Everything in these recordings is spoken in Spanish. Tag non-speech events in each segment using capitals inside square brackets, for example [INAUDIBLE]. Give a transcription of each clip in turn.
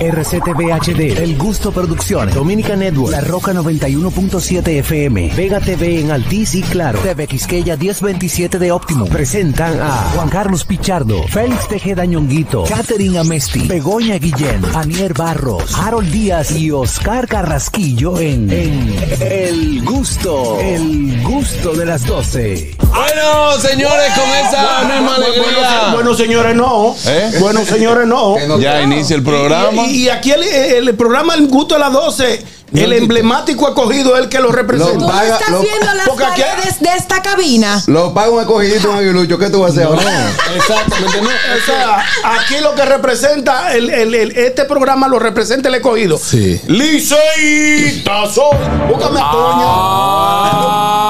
RCTV HD, El Gusto Producciones, Dominica Network, La Roca 91.7 FM, Vega TV en Altiz y Claro, TV Quisqueya 1027 de Optimum. Presentan a Juan Carlos Pichardo, Félix Tejeda Ñonguito, Katherine Amesti, Begoña Guillén, Anier Barros, Harold Díaz y Oscar Carrasquillo en, en El Gusto, El Gusto de las 12. Bueno, señores, con esa misma alegría. Bueno, señores, no. ¿Eh? Bueno, [LAUGHS] señores, no. ya inicia el programa. Y, y aquí el, el programa El Gusto de las 12, el emblemático acogido es el que lo Tú representa. no Paga- estás lo- viendo las Porque aquí- paredes de esta cabina. Lo paga un escogidito, un aguilucho. ¿Qué tú vas a hacer ahora? [LAUGHS] Exactamente. no, O sea, aquí lo que representa, el, el- el- este programa lo representa el escogido. Sí. Liceita soy. Búscame Ah. a Toño.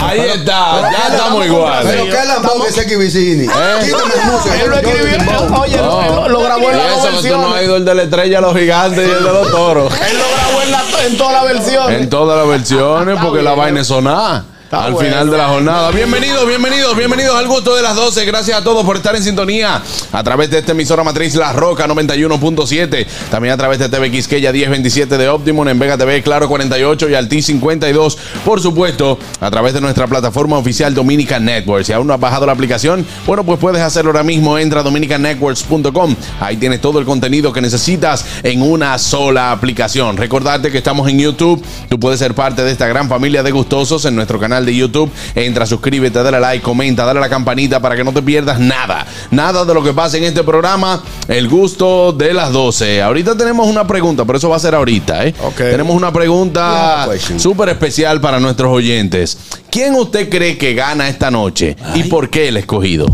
Ahí está, ya estamos Pero iguales. ¿Eh? qué lambón que es aquí, Vicini. Quítame la música. Él lo Yo- yo- escribió, yo- oye, él No. lo, lo grabó en Y las dos eso que tú no has versiones. ido el de la estrella, los gigantes y el de los [LAUGHS] toros. Él lo grabó en, la- en todas las versiones. En todas las versiones, Está porque la bien. vaina es sonada. Está Al bueno. final de la jornada. Bienvenidos, bienvenidos, bienvenidos al gusto de las 12. Gracias a todos por estar en sintonía a través de esta emisora matriz La Roca 91.7. También a través de TV Quisqueya 1027 de Optimum, en Vega TV Claro 48 y Alti 52. Por supuesto, a través de nuestra plataforma oficial Dominica Network. Si aún no has bajado la aplicación, bueno, pues puedes hacerlo ahora mismo. Entra a dominicanetworks.com. Ahí tienes todo el contenido que necesitas en una sola aplicación. Recordarte que estamos en YouTube. Tú puedes ser parte de esta gran familia de gustosos en nuestro canal de YouTube. Entra, suscríbete, dale like, comenta, dale a la campanita para que no te pierdas nada. Nada de lo que pasa en este programa. El gusto de las 12. Ahorita tenemos una pregunta, pero eso va a ser ahorita, ¿eh? Ok. Tenemos una pregunta Yeah, question. súper especial para nuestros oyentes. ¿Quién usted cree que gana esta noche y por qué el escogido?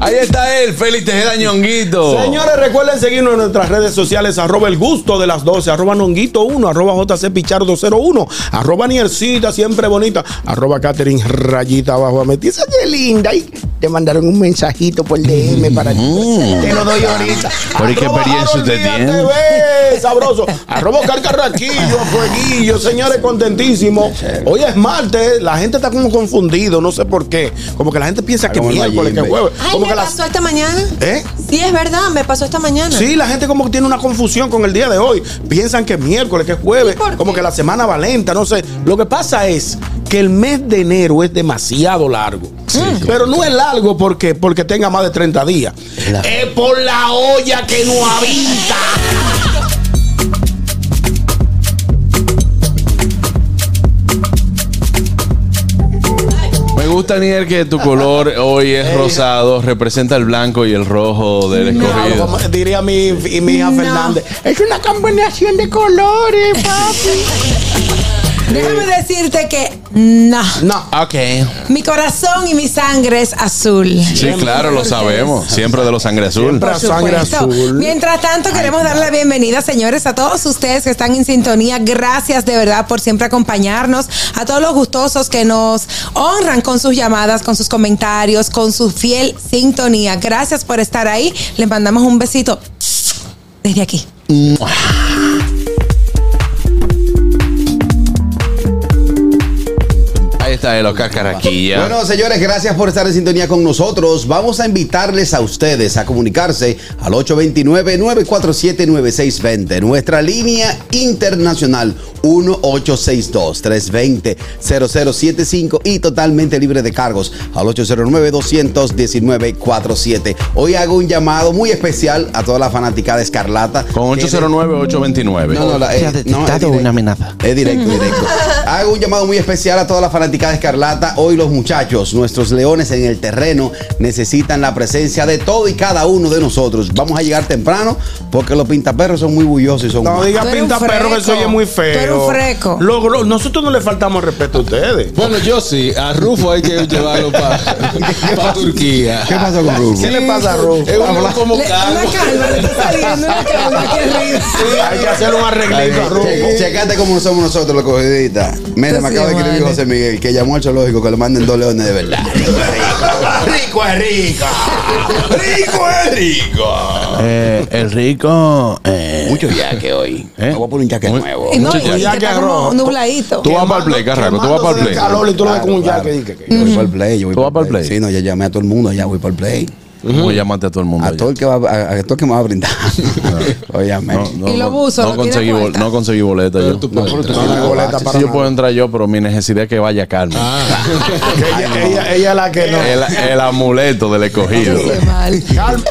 Ahí está él, Félix Tejeda Ñonguito. Señores, recuerden seguirnos en nuestras redes sociales, arroba el gusto de las 12, arroba nonguito1, arroba jcpichardo01, arroba niercita, siempre bonita, arroba Catherine rayita abajo a metiza, qué linda. Y te mandaron un mensajito por DM para ti. Te lo doy ahorita. Pero, ¿y qué Arroba experiencia usted Harold Díaz tiene? TV, sabroso. Arroba Oscar Carraquillo, fueguillo, señores, contentísimo. Hoy es martes, la gente está como confundido, no sé por qué. Como que la gente piensa que Hágame el miércoles, que Mayimbe. jueves. Ay, Como me que las- pasó esta mañana. ¿Eh? Sí, es verdad, me pasó esta mañana. Sí, la gente como que tiene una confusión con el día de hoy. Piensan que es miércoles, que es jueves, ¿Y por qué? como que la semana valenta, no sé. Lo que pasa es que el mes de enero es demasiado largo. Pero no es largo porque, porque tenga más de 30 días. Es por la olla que no habita. Me gusta, Nier, que tu color hoy es rosado, representa el blanco y el rojo del escogido. Como diría mi, mi hija No. Fernández. Es una combinación de [LAUGHS] colores, papi. Déjame decirte que no. No. Ok. Mi corazón y mi sangre es azul. Sí, claro, lo sabemos. Siempre de los sangre azul. Siempre. Por Sangre supuesto. azul. Mientras tanto, queremos dar la bienvenida, señores, a todos ustedes que están en sintonía. Gracias de verdad por siempre acompañarnos. A todos los gustosos que nos honran con sus llamadas, con sus comentarios, con su fiel sintonía. Gracias por estar ahí. Les mandamos un besito desde aquí. Ahí está el Oscar Carraquilla. Bueno, señores, gracias por estar en sintonía con nosotros. Vamos a invitarles a ustedes a comunicarse al 829-947-9620. Nuestra línea internacional 1862-320-0075 y totalmente libre de cargos al 809-219-47. Hoy hago un llamado muy especial a toda la fanática de Escarlata. con que de- 809-829. no, no, la- eh, no, es directo. Es directo, directo. Hago un llamado muy especial a toda la fanática de Escarlata. Hoy los muchachos, nuestros leones en el terreno, necesitan la presencia de todo y cada uno de nosotros. Vamos a llegar temprano porque los pintaperros son muy bullosos y son... No diga Tú eres un pinta perro que freco. se oye muy Tú eres feo. un freco. Lo- lo- nosotros no le faltamos el respeto a ustedes. Bueno, yo sí, a Rufo hay que llevarlo para Turquía. ¿Qué pasó con Rufo? ¿Qué le pasa a Rufo? Es un como Le- una calvo. calma, le está saliendo una calma, qué risa. Hay que hacer un arreglito a Rufo. Che- Checate cómo somos nosotros, los cogiditas. Mira, Tú me sí, acaba de escribir vale. José Miguel que llamó al zoológico que le manden dos leones de verdad. Rico es rico. Rico es rico. Eh, el rico. eh, Mucho yaque hoy. ¿Eh? Me voy a poner un jaque Muy- nuevo. Y no, y Mucho que Oh, ya que está arrojo. como nubladito. Tú vas para el play, Carraco, tú vas para el Quemándose del play. calor y tú lo ves con un Claro, jaque, claro. dije que- Yo voy para el play. Yo voy ¿Tú vas para pa'l el play? Sí, no, ya llamé a todo el mundo, ya voy para el play. Voy a llamarte a todo el mundo. A ya. todo el que va a, a todo el que me va a brindar. Óyame. No, no, Y lo no, buzo, no ¿lo tiene conseguí, bol- puerta? no conseguí boleta yo. tú puedes No, entrar. no, No, no hay boleta sí, para yo nada. puedo entrar yo, pero mi necesidad es que vaya Carmen. Ah, Que ella, ella- ella es la que no. El, el amuleto del escogido. Qué mal. Carmen,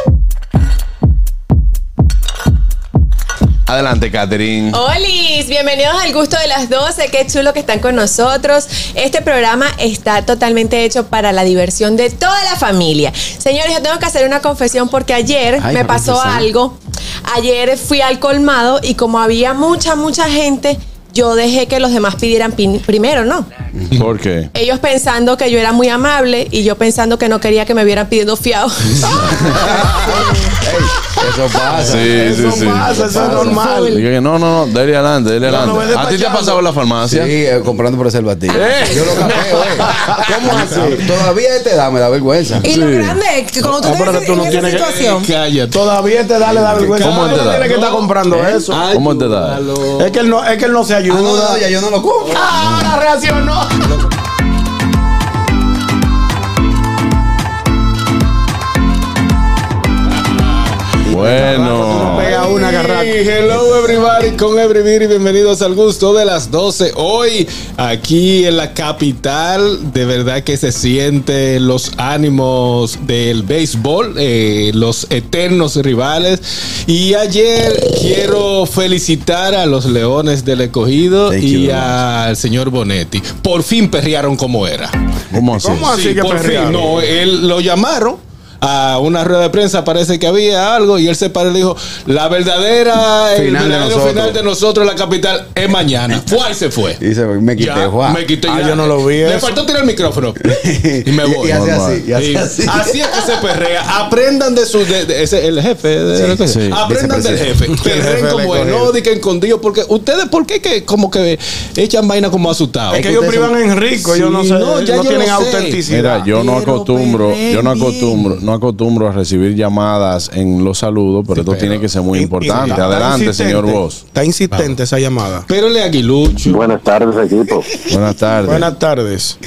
Adelante, Catherine. Oh, Olis, bienvenidos al gusto de las 12. Qué chulo que están con nosotros. Este programa está totalmente hecho para la diversión de toda la familia. Señores, yo tengo que hacer una confesión porque ayer Ay, me para pasó confesar. algo. Ayer fui al colmado y como había mucha, mucha gente, yo dejé que los demás pidieran pin- primero, ¿no? ¿Por qué? Ellos pensando que yo era muy amable y yo pensando que no quería que me vieran pidiendo [LAUGHS] fiado. Ey, eso pasa. Sí, sí, eso sí. pasa, eso es normal. Dije que no, no, no, dale adelante, dale no, adelante. ve ¿A ti te ha despachando. pasado en la Sí, farmacia? eh, comprando preservativo. Eh. Yo lo [LAUGHS] capeo, eh. ¿Cómo así? Todavía a esta edad me da vergüenza. Y lo grande es que cuando No, tú te pero ves que tú en no esa tienes que- situación, Cállate. Todavía te da, le da vergüenza. ¿Cómo Tú te da? tienes que estar comprando eso. Ay, ¿Cómo te da? ayúdalo. Es que él no, es que él no se Ah, ayuda. no, no, ya yo no lo compro. Ahora reaccionó. Bueno. Pega una garraca. Hey, hello everybody, con everybody, bienvenidos al gusto de las 12. Hoy aquí en la capital, de verdad que se sienten los ánimos del béisbol, eh, los eternos rivales. Y ayer quiero felicitar a los Leones del Escogido Thank you y very much. al señor Bonetti. Por fin perrearon como era. ¿Cómo así? ¿Cómo así Sí, que por fin. perrearon? No, él lo llamaron a una rueda de prensa, parece que había algo, y él se paró y dijo: La verdadera, el Final de verdadero nosotros. final de nosotros, la capital, es mañana. Fue y se fue. Y se me quité, Ya, Juan. me quité. Ah, ya. yo no lo vi Le eso. faltó tirar el micrófono. Y me [LAUGHS] voy. Y, hace normal. así, y hace Sí. así. Así es que se perrea. Aprendan de su. de- de- ese, el jefe. de- de- de- sí. Aprendan [LAUGHS] del jefe. Perren le como es. cogió. No digan escondido. Porque ustedes, ¿por qué que como que echan vaina como Ah, asustados? Es Es que que ellos ustedes privan son- a Enrico, yo Sí, no sé. no, No, ya yo tienen lo sé. autenticidad. Mira, yo no Pero acostumbro, yo no acostumbro, no acostumbro a recibir llamadas en los saludos, pero esto tiene que ser muy importante. Está Adelante, insistente, señor Vos. Está insistente esa llamada. Espérale, Aguilucho. Buenas tardes, equipo. Buenas tardes. Buenas tardes.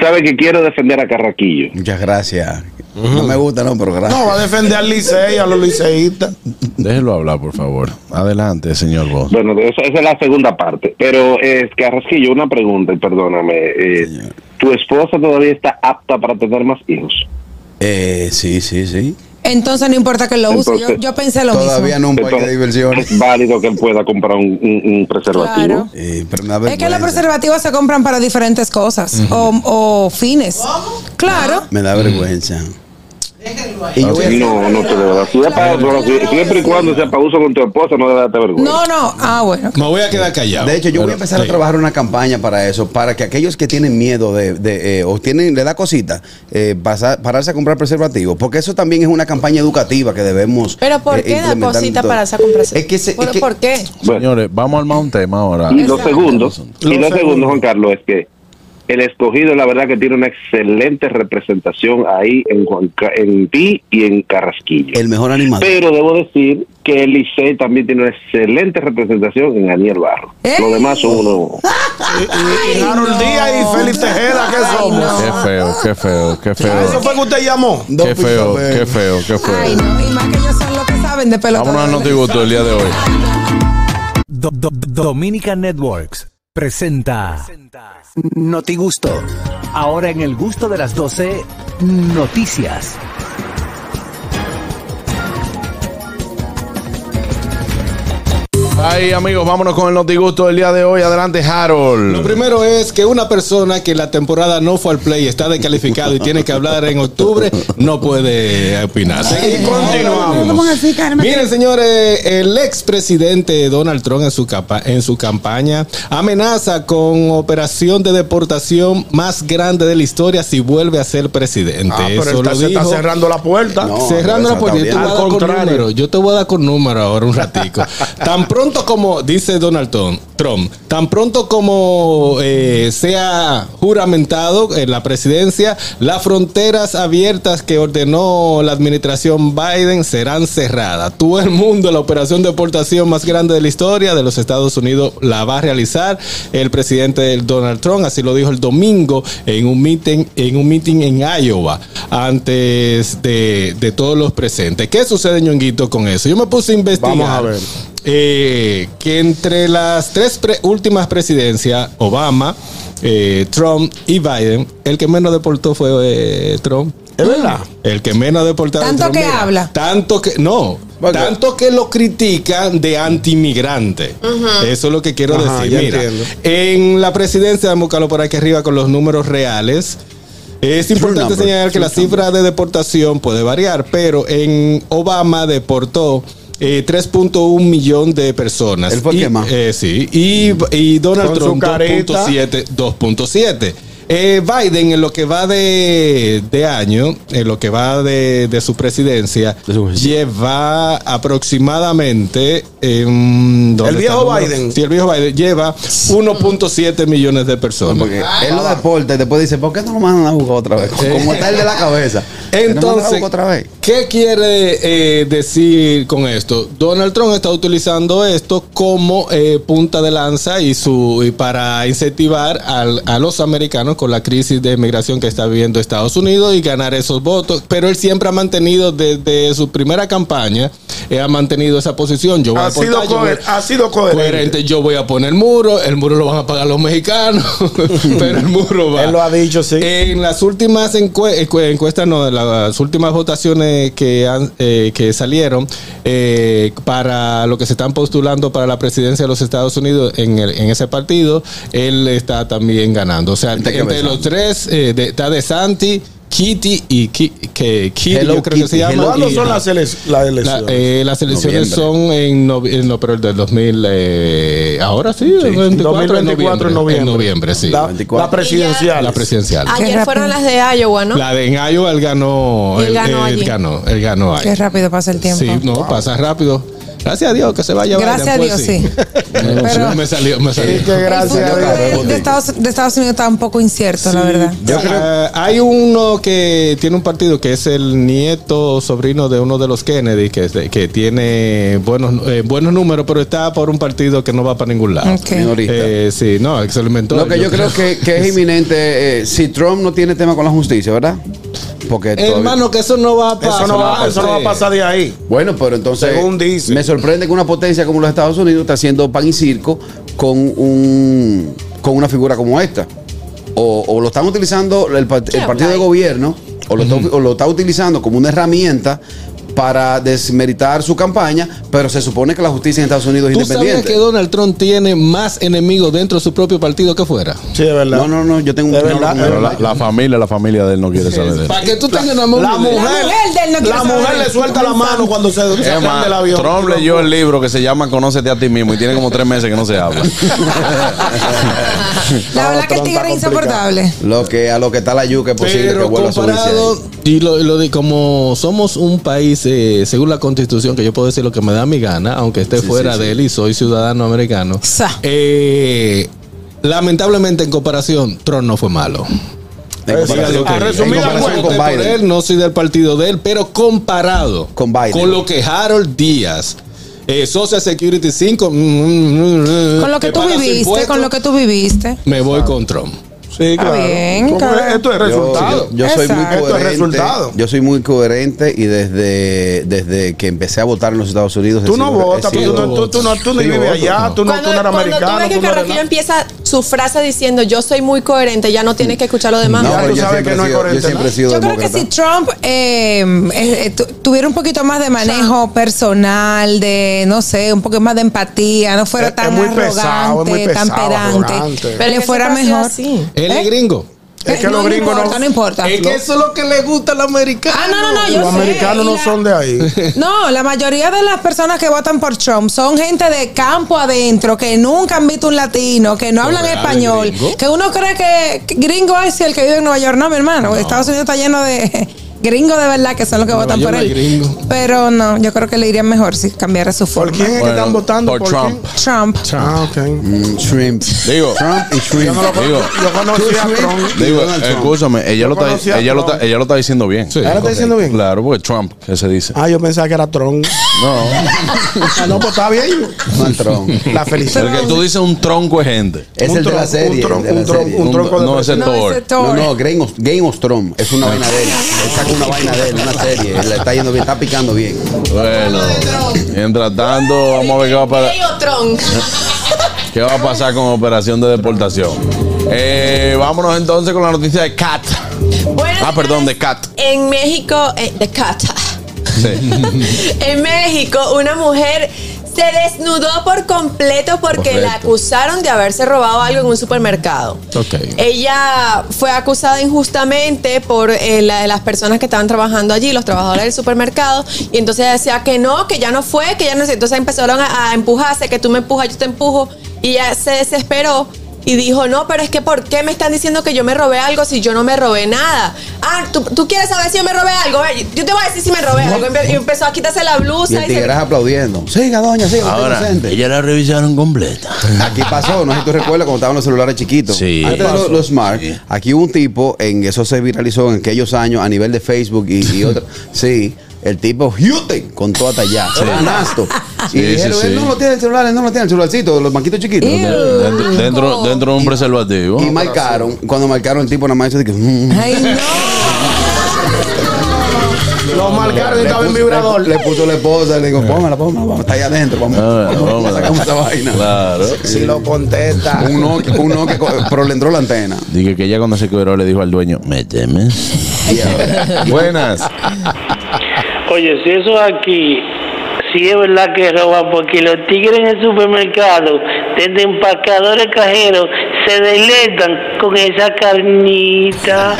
Sabe que quiero defender a Carraquillo. Muchas gracias. No me gusta, no, pero gracias. No, va a defender al Licey, a los liceístas. Déjelo hablar, por favor. Adelante, señor Vos. Bueno, esa, esa es la segunda parte. Pero, eh, Carraquillo, una pregunta, y perdóname. eh, ¿Tu esposa todavía está apta para tener más hijos? Eh, sí, sí, sí. entonces no importa que lo use. Yo, Entonces, yo pensé lo mismo. Todavía no un parque de diversiones. es válido que él pueda comprar un, un- un preservativo. Claro. Eh, pero me da Es que los vergüenza. preservativos se compran para diferentes cosas o, o fines. Claro. Me da vergüenza. Y yo voy a hacer- No, no se debe dar. Si es para- bueno, si- siempre y cuando sea para uso con tu esposa, no debe darte vergüenza. No, no. Ah, bueno. Me voy a quedar callado. De hecho, yo voy a Pero, empezar a sí. trabajar una campaña para eso, para que aquellos que tienen miedo de, de, eh, o tienen, le da cosita, eh, pasar- pararse a comprar preservativos, porque eso también es una campaña educativa que debemos. Pero ¿por eh, qué da implementar en cosita todo. para esa compra? Es que se- es ¿Por, que- por qué? Bueno, Señores, vamos a armar un tema ahora. Y lo segundo, Lo y lo segundo. segundo, Juan Carlos, es que el escogido, la verdad, que tiene una excelente representación ahí en, Juan Ca- en ti y en Carrasquillo. El mejor animal. Pero debo decir que el Licey también tiene una excelente representación en Daniel Barro. ¡Eh! Los demás son uno. Y, y- y Ay, Harold no. Díaz y Félix Tejeda, ¿qué Ay, somos? no. Qué feo, qué feo, qué ¿A Ah, feo. eso fue pues. que usted llamó? Qué feo, qué feo, qué Ay, feo. no. Y más que ellos son los que saben de pelota. Vámonos al Notigusto el día de hoy. Do- do- do- Dominica Networks presenta Noti Gusto. Ahora en el gusto de las 12, noticias. Ay, amigos, vámonos con el notigusto del día de hoy. Adelante, Lo Harold. primero es que una persona que la temporada no fue al play, está descalificado y tiene que hablar en octubre, no puede opinar. Y continuamos. Miren, señores, el expresidente Donald Trump en su, capa- en su campaña amenaza con operación de deportación más grande de la historia si vuelve a ser presidente. Ah, pero Eso está, lo se está dijo. cerrando la puerta. No. pero Cerrando la eso puerta, yo te está voy bien. a dar Al con contrario. número. Yo te voy a dar con número ahora un ratico. Tan pronto pronto como, dice Donald Trump, Trump, tan pronto como eh, sea juramentado en la presidencia, las fronteras abiertas que ordenó la administración Biden serán cerradas. Todo el mundo, la operación de deportación más grande de la historia de los Estados Unidos la va a realizar el presidente Donald Trump, así lo dijo el domingo en un meeting en, un meeting en Iowa, antes de, de todos los presentes. ¿Qué sucede, ñonguito, con eso? Yo me puse a investigar. Vamos a ver. eh, que entre las tres pre- últimas presidencias, Obama, eh, Trump y Biden, el que menos deportó fue eh, Trump. Es verdad. El que menos ha deportado. Tanto Trump, que habla. Tanto que. No. Porque- Tanto que lo critican de antimigrante. Eso es lo que quiero Ajá, decir. ya Mira, entiendo. en la presidencia, vamos a buscarlo por aquí arriba con los números reales. Es importante number, señalar que true la cifra de deportación puede variar, pero en Obama deportó eh, 3.1 millón de personas. Él fue el Y- que más. eh, sí. Y, y Donald Con su Trump careta. 2.7. 2.7. Eh, Biden en lo que va de, de año, en lo que va de, de su presidencia, De su presidencia. lleva aproximadamente... em, ¿dónde El viejo está número? Biden. Sí, el viejo Biden lleva 1.7 millones de personas. Ah. Porque él lo deporta y después dice, ¿por qué no lo mandan a buscar otra vez? Como está el de la cabeza. ¿Que no mandan a Entonces, buscar otra vez. ¿qué quiere eh, decir con esto? Donald Trump está utilizando esto como eh, punta de lanza y su y para incentivar al- a los americanos con la crisis de migración que está viviendo Estados Unidos y ganar esos votos. Pero él siempre ha mantenido desde su primera campaña, eh, ha mantenido esa posición. Yo voy Ha a sido, aportar, yo voy a- coher- ha sido coherente. coherente, yo voy a poner muro, el muro lo van a pagar los mexicanos, [LAUGHS] pero el muro va. Él lo ha dicho, sí. En las últimas encue- encue- encuestas, no, en las últimas votaciones que, han- eh, que salieron eh, para lo que se están postulando para la presidencia de los Estados Unidos en, el- en ese partido, él está también ganando. O sea, Está entre los tres eh, de- está de Santi. Kitty y Ki- que Kitty, Hello yo creo que se Kitty, llama. hello ¿Cuándo y- son las, ele- las la- elecciones? eh, las elecciones Noviembre. son en, novi- en no, pero el del 2000, eh, ahora sí, el 24 en 2024 en noviembre. En noviembre, sí. La, La, 24. la presidencial. presidencial. Qué Ayer rápido. fueron las de Iowa, ¿no? La de en Iowa, él ganó. Él Él ganó ganó, allí. él ganó, él ganó ahí. Qué rápido pasa el tiempo. Sí, no, pasa rápido. Gracias a Dios que se vaya Gracias a Biden, Dios, pues, sí. Pero- me salió, me salió. Sí, que el gracias. futuro a Dios. de, de Estados, de Estados Unidos está un poco incierto, la verdad. Yo creo- Ah, hay uno que tiene un partido que es el nieto o sobrino de uno de los Kennedy, que, es de- que tiene buenos, eh, buenos números, pero está por un partido que no va para ningún lado. Ok. Minorista. Eh, sí, no, que se lo inventó. Lo que yo, creo, que, que [LAUGHS] es inminente, eh, si Trump no tiene tema con la justicia, ¿verdad? Porque todavía- Hermano, que eso no va a pasar. Eso no, va, eso no va a pasar de ahí. Bueno, pero entonces Según dice. me sorprende que una potencia como los Estados Unidos está haciendo pan y circo con un con una figura como esta. O, o lo están utilizando el, part- Qué el partido de guay. gobierno, o lo, está, o lo está utilizando como una herramienta para desmeritar su campaña, pero se supone que la justicia en Estados Unidos es ¿Tú sabías que independiente. Donald Trump tiene más enemigos dentro de su propio partido que fuera? Sí, es verdad. No, no, no, yo tengo un Es primo verdad, como es Pero yo. la, la familia, la familia de él no quiere saber de él. Para que tú tengas una mano- La mujer, mujer de él no quiere la saber. mujer le suelta la mano cuando se se Es prende más, el avión. Trump leyó el libro que se llama Conócete a ti mismo y tiene como tres meses que no se habla. La verdad que el Trump tigre es está complicado. insoportable. Lo que a lo que está la yuca es posible que Pero vuelva a subirse ahí. comparado, y lo, y lo de como somos un país, eh, según la constitución, que yo puedo decir lo que me da mi gana, aunque esté fuera de él y soy ciudadano americano, Sa. eh, lamentablemente en comparación, Trump no fue malo. Eh, En Eso, comparación a con- en resumir la comparación cuenta, con voté por Biden. él, no soy del partido de él, pero comparado Con Biden. con lo que Harold Díaz, eh, Social Security 5, mm, mm, mm, Con lo que tú paga su viviste, impuesto, con lo que tú viviste. me voy con Trump. Sí, claro. bien, Porque cara. Esto es Yo- resultado. Yo, yo soy muy Exacto. coherente. Esto es resultado. Yo soy muy coherente y desde, desde que empecé a votar en los Estados Unidos. Tú he no sido- he votas, tú, sido- tú, tú, tú no, tú ni Sí, vives voto, allá, no. tú no, tú cuando, no eres cuando tú americano. ves que tú no eres Carraquillo nada. empieza su frase diciendo yo soy muy coherente, ya no tienes que escuchar lo demás. No, Ya pero tú yo sabes siempre que no he es sido- coherente, Yo siempre ¿no? he sido Yo creo que demócrata. si Trump eh, eh, eh, tu- tuviera un poquito más de manejo personal, de no sé, un poco más de empatía, no fuera Es- tan es muy arrogante, pesado, es muy pesado, tan arrogante. pedante, Pero es le que fuera siempre ha sido mejor. así. Él ¿Eh? es gringo. Es que Eh, los gringos no- importa, no importa. Es que eso es lo que le gusta al americano. Ah, no, no, no, yo Los sé. americanos Y no la- son de [LAUGHS] ahí. No, la mayoría de las personas que votan por Trump son gente de campo adentro, que nunca han visto un latino, que no hablan real, español, gringo. que uno cree que que gringo es el que vive en Nueva York. No, mi hermano, Estados Unidos está lleno de, [LAUGHS] gringos de verdad que son los que Nueva votan por York no hay él. gringo. Pero no, yo creo que le iría mejor si cambiara su ¿Por forma. quién es que están votando? por Trump. quién? Trump. Ah, ok. Mm, shrimp. Digo. Trump y Yo, shrimp. no lo conozco. Digo. yo conocí a Trump. Digo, Donald Trump. escúchame, ella lo, Yo conocí a está, ella, lo está, Trump. ella lo está diciendo bien. Sí. ¿Ahora está diciendo bien? Claro, porque Trump, que se dice. Ah, yo pensaba que era Trump. No, Ah, no, pues está bien. Man, Trump. [LAUGHS] La el que felicidad. tú dices un tronco es gente. Es Un el de la tronco, serie. un tronco, el de la un tronco, serie. un tronco de no, ese presidente. es No, ese Thor. Thor. No, no, Game of, Game of Thrones. Es una vaina de él. Él saca una vaina de él, una serie. Le está yendo bien, está picando bien. Bueno, mientras tanto, vamos a ver qué va a pasar. Gay o tronc. ¿Qué va a pasar con operación de deportación? Eh, vámonos entonces con la noticia de Cat. Bueno, Ah, perdón, de señores, Cat. [LAUGHS] En México, eh, de Cat. en México, una mujer se desnudó por completo porque la Correcto. acusaron de haberse robado algo en un supermercado. Ok. Ella fue acusada injustamente por eh, la- las personas que estaban trabajando allí, los trabajadores del supermercado, y entonces ella decía que no, que ya no fue, que ya no sé. Entonces empezaron a, a empujarse, que tú me empujas, yo te empujo, y ella se desesperó. Y dijo, no, pero es que ¿por qué me están diciendo que yo me robé algo si yo no me robé nada? Ah, ¿tú, tú quieres saber si yo me robé algo? Eh, Yo te voy a decir si me robé algo. Y empezó a quitarse la Y blusa. el y se- tigreás aplaudiendo. Siga, doña, siga. usted Ahora, inocente. ella la revisaron completa. Aquí pasó, no sé si tú recuerdas cuando estaban los celulares chiquitos. Sí. Antes de los, los smart, aquí hubo un tipo, en eso se viralizó en aquellos años a nivel de Facebook y, y otro. Sí. El tipo Houston con todo hasta allá. Anasto. Sí, y sí, dijeron, sí. él no lo tiene el celular, él no lo tiene el celularcito, de los banquitos [LAUGHS] chiquitos. Dentro, dentro, dentro de un preservativo. Y marcaron, cuando marcaron el tipo, nada más hizo de que. mm, Ay, no. Los marcaron le estaba en puso- vibrador. Le, le puso la esposa y le dijo, pómela, pómela, vamos, está ahí adentro, vamos. Ah, vamos, vamos. [LAUGHS] sacamos esa vaina. Claro. Si lo contesta. Un no, un no que co- prolendró la antena. Dije que ella cuando se quebró le dijo al dueño, ¿me temes? [LAUGHS] Buenas. Oye, si eso aquí, si es verdad que roban, porque los tigres en el supermercado, desde empacadores cajeros, se deleitan con esa carnita.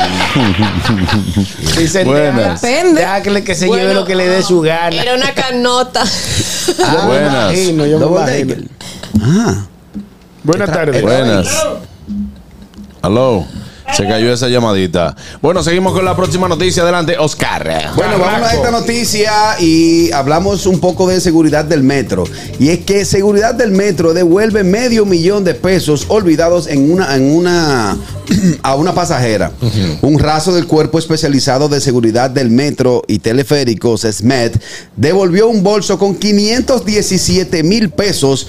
Dicen, Buenas. Depende. déjale que se Bueno, lleve lo que le dé su gana. Era una canota. Ah, Yo me Buenas. imagino, yo me Double imagino. Dagger. Ah. Buenas tardes. Buenas. Aló. Se cayó esa llamadita. Bueno, seguimos con la próxima noticia. Adelante, Oscar. Bueno, vamos a Carrasco. esta noticia y hablamos un poco de seguridad del metro. Y es que seguridad del metro devuelve medio millón de pesos olvidados en una, en una [CLEARS THROAT] a una pasajera. Un raso del cuerpo especializado de seguridad del metro y teleféricos, SMET, devolvió un bolso con 517 mil pesos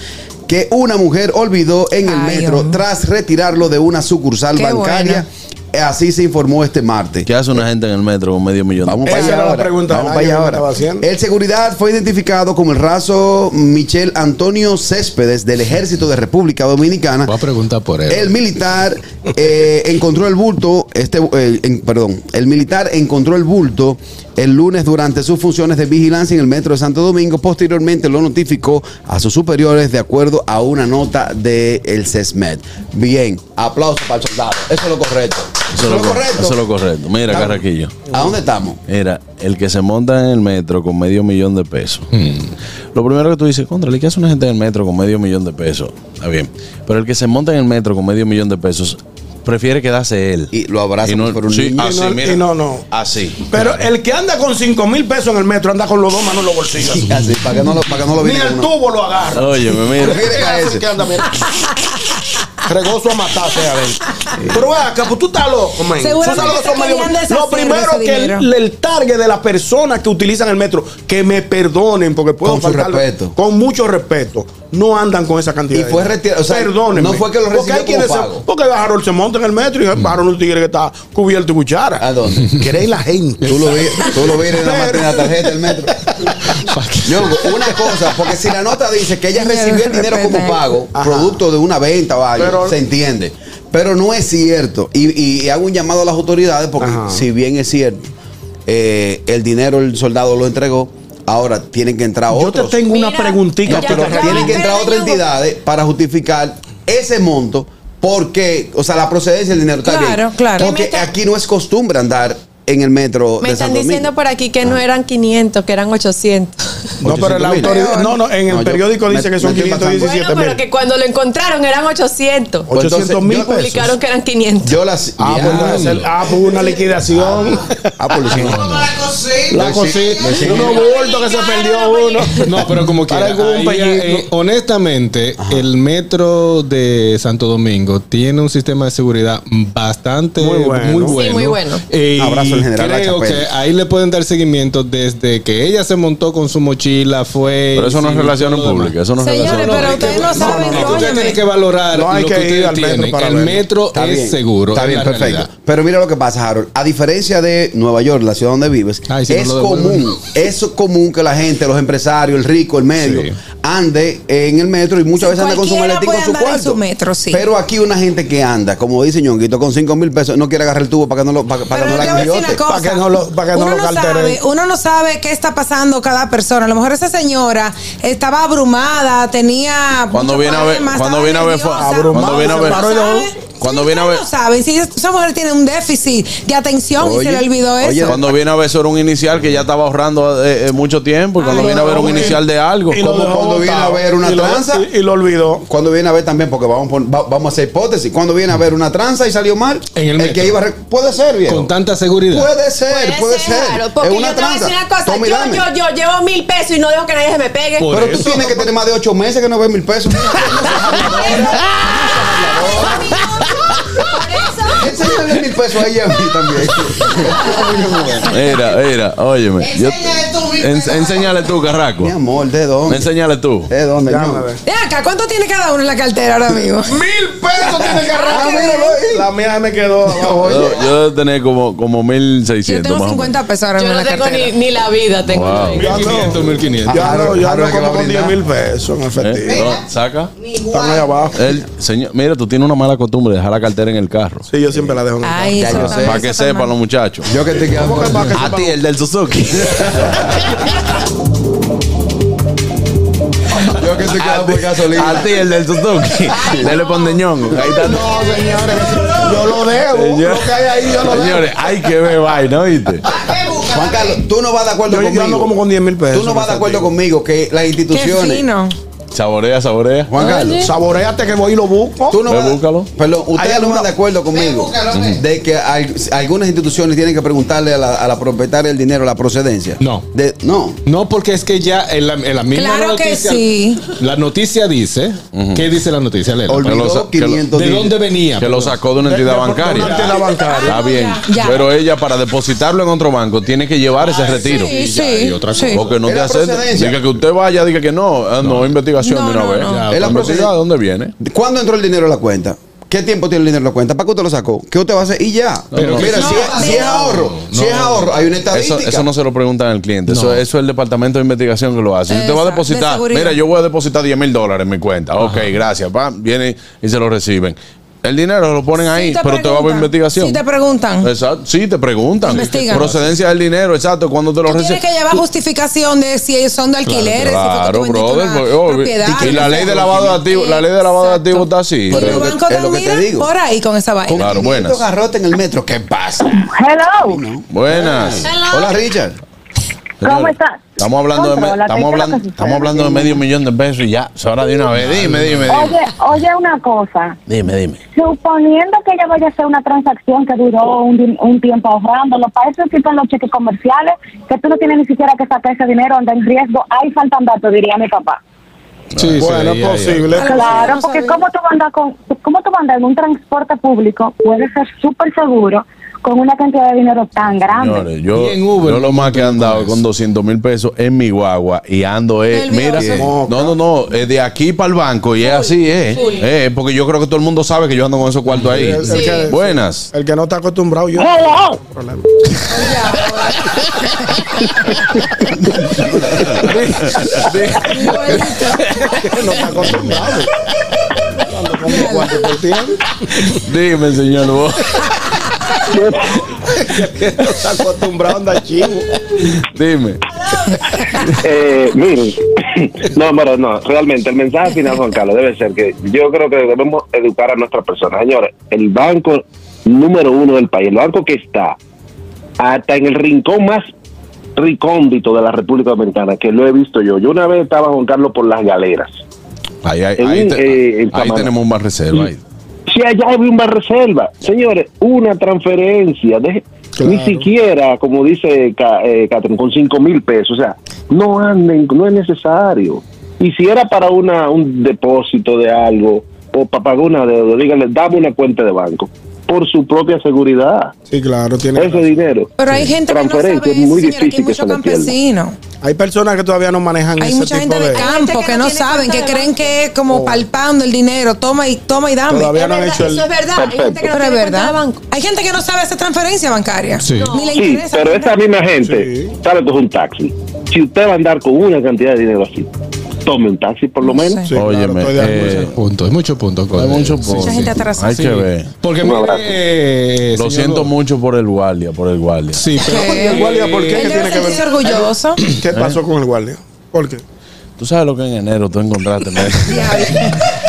que una mujer olvidó en el Ay, metro hombre. tras retirarlo de una sucursal Qué bancaria. Eh, Así se informó este martes. ¿Qué hace una gente en el metro con medio millón? de Vamos Esa para allá era la ahora. pregunta Vamos del para año allá que ahora. estaba haciendo. El seguridad fue identificado como el raso Michel Antonio Céspedes del Ejército de República Dominicana. Voy a preguntar por él. El militar eh, encontró el bulto, este, eh, en- perdón, el militar encontró el bulto el lunes durante sus funciones de vigilancia en el metro de Santo Domingo. Posteriormente lo notificó a sus superiores de acuerdo a una nota del el CESMED. Bien, aplauso para el soldado. Eso es lo correcto. Eso es lo correcto. Eso es lo correcto. Mira, Estamos- Carraquillo. ¿A dónde estamos? Era el que se monta en el metro con medio millón de pesos. Hmm. Lo primero que tú dices, contra, ¿qué hace una gente en el metro con medio millón de pesos? Está bien. Pero el que se monta en el metro con medio millón de pesos prefiere quedarse él. Y lo abraza Y no, como si fuera un sí, niño. así, Y no- mira. y no, no. Así. ah, Pero el que anda con 5 mil pesos en el metro anda con los dos manos en los bolsillos. Y así, para que no lo, para que no lo Ni viera el uno. tubo lo agarra. Oye, me mira. Miren a ese. ¿Qué anda, mira? Regoso a matarse ahí adentro. Pero ve acá, pues tú estás loco, man. Tú sabes Seguramente son se medio- querían deshacer Lo primero de ese que el- el, dinero. target de las personas que utilizan el metro, que me perdonen, porque puedo Con su faltarle- respeto. Con mucho respeto. No andan con esa cantidad. Y fue retirado, o sea, Perdónenme. no fue que lo Porque recibió hay quienes como se- pago. Mm. Porque Harold se monta en el metro y Harold un tigre que está cubierto de cuchara. [LAUGHS] ¿A dónde? Cree la gente. Tú lo, vi, tú lo vieres nada más en la tarjeta del metro. [LAUGHS] Ñongo, una cosa, porque si la nota dice que ella recibió el dinero como pago, Ajá. producto de una venta o algo, Pero- se entiende. Pero no es cierto. Y, y hago un llamado a las autoridades porque Ajá. si bien es cierto, eh, el dinero el soldado lo entregó, ahora tienen que entrar Yo te otros. tengo una Mira, preguntita, ya pero acaba tiene tienen que entrar Pero, otras Ñongo. entidades para justificar ese monto porque, o sea, la procedencia del dinero está Claro, bien. claro. Porque aquí no es costumbre andar en el metro [LAUGHS] Me de están Santo Domingo. Ah. diciendo por aquí que no eran 500, que eran 800. No, pero la 800.000. autoridad. No, no, en el No, yo- periódico me- dice que me son estoy pasando. 517 Bueno, pero que cuando lo encontraron eran 800. Pues entonces, 800 mil yo- pesos. Publicaron que eran 500. Yo las. Ah, pues entonces el- ah, pues una liquidación. Ah, pues, sí. La cosita. Uno bulto que se perdió uno. No, pero como quiera. Ahora hubo un ahí, pellizco. eh, honestamente, el metro de Santo Domingo tiene un sistema de seguridad bastante Muy muy bueno. bueno. Sí, muy bueno. Eh, Un abrazo al general Creo Lachapelle. que ahí le pueden dar seguimiento desde que ella se montó con su mochila, fue. Pero eso no es y relaciones todo lo demás. públicas. Eso no es Señores, relaciones pero públicas. ustedes no saben, Es que Ustedes óyeme. tienen que valorar No hay lo que que, ir ustedes al metro tienen. para el verlo. metro Está es bien. seguro. Está es bien, la perfecto. realidad. Pero mira lo que pasa, Harold. A diferencia de Nueva York, la ciudad donde vives, Ay, Ah, si no es lo devuelven. común, es común que la gente, los empresarios, el rico, el medio, Sí. ande en el metro y muchas Sí, veces anda con su cualquiera maletín con puede su andar en cuarto. su metro, sí. Pero aquí una gente que anda, como dice Ñonguito, con 5 mil pesos, no quiere agarrar el tubo para que no lo, para, para Pero que no yo la te voy a decir una guillote. cosa. Para que no lo- para que no uno, lo no alteren. sabe, uno no sabe qué está pasando cada persona. A lo mejor esa señora estaba abrumada, tenía. Cuando muchos viene a ver- problemas, cuando estaba viene a ver fue- nerviosa. abrumada, cuando viene a Ustedes ver- no paró y saben. dejó- cuando viene a Ustedes ver- No saben. Si esa mujer tiene un déficit de atención y se Oye, le olvidó oye, eso. Cuando viene a ver sobre un inicial que ya estaba ahorrando eh, eh, mucho tiempo, y cuando Ay, viene a ver un hombre. inicial de algo, Y lo Como dejó cuando viene botado. a ver una Y lo- tranza. Y, y lo olvidó. Cuando viene a ver también, porque vamos, por- va- vamos a hacer hipótesis, cuando viene a ver una tranza y salió mal, En el metro. que iba a re- puede ser, viejo. Con tanta seguridad. Puede ser, puede, ser. claro, porque es una yo te voy a tranza. decir una cosa. Toma y dame. yo, yo, yo llevo mil pesos y no dejo que nadie se me pegue. Por- Pero tú eso. [LAUGHS] tienes que tener más de ocho meses que no ves mil pesos. Enséñale mil pesos a ella y a mí también. [LAUGHS] Era, era, óyeme. Yo- ens- enséñale tú, Carraco. Mi amor, ¿de dónde? Enséñale tú. ¿De dónde? Déjame no? ver. Ven acá, ¿cuánto tiene cada uno en la cartera ahora mismo? [LAUGHS] ¡Mil pesos tiene que Ah, arrancar! míralo ahí. La mía me quedó abajo. Yo, oye. yo debo tener como, como Yo 1600. tengo más o menos. 50 pesos ahora yo mismo no en la tengo ni, cartera. ni la vida. Tengo Wow. ahí. Ya no. 1500, 1500. Ya Harold- no, ya no Harold que va como a con 10 mil brindar. pesos en ¿Eh? efectivo. No, saca. Están ahí abajo. El, señor, mira, tú tienes una mala costumbre de dejar la cartera en el carro. Sí, yo siempre la dejo en el carro. Ay, Ya eso yo está- sé. eso Para que está sepan mal. los muchachos. Yo que [LAUGHS] te quedo. ¿Cómo que va que A ti, el del Suzuki. Yo que te quedo por A gasolina. ti, el del [LAUGHS] Suzuki. Dele pondeñón. Ahí está. No, señores. Yo lo debo. Señor. Lo que hay ahí, yo lo debo. Señores, hay que ver vaina, ¿viste? Juan Carlos, tú no vas de acuerdo Yo yo ando como conmigo. con 10 mil pesos. Tú no vas de acuerdo efectivo. conmigo que las Qué instituciones. fino. Saborea, saborea. Juan Carlos. Saboreate que voy y lo busco. Tú no Ve, vas, búscalo. Perdón, Hay ustedes no alguna- van de acuerdo conmigo de que al- algunas instituciones tienen que preguntarle a la, a la propietaria del dinero la procedencia. No. De- no. No, porque es que ya en la, en la misma Claro que noticia. sí. La noticia dice. ¿Qué dice la noticia, Lela? Olvidó lo sa- que lo- 500 ¿De mil. dónde venía? Que lo sacó de una entidad bancaria. De la bancaria. Está bien. Ah, Ya. Pero ella, para depositarlo en otro banco, tiene que llevar ese retiro. Sí, ya, y sí. otra sí. Porque no Es te la acepta. procedencia. Diga que usted vaya, diga que no. Ah, No, investigación No, de una no, vez. no. Ya, Es la pues, investiga procedencia. ¿De dónde viene? ¿Cuándo entró el dinero a la cuenta? ¿Qué tiempo tiene el dinero en la cuenta? ¿Para qué usted lo sacó? ¿Qué usted va a hacer? Y ya. Pero Mira, que- si, es, si es ahorro, si es ahorro, hay una Eso, estadística. eso no se lo preguntan al cliente. Eso, No. eso es el departamento de investigación que lo hace. Si usted va a Exacto, de depositar, seguridad. mira, yo voy a depositar 10 mil dólares en mi cuenta. Ok, gracias. Va, viene y se lo reciben. El dinero lo ponen Sí ahí, te pero te va a haber preguntan. investigación. Sí te preguntan. Exacto. Sí, te preguntan. Investigan. Procedencia del dinero, exacto. Cuando te lo Tú tienes reciben. que llevar justificación de si ellos son de alquileres, si Claro, fue que tú vendiste brother. una porque, obvio. propiedad, y la no ley sé. de lavado de activos, la ley de lavado de Exacto. activos está así. Y Pero- los bancos es lo que te te digo. digo. por ahí con esa vaina. Claro, 500 buenas. garrote en el metro. ¿Qué pasa? Hello, Buenas. Hola, Richard. ¿cómo Señores, estás? Estamos hablando de, me- Controla, estamos que hablando, creo que sí estamos puede, hablando de sí. medio millón de pesos y ya, es hora de una vez. Dime, dime, dime. Oye, oye una cosa. Dime, dime. Suponiendo que ella vaya a hacer una transacción que duró un, di- un tiempo ahorrándolo, para eso existen los cheques comerciales, que tú no tienes ni siquiera que sacar ese dinero donde en riesgo hay faltan datos, diría mi papá. Sí, Bueno, sí, es ya, ya. posible. Claro, no porque sabía. cómo tú vas a andar con, cómo tú vas a andar en un transporte público puede ser súper seguro con una cantidad de dinero tan grande. Señores, yo, Y en Uber, yo lo más que he andado eso. con 200 mil pesos en mi guagua y ando es, mira, Nervioso. no, no, no, es de aquí para el banco y es así, es, es, porque yo creo que todo el mundo sabe que yo ando con esos cuartos ahí. Sí. Sí. Buenas. El que no está acostumbrado, yo. Hello. Problema. [LAUGHS] No está acostumbrado. Ando con un cuarto por tiempo. Dime, señor. vos. No está acostumbrado a andar chivo. Dime. Eh, miren, no, pero no, realmente el mensaje final, Juan Carlos, debe ser que yo creo que debemos educar a nuestras personas. Señores, el banco número uno del país, el banco que está hasta en el rincón más recóndito de la República Dominicana, que lo he visto yo. Yo una vez estaba Juan Carlos por las galeras. Ahí, ahí, En ahí un, te- eh, en ahí Samaná. tenemos más reserva. ahí. Si allá había un bar reserva, señores, una transferencia, de, ni siquiera, como dice Ca- eh, Catherine, con 5 mil pesos, o sea, no anden, no es necesario. Y si era para una un depósito de algo o para pagar una deuda, díganle, dame una cuenta de banco por su propia seguridad. Sí, claro, tiene Ese razón. dinero. Pero hay Sí. gente que no sabe, Transferencia, eso, es muy señora, que hay difícil que muchos se lo pierda. campesinos. Hay personas que todavía no manejan Hay ese mucha tipo gente de campo que no tiene saben, cuenta que de creen banco. que es como palpando el dinero, toma y toma y dame. Todavía no han verdad, hecho el. Eso es verdad. Hay gente que no Pero es tiene cuenta de verdad. banco. Hay gente que no sabe hacer transferencia bancaria. Sí. Ni le Sí, interesa. pero esa misma gente Sí. sabe que es un taxi. Si usted va a andar con una cantidad de dinero así, tome un taxi por lo No menos. sé. Sí, claro, Óyeme, estoy de acuerdo. eh, Punto, es mucho punto. hay mucho Sí, poco. sí, gente atrasada. Pues, Hay que sí. ver. Porque Un mire, abrazo. eh, Lo señor- siento mucho por el guardia, por el guardia. Sí, pero. Sí. ¿El guardia por qué? Él ¿Qué debe tiene que sentirse ver? orgulloso. ¿Qué pasó con el guardia? ¿Por qué? ¿Eh? Tú sabes lo que en enero tú encontraste. [LAUGHS] ¿no? Diablo.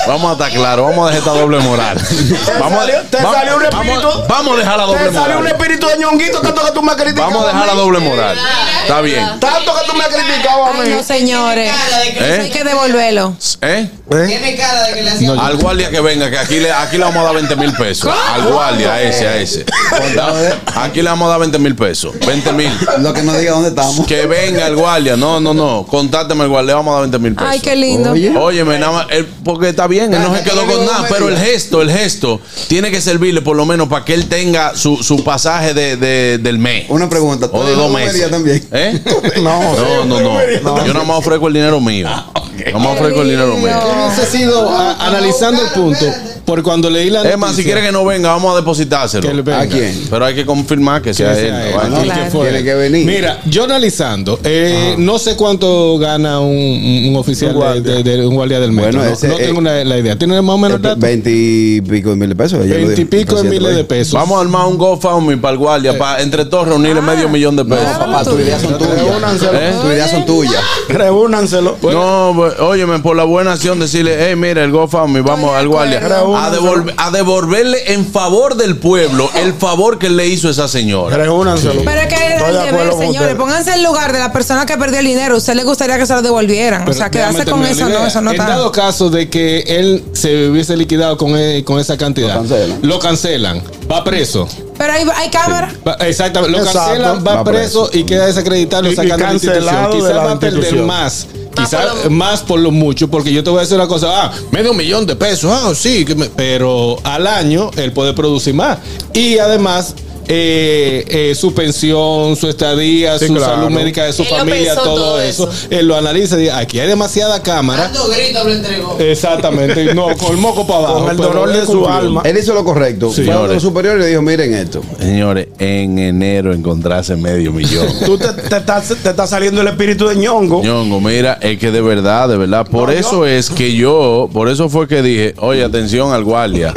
vamos a estar claros, vamos a dejar esta doble moral. Vamos, a- salió- te vamos- salió un vamos- espíritu. vamos a dejar la doble Te salió un moral. espíritu de ñonguito tanto que tú me has criticado. Vamos a dejar la mí. doble moral. Está bien. Tanto que tú me has criticado a Ay, mí. no, señores. ¿Eh? Eso hay que devolverlo. ¿Eh? ¿Eh? Al guardia que venga, que aquí le, aquí le vamos a dar 20 mil pesos. Al guardia, a ese, a ese. Aquí le vamos a dar 20 mil pesos. 20 mil. Lo que no diga dónde estamos. Que venga el guardia. No, no, no. Contáteme el guardia. Le vamos a dar 20 mil pesos. Ay, qué lindo. Oye. Óyeme, nada más, él- porque está bien, él no se quedó con nada, pero el gesto, el gesto, tiene que servirle por lo menos para que él tenga su, su pasaje de, de- del mes. Una pregunta. ¿tú O de eres dos una meses. brujería también? ¿Eh? [LAUGHS] No, No, no, no. Yo nada más ofrezco el dinero mío. Ah, Nada más ofrezco el dinero mío. Hubiese sido a- analizando el punto. Por cuando leí la. Es más, si quiere que no venga, vamos a depositárselo. Que le venga. ¿A quién? Pero hay que confirmar que sea él. ¿no? Aquí ¿no? que Claro. fuera. Tiene que venir. Mira, yo analizando, eh, no sé cuánto gana un, un- un oficial Un guardia. de, de- de- un guardia del metro. Bueno, no, ese, no eh, tengo una- la idea. ¿Tiene más o menos el dato? 20 y pico de Eh, mil de pesos. ya lo dijo el Veintipico de presidente, miles de güey. pesos. Vamos a armar un GoFundMe para el guardia, para entre todos reunirle medio millón de pesos. Ah. No, papá, tus ideas son tuyas. ¿Eh? Tus ideas son tuyas. Reúnanselo. No, pues, óyeme, por la buena acción decirle, hey, mira, el GoFundMe, vamos al guardia. A, devolver- a devolverle en favor del pueblo el favor que le hizo esa señora. Reúnanselo. Pero es que es Estoy el de deber, acuerdo con señores. usted. Pónganse en el lugar de la persona que perdió el dinero. Usted le gustaría que se lo devolvieran. o sea, Pero déjame quedarse con terminar eso la no, idea. eso no En está. dado caso de que él se hubiese liquidado con, eh, con esa cantidad, Lo cancelan. lo cancelan, va preso. Pero hay, hay cámara. Va- Exactamente, lo Exacto. cancelan, va, Va preso, preso. y queda desacreditado, Y- y sacando la institución. cancelado de Quizás la va a perder institución. más. Quizás más por lo mucho, porque yo te voy a decir una cosa, ah, medio millón de pesos, ah, sí, que me- pero al año él puede producir más. Y además, eh, eh, su pensión, su estadía, Sí, su claro. salud médica de su Él lo familia, pensó todo, todo eso. eso. Ah, Él lo analiza y dice, aquí hay demasiada cámara. Exactamente, no, con el moco para abajo. Con el pero dolor él de su cumplió. alma. Él hizo lo correcto. Sí. Fue a Señores. los superiores y le dijo, miren esto. Señores, en enero encontrase medio millón. Tú te, te estás, te está saliendo el espíritu de ñongo. Ñongo, mira, es que de verdad, de verdad, por No, eso es que yo, por eso fue que dije, oye, atención al guardia,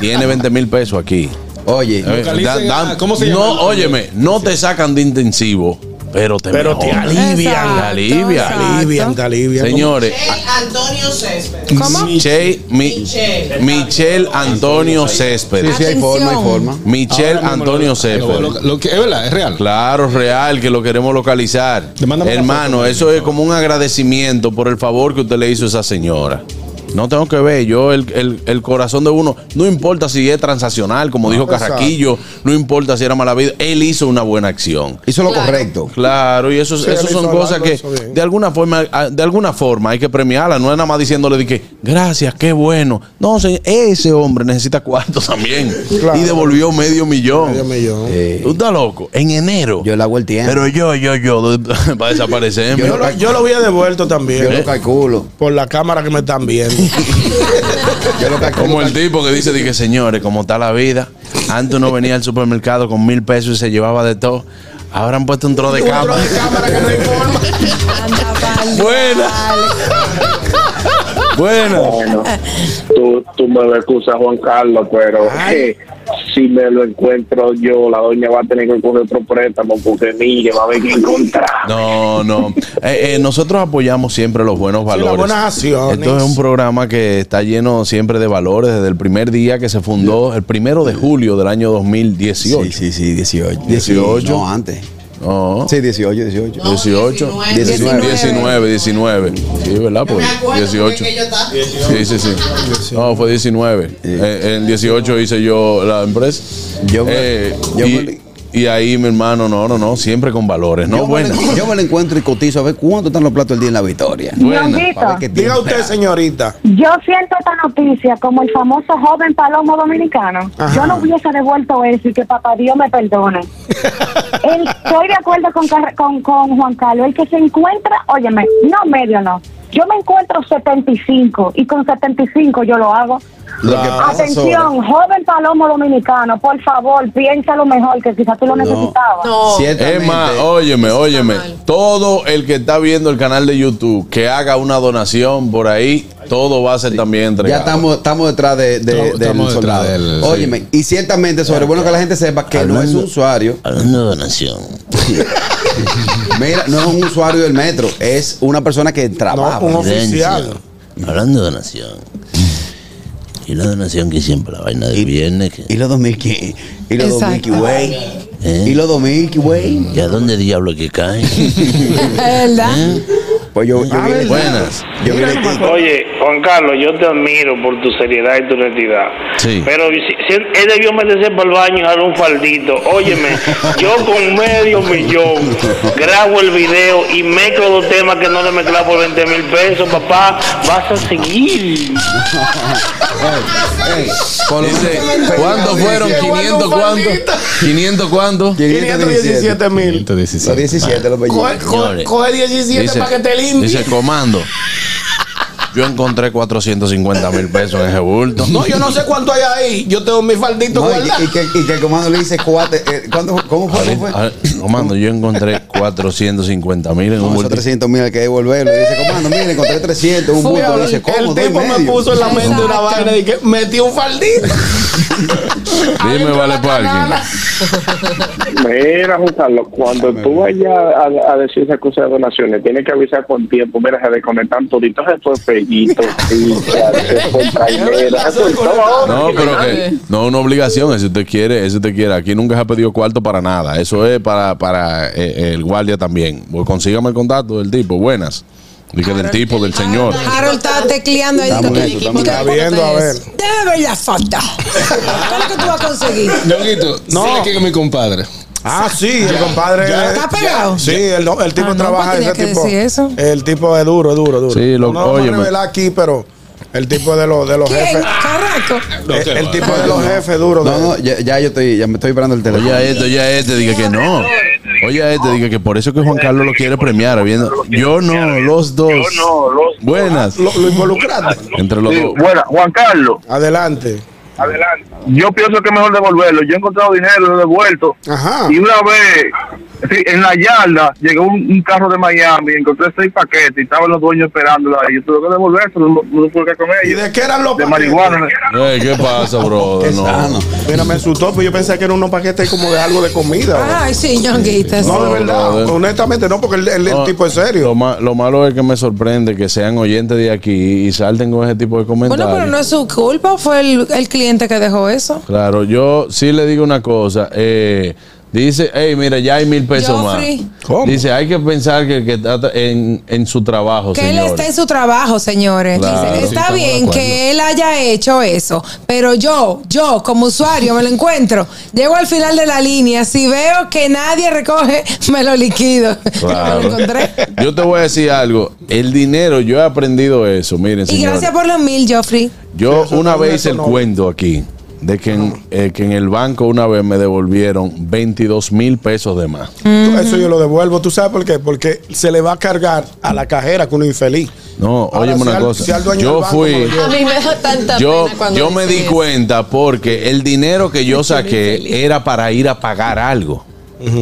tiene 20 mil pesos aquí. Oye, Eh, Localicen da- da- a- ¿cómo se llama? No, óyeme, no te sacan de intensivo, pero te Pero te mejoran. alivian. Exacto, alivia, exacto. Alivian, te alivian. Señores, Antonio Céspedes. ¿Cómo? Michelle, Mi- Michelle. Michelle Antonio Céspedes. si hay Atención. forma, hay forma. Michelle Ahora mismo Antonio lo- lo- Céspedes. lo- lo que- es verdad, es real. Claro, real, que lo queremos localizar. Te mandamos una Hermano, foto, eso es como un agradecimiento por el favor que usted le hizo a esa señora. No tengo que ver, yo el, el- el corazón de uno, no importa si es transaccional, Ah, como dijo Carraquillo, no importa si era mala vida, él hizo una buena acción. Hizo lo correcto. Claro, y eso, Sí, eso él son hizo cosas algo, que hizo bien. de alguna forma, a- de alguna forma hay que premiarla, no es nada más diciéndole de que gracias, qué bueno. No, señor, ese hombre necesita cuarto [LAUGHS] también. Claro. Y devolvió medio millón. Medio millón. Eh, Tú estás loco, en enero. Yo le hago el tiempo. Pero yo, yo, yo, [LAUGHS] va a desaparecer. Yo lo, yo lo había devuelto Yo también. lo calculo. Por la cámara que me están viendo. Yo lo calculo. Como el tipo que dice, dije, señores, como está la vida, antes uno venía al supermercado con mil pesos y se llevaba de todo. Ahora han puesto un tro de cama. [LAUGHS] cámara que no hay forma. Anda, pa'l Buena. diablo. Bueno. Bueno, Ah. tú, tú me lo excusas, Juan Carlos, pero eh, si me lo encuentro yo, la doña va a tener que coger otro préstamo porque mire, va a haber que encontrar. No, no. Eh, eh, nosotros apoyamos siempre los buenos valores. las buenas acciones. Esto es un programa que está lleno siempre de valores desde el primer día que se fundó, el primero de julio del año 2018. Sí, sí, sí, 18. 18. No, antes. No, Sí, 18, 18. 18, 19. 19, 19. Sí, ¿verdad? Pues 18. Sí, sí, sí. No, fue 19. Eh, en 18 hice yo la empresa. Yo me- Eh, yo y, me- y ahí, mi hermano, no, no, no, siempre con valores. No, yo, bueno. me, lo- yo me lo encuentro y cotizo a ver cuánto están los platos del día en la victoria. Buena, Para ver qué Ñonguito, Diga tiempo me usted, da. señorita. yo siento esta noticia como el famoso joven palomo dominicano. Ajá. Yo no hubiese devuelto eso y que papá Dios me perdone. El- estoy de acuerdo con, Car- con, con Juan Carlos. El que se encuentra, óyeme, no medio no. Yo me encuentro 75 y con 75 yo lo hago. Lo que Ah, pasa Atención, joven palomo dominicano, por favor, piensa lo mejor que quizás tú lo necesitabas. No. Ciertamente. Emma, óyeme, Eso está óyeme. mal. Todo el que está viendo el canal de YouTube que haga una donación por ahí, todo va a ser también Ya entregado. estamos, estamos detrás de, de- Estamos- del estamos detrás soldado. del- sí. Óyeme, y ciertamente sobre bueno que la gente sepa que no es un usuario. Hablando de donación. [LAUGHS] Mira, no es un usuario del metro, es una persona que trabaja. No, un oficial. Herencia. Hablando de donación. Y la donación que siempre la vaina del Y- viernes. Que, Y los 2000 que- y los Exacto. 2000 que güey. ¿Eh? Y los 2000 que güey. ¿Y a dónde diablo que cae? [LAUGHS] ¿Verdad? [LAUGHS] Pues yo, yo vi- Buenas. yo vi- Oye, Juan Carlos, yo te admiro por tu seriedad y tu honestidad. Sí. Pero si, si él él debió meterse por el baño y dar un faldito. Óyeme, yo con medio millón grabo el video y mezclo los temas que no le mezclaba por 20 mil pesos, papá. Vas a seguir. Ey, por lo Dice, menos- ¿cuántos fueron? Los ¿500 cuántos? ¿500 cuántos? 517. 517 mil. Los 17 Coge, los bellitos. coge- coge 17 para que te limpie. dice, comando. Yo encontré 450 mil pesos en ese bulto. No, yo no sé cuánto hay ahí. Yo tengo mi faldito No, y, guardado. y que, y que el comando le dice cuate, eh, ¿cuánto, ¿cómo fue? ¿Cómo fue? Ahorita- ahor- Ah, Comando, yo encontré 450 mil en un No, esos bulto. 300 mil hay que devolverlo. Y dice, comando, mire, encontré 300, un bulto. Diablo, Y dice, ¿cómo? el Dos y tipo me medio. puso en la mente una Exacto. vaina y que metí un faldito. Dime, vale, parking. Mira, Juan Carlos, cuando tú vayas a, a decir esas cosas de donaciones, tienes que avisar con tiempo. Mira, se desconectan toditos estos [LAUGHS] pellitos, fichas, estos traileras, estos- todo. No, pero que no es una obligación, si usted quiere, si usted quiere. Aquí nunca se ha pedido cuarto para nada. Eso es para, para eh, el guardia también. Pues consígame el contacto del tipo, buenas. Dije del tipo, del señor. Harold está tecleando ahí. Está muy bien, está muy bien. Ok, Está viendo, a ver. Debe ver la foto. ¿Qué es lo que tú vas a conseguir? Ñonguito, No. no. que mi compadre. Ah, sí, el compadre. ¿Está pegado? Sí, el, no- el tipo Ah, no, trabaja pues, tenía ese que tipo. decir eso. El tipo es duro, es duro, es duro. Sí, lo- no lo vamos a óyeme. revelar aquí, pero el tipo de los de los ¿Quién? jefes. Carraco. Eh, El, el tipo de los jefes duro. No, de- no, ya, ya yo estoy, ya me estoy esperando el teléfono. Oye a este, oye a este, dije que no. Oye a este, dije que por eso que Juan Carlos lo quiere premiar. viendo- Yo no, los dos. Yo no, los dos. Buenas. Lo, lo involucraste. Entre los Sí, dos. bueno, Juan Carlos, Adelante. adelante. Yo pienso que es mejor devolverlo. Yo he encontrado dinero, lo he devuelto. Ajá. Y una vez, sí, en la yarda, llegó un, un carro de Miami, encontré seis paquetes y estaban los dueños esperándola. Y yo tuve que devolverse, no, no tuve que comer. ¿Y de qué eran los De paquetes? [LAUGHS] marihuana. Eh, ¿Qué pasa, bro? Qué No. sano. Mira, me asustó, pues yo pensé que eran unos paquetes como de algo de comida. Ay, sí, ñonguitas. no, de verdad. brother. Honestamente, no, porque el, el- el No, tipo es Lo, serio. ma- lo malo es que me sorprende que sean oyentes de aquí y salten con ese tipo de comentarios. [LAUGHS] Bueno, pero no es su culpa, fue el, el cliente que dejó eso. Claro, yo sí le digo una cosa. eh, dice, hey, mira, ya hay mil pesos Joffrey. más. Dice, hay que pensar que, que está tra- en, en su trabajo, Que él señores. está en su trabajo, señores. Claro, Dice, sí, está estamos de bien acuerdo. que él haya hecho eso, pero yo, yo como usuario me lo encuentro. Llego al final de la línea, si veo que nadie recoge, [LAUGHS] me lo liquido. Claro. Me lo encontré. [LAUGHS] Yo te voy a decir algo. El dinero, yo he aprendido eso. Miren, Y señores. gracias por los mil, Joffrey. Yo Eso una no vez es hice el económico. cuento aquí de que en, eh, que en el banco una vez me devolvieron 22 mil pesos de más. Tú- Eso yo lo devuelvo. ¿Tú sabes por qué? Porque se le va a cargar a la cajera que uno infeliz. No, Ahora, óyeme si una al- cosa. si al dueño yo del banco fui... me lo lleva. A mí me da tanta yo, pena cuando yo me di dicen eso. cuenta porque el dinero que yo saqué era para ir a pagar algo.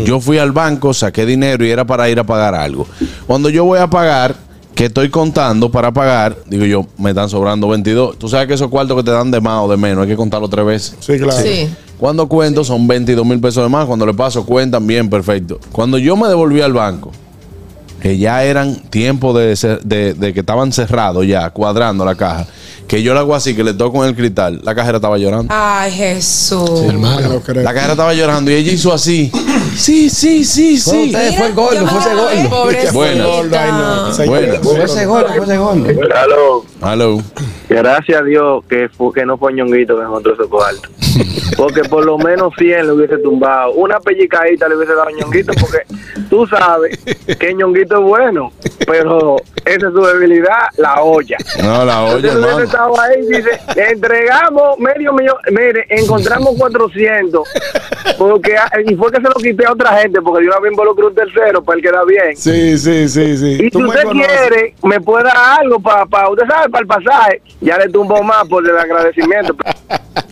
Yo fui al banco, saqué dinero y era para ir a pagar algo. Cuando yo voy a pagar, que estoy contando para pagar, digo yo, me están sobrando 22. Tú sabes que esos cuartos que te dan de más o de menos, hay que contarlo tres veces. Sí, claro. Sí. Cuando cuento son 22 mil pesos de más. Cuando le paso cuentan bien, perfecto. Cuando yo me devolví al banco, que ya eran tiempo de, cer- de- de que estaban cerrados ya, cuadrando la caja, que yo le hago así, que le toco en el cristal, la cajera estaba llorando. Ay, Jesús. Hermano. La cajera estaba llorando y ella hizo así. Sí, sí, sí, Fue sí. usted, Mira, fue el gordo, yo fue ese me la gordo. doy, pobrecita. Bueno. Ay, no. Bueno. Fue ese gordo, fue ese gordo. Claro, Hello. gracias a Dios que, fu- que no fue ñonguito que encontró ese cuarto. Porque por lo menos 100 le hubiese tumbado. Una pellicadita le hubiese dado a ñonguito porque tú sabes que ñonguito es bueno, pero esa es su debilidad, la olla. No, Ah, la oye, Entonces hermano. hubiese estado ahí dice, entregamos medio millón, mire, encontramos 400, porque, ah, y fue que se lo quité a otra gente, porque yo había involucrado un tercero para el que da bien. Sí, sí, sí, sí. Y si Tú me usted conoces. quiere, me puede dar algo para, usted sabe, para el pasaje. Ya le tumbo más por el agradecimiento.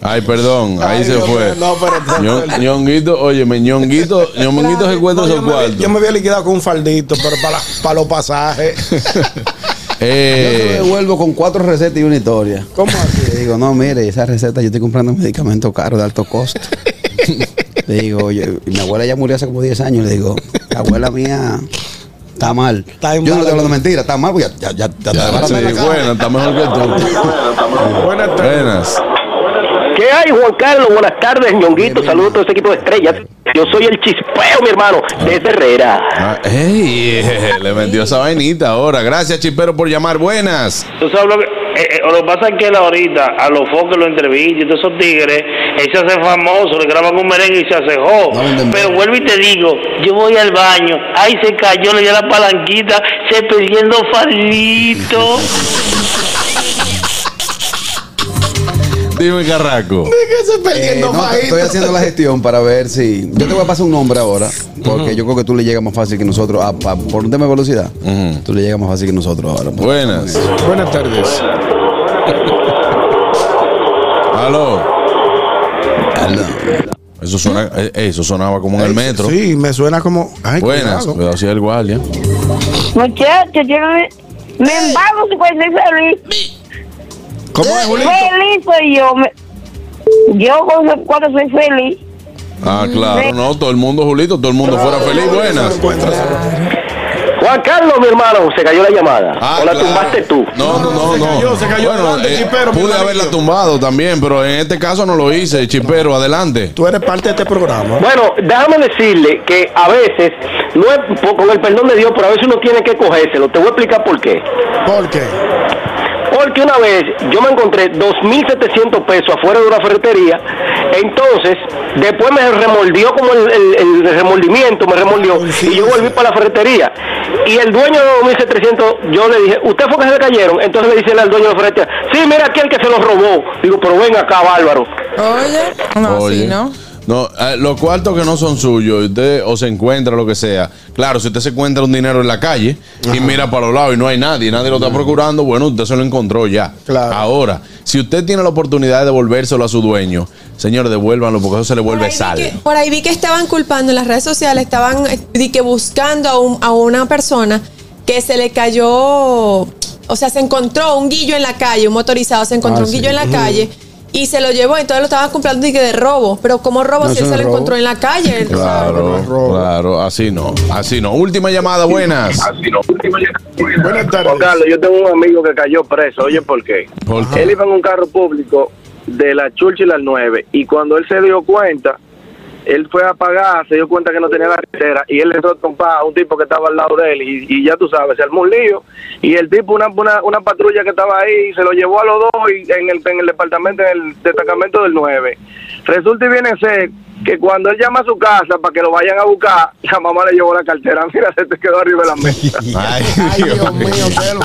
Ay, perdón, ahí Ay, se Dios mío, fue. No, pero. pero- Ñon- Ñonguito, oye, Ñonguito, Ñonguito se cuenta No, esos yo, me, había- yo me cuartos. había liquidado con un faldito, pero para, para los pasajes. [LAUGHS] Yo Eh, te devuelvo con cuatro recetas y una historia. ¿Cómo así? Le digo, no, mire, esa receta yo estoy comprando un medicamento caro de alto costo. le digo, oye, mi abuela ya murió hace como 10 años. Le digo, la abuela mía está mal. Está en yo no mala te hablo de mentira, está mal, porque ya, ya, ya, ya, está barata sí, en la caja. bueno, está mejor que tú. Buenas tardes. Buenas. ¿Qué hay, Juan Carlos? Buenas tardes, Ñonguito. Saludos a todo ese equipo de estrellas. Yo soy el chispeo, mi hermano, desde Herrera. Ah, ey, [LAUGHS] eh, le metió esa vainita ahora. Gracias, Chipero, por llamar. Buenas. Tú sabes lo que, eh, eh, lo que pasa es que él ahorita, a los foques lo entrevista y todos esos tigres, él se hace famoso, le graban un merengue y se hace jo. No venden Pero merengue. vuelvo y te digo, yo voy al baño, ahí se cayó, le dio la palanquita, se perdiendo faldito. Dime, Carraco. Eh, no, estoy haciendo la gestión para ver si. Yo te voy a pasar un nombre ahora, porque yo creo que tú le llegas más fácil que nosotros. ah, pa- por un tema de velocidad, Ujú. tú le llegas más fácil que nosotros pues. ahora. Buenas. Buenas tardes. Aló. Aló. Eso, suena, eh, eso sonaba como en el metro. Sí, me suena como. Ay, Buenas. cuidado. Cuidado si es el guardia. Muchachos, yo no me, me embargo pues, si puede ser feliz. ¿Cómo es, Julito? Eh, Feliz soy yo. me- yo cuando, cuando soy feliz. Ah, claro, no. Todo el mundo, Julito, todo el mundo fuera feliz. Buenas. Juan Carlos, mi hermano, se cayó la llamada. Ah, o la claro. tumbaste tú. No, no, no, Se no. cayó, se cayó Bueno, adelante, eh, Chipero, mi pude hermanito. haberla tumbado también, pero en este caso no lo hice. Chipero, adelante. Tú eres parte de este programa. Bueno, déjame decirle que a veces, no es, po- con el perdón de Dios, pero a veces uno tiene que cogérselo. Te voy a explicar por qué. ¿Por qué? Porque una vez yo me encontré 2.700 pesos afuera de una ferretería, entonces después me remoldió como el, el- el remordimiento, me remoldió, y yo volví para la ferretería. Y el dueño de los 2.700, yo le dije, ¿usted fue que se le cayeron? Entonces le dice él al dueño de la ferretería, sí, mira aquí el que se los robó. Digo, pero ven acá, bárbaro. Oye, no, Oye. sí, ¿no? No, eh, los cuartos que no son suyos, y usted o se encuentra lo que sea. Claro, si usted se encuentra un dinero en la calle y mira para los lados y no hay nadie, nadie lo está procurando, bueno, usted se lo encontró ya. Claro. Ahora, si usted tiene la oportunidad de devolvérselo a su dueño, señor, devuélvanlo porque eso se le vuelve Por ahí sal. vi que- por ahí vi que estaban culpando en las redes sociales, estaban eh, di que buscando a, un- a una persona que se le cayó, o sea, se encontró un guillo en la calle, un motorizado, se Ah, encontró un guillo en la calle y se lo llevó, entonces lo estaban comprando di que de robo, pero como robo No, si él eso se lo no es robo. encontró en la calle. él- Claro, claro, así no, así no. Última llamada, buenas. Buenas tardes. Juan Carlos, yo tengo un amigo que cayó preso. Oye, ¿por qué? ¿Por qué? Él iba en un carro público de la Churchill al 9 y cuando él se dio cuenta, él fue a pagar, se dio cuenta que no tenía la cartera y él le dio trompa a un tipo que estaba al lado de él y, y ya tú sabes, se armó un lío y el tipo, una, una, una patrulla que estaba ahí, se lo llevó a los dos y en, el, en el departamento, en el destacamento del 9. Resulta y viene a ser que cuando él llama a su casa para que lo vayan a buscar, la mamá le llevó la cartera, [LAUGHS] mira, se te quedó arriba de la mesa. Ay, Ay, Dios mío, Pedro.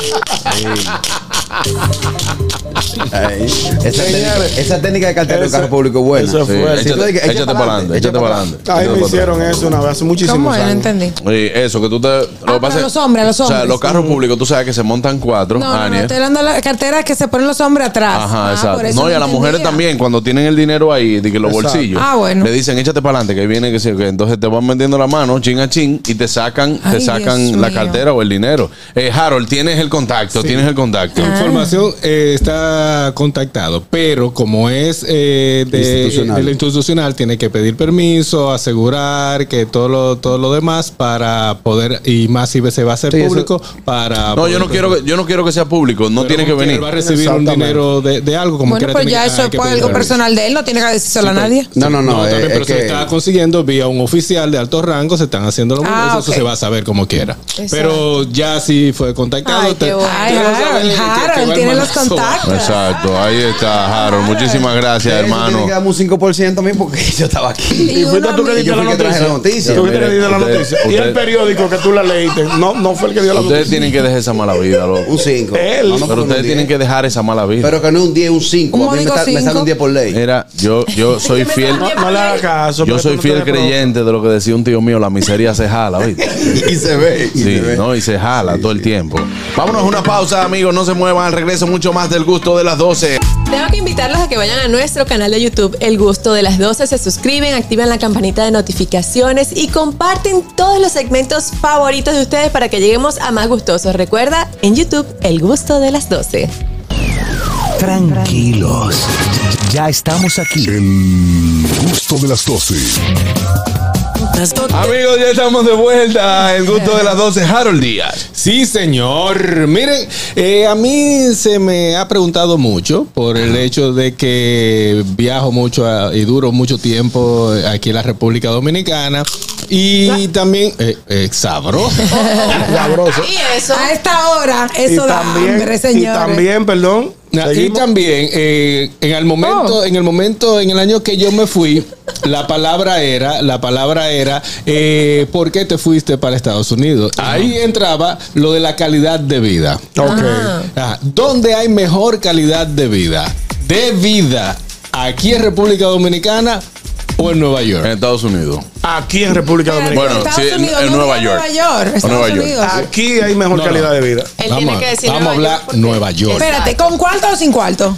Ay, esa, técnica, esa técnica de cartero de Esa- carro público es buena. esa fue. Si tú Échate- dices, échate para pa'lante, adelante, échate para adelante. Ahí me Échate hicieron para adelante. eso una vez hace ¿Cómo muchísimos era? No años. entendí. Sí, eso que tú te. Ah, Lo que pero pasa- los hombres, los O sea, hombres. los carros públicos, tú sabes que se montan cuatro, No, no, no, Aniel. estoy hablando de la cartera que se ponen los hombres atrás. Ajá, Ah, por exacto. eso No, y a las entendía. mujeres también, cuando tienen el dinero ahí, de que los Exacto. bolsillos. Ah, bueno. Le dicen, échate para adelante, que viene, que sí, que entonces te van metiendo la mano, chin a chin, y te sacan, Ay, te sacan Dios la mío. cartera o el dinero. Eh, Harold, tienes el contacto, tienes el Ah. contacto. Ah. Información eh, está contactado, pero como es eh, de, Institucional. de lo institucional, tiene que pedir permiso, asegurar que todo lo, todo lo demás para poder, y más si se va a hacer Sí, eso- público, para. No, yo Ah, no quiero que, yo no quiero que sea público, no tiene que venir. Va a recibir un Exactamente. dinero de, de algo como Bueno, quiera, pues tiene ya que- eso hay que pues. es pedir algo permiso. personal de él, no tiene que decírselo a nadie. No, no, eh, no. es- también, es pero se que- está consiguiendo vía un oficial de altos rangos, se están haciendo lo mismo, Ah, eso, ok. se va a saber como quiera. Exacto. Pero ya si fue contactado, Ay, qué bueno. Ay, vas a ver Harold, que- que- que va Harold, el tiene los manazo. contactos. Exacto, ahí está Harold. Muchísimas gracias, Eso Tiene hermano. que darme un 5% a mí porque [LAUGHS] yo estaba aquí. Y uno a mí. yo fui que traje la noticia. Tú que Mire, te leíste la ustedes- noticia. Y ustedes- el periódico que tú la leíste. No, no fue el que dio la Ustedes noticia. tienen que dejar esa mala vida, loco. Un 5. Él. Pero ustedes tienen que dejar esa mala vida. Pero que no es un 10, un 5. Un A mí me, módico sa- me sale cinco. un 10 por ley. Mira, yo, yo soy fiel. No, no le hagas caso. Yo pero soy tú no fiel te des creyente de lo que decía un tío mío, la miseria se jala, ¿viste? [LAUGHS] y se ve. y Sí, se ve. no, y se jala todo el tiempo. Vámonos a una pausa, amigos, no se muevan, al regreso mucho más del gusto de las 12. Tengo que invitarlos a que vayan a nuestro canal de YouTube El Gusto de las 12, se suscriben, activan la campanita de notificaciones y comparten todos los segmentos favoritos de ustedes para que lleguemos a más gustosos. Recuerda, en YouTube El Gusto de las 12. Tranquilos. Ya estamos aquí. El gusto de las 12. Amigos, ya estamos de vuelta, el gusto de las 12, Harold Díaz. Sí, señor. Miren, eh, a mí se me ha preguntado mucho por el hecho de que viajo mucho a- y duro mucho tiempo aquí en la República Dominicana. Y también, eh, eh, sabroso. Sabroso. Y eso. A esta hora, eso da hambre, y señores. también, perdón. Na- Y seguimos. también, eh, en el momento, Oh. en el momento, en el año que yo me fui, la palabra era, la palabra era, eh, ¿por qué te fuiste para Estados Unidos? Ahí entraba lo de la calidad de vida. Ah. Ok. Ajá. ¿Dónde hay mejor calidad de vida? De vida, aquí en República Dominicana o en Nueva En York. Estados Unidos. Aquí en República Espérate, Dominicana. Bueno, Estados sí, Unidos, en no, Nueva en York. Nueva York. En Estados Nueva York. Unidos. Aquí hay mejor No, no. calidad de vida. Él Vamos tiene a- que decir vamos a Nueva hablar York porque- Nueva York. Espérate, ¿con cuarto o sin cuarto?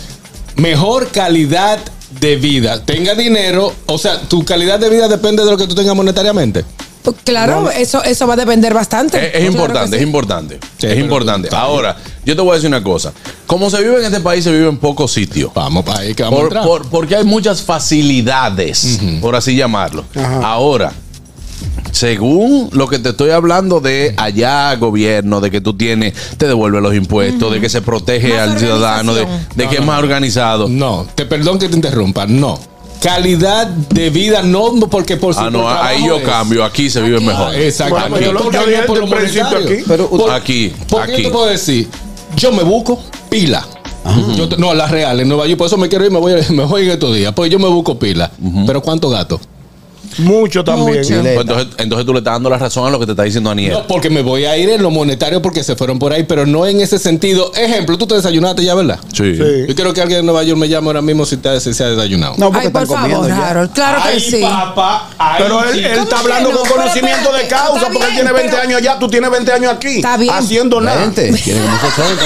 Mejor calidad de vida. Tenga dinero, o sea, tu calidad de vida depende de lo que tú tengas monetariamente. Pues claro, eso, eso va a depender bastante. Es, es Claro que importante, sí. es importante. Sí, es pero importante. está bien. Ahora, yo te voy a decir una cosa. Como se vive en este país, se vive en pocos sitios. Vamos para ahí que vamos a Por- entrar. por- porque hay muchas facilidades, por así llamarlo. Ahora, según lo que te estoy hablando de allá, gobierno, de que tú tienes, te devuelve los impuestos, de que se protege Más al ciudadano, de, organización. de que es más organizado. No, Oh, te perdón que te interrumpa, no. Calidad de vida, no porque por ah, por no, ahí trabajo yo es. cambio. Aquí se vive mejor. Exacto. Bueno, aquí. yo lo- Porque yo dije no por lo desde el principio monetario. aquí. Pero Por- aquí, ¿Por qué aquí. yo te puedo decir? Yo me busco pila. Mm. Yo te- no, las reales, en Nueva York. Por eso me quiero ir, me voy, [LAUGHS] me voy en estos días. Pues yo me busco pila. Pero ¿cuánto gato? Mucho también. Mucho. Pues entonces, entonces tú le estás dando la razón a lo que te está diciendo Aniel. No, porque me voy a ir en lo monetario porque se fueron por ahí, pero no en ese sentido. Ejemplo, tú te desayunaste ya, ¿verdad? Sí. Sí. Yo quiero que alguien de Nueva York me llame ahora mismo si, te, si se ha desayunado. No, porque Ay, por están comiendo favor, ya. Harold, claro que Ay, sí. papá, ay, Pero él, sí. él está ¿Cómo hablando que no? con Pero conocimiento de espérate, causa está porque él bien, tiene 20 pero- años allá, tú tienes 20 años aquí. Está bien. Haciendo La nada. [LAUGHS] gente quiere que no se salga.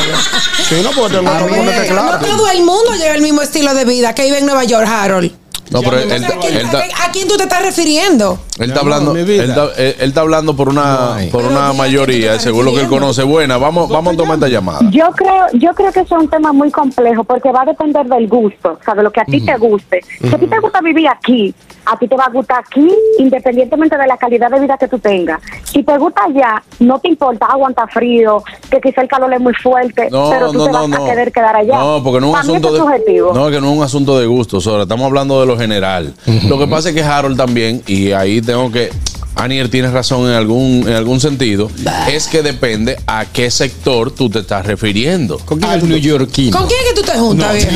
Sí, no, porque tengo Pero otro ven ponete acá, claro. No todo el mundo lleva el mismo estilo de vida que vive en Nueva York, Harold. No, pero él, O sea, ¿a, él quién, está- a quién tú te estás refiriendo? Él Mi está hablando, amor, él mi vida. está, él- él está hablando por una, Ay. por Pero una mira, ¿qué te mayoría, está según lo que él refiriendo? conoce. Buena, vamos, vamos a tomar esta llamada. Yo creo, yo creo que eso es un tema muy complejo porque va a depender del gusto, o sea, de lo que a ti te guste. Si a ti te gusta vivir aquí, a ti te va a gustar aquí independientemente de la calidad de vida que tú tengas. Si te gusta allá, no te importa aguantar frío, que quizá el calor es muy fuerte, No, pero tú no, te no, vas no. a querer quedar allá. No, porque no es un Para mí asunto eso es de subjetivo. No, que no es un asunto de gustos, ahora estamos hablando de lo general. Lo que pasa es que Harold también y ahí tengo que Anier tienes razón en algún en algún sentido, es que depende a qué sector tú te estás refiriendo. Al neoyorquino. ¿Con quién es que tú te juntas, viejo?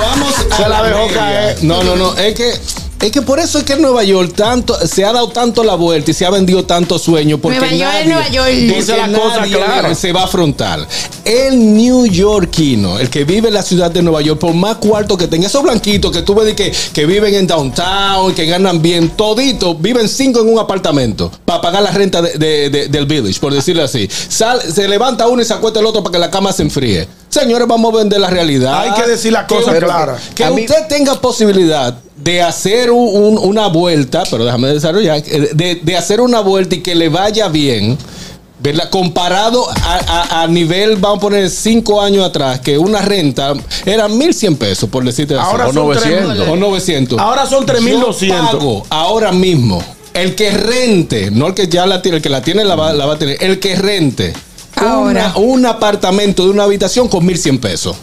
Vamos Se la dejó caer. eh. No, no, no. Es que Es que por eso es que en Nueva York tanto, se ha dado tanto la vuelta y se ha vendido tanto sueño. Porque Nueva York es nadie- Nueva York. porque Dice la nadie cosa clara. Se va a afrontar. El neoyorquino, el que vive en la ciudad de Nueva York, por más cuarto que tenga, esos blanquitos que tú ves de que, que viven en downtown, que ganan bien, todito, viven cinco en un apartamento para pagar la renta de- de- de- del village, por decirlo así. Sal- se levanta uno y se acuesta el otro para que la cama se enfríe. Señores, vamos a vender la realidad. Hay que decir las cosas Pero- claras. Que A mí- usted tenga posibilidad de hacer un- un- una vuelta, pero déjame desarrollar, eh, de, de hacer una vuelta y que le vaya bien, ¿verdad? comparado a, a- a nivel, vamos a poner cinco años atrás, que una renta era 1.100 pesos, por decirte así. Ahora o son 900. 3.000. O 900. Ahora son 3.200. Yo pago Ahora mismo, el que rente, no el que ya la tiene, el que la tiene la va, la va a tener, el que rente. Ahora. una- un apartamento de una habitación con 1.100 pesos.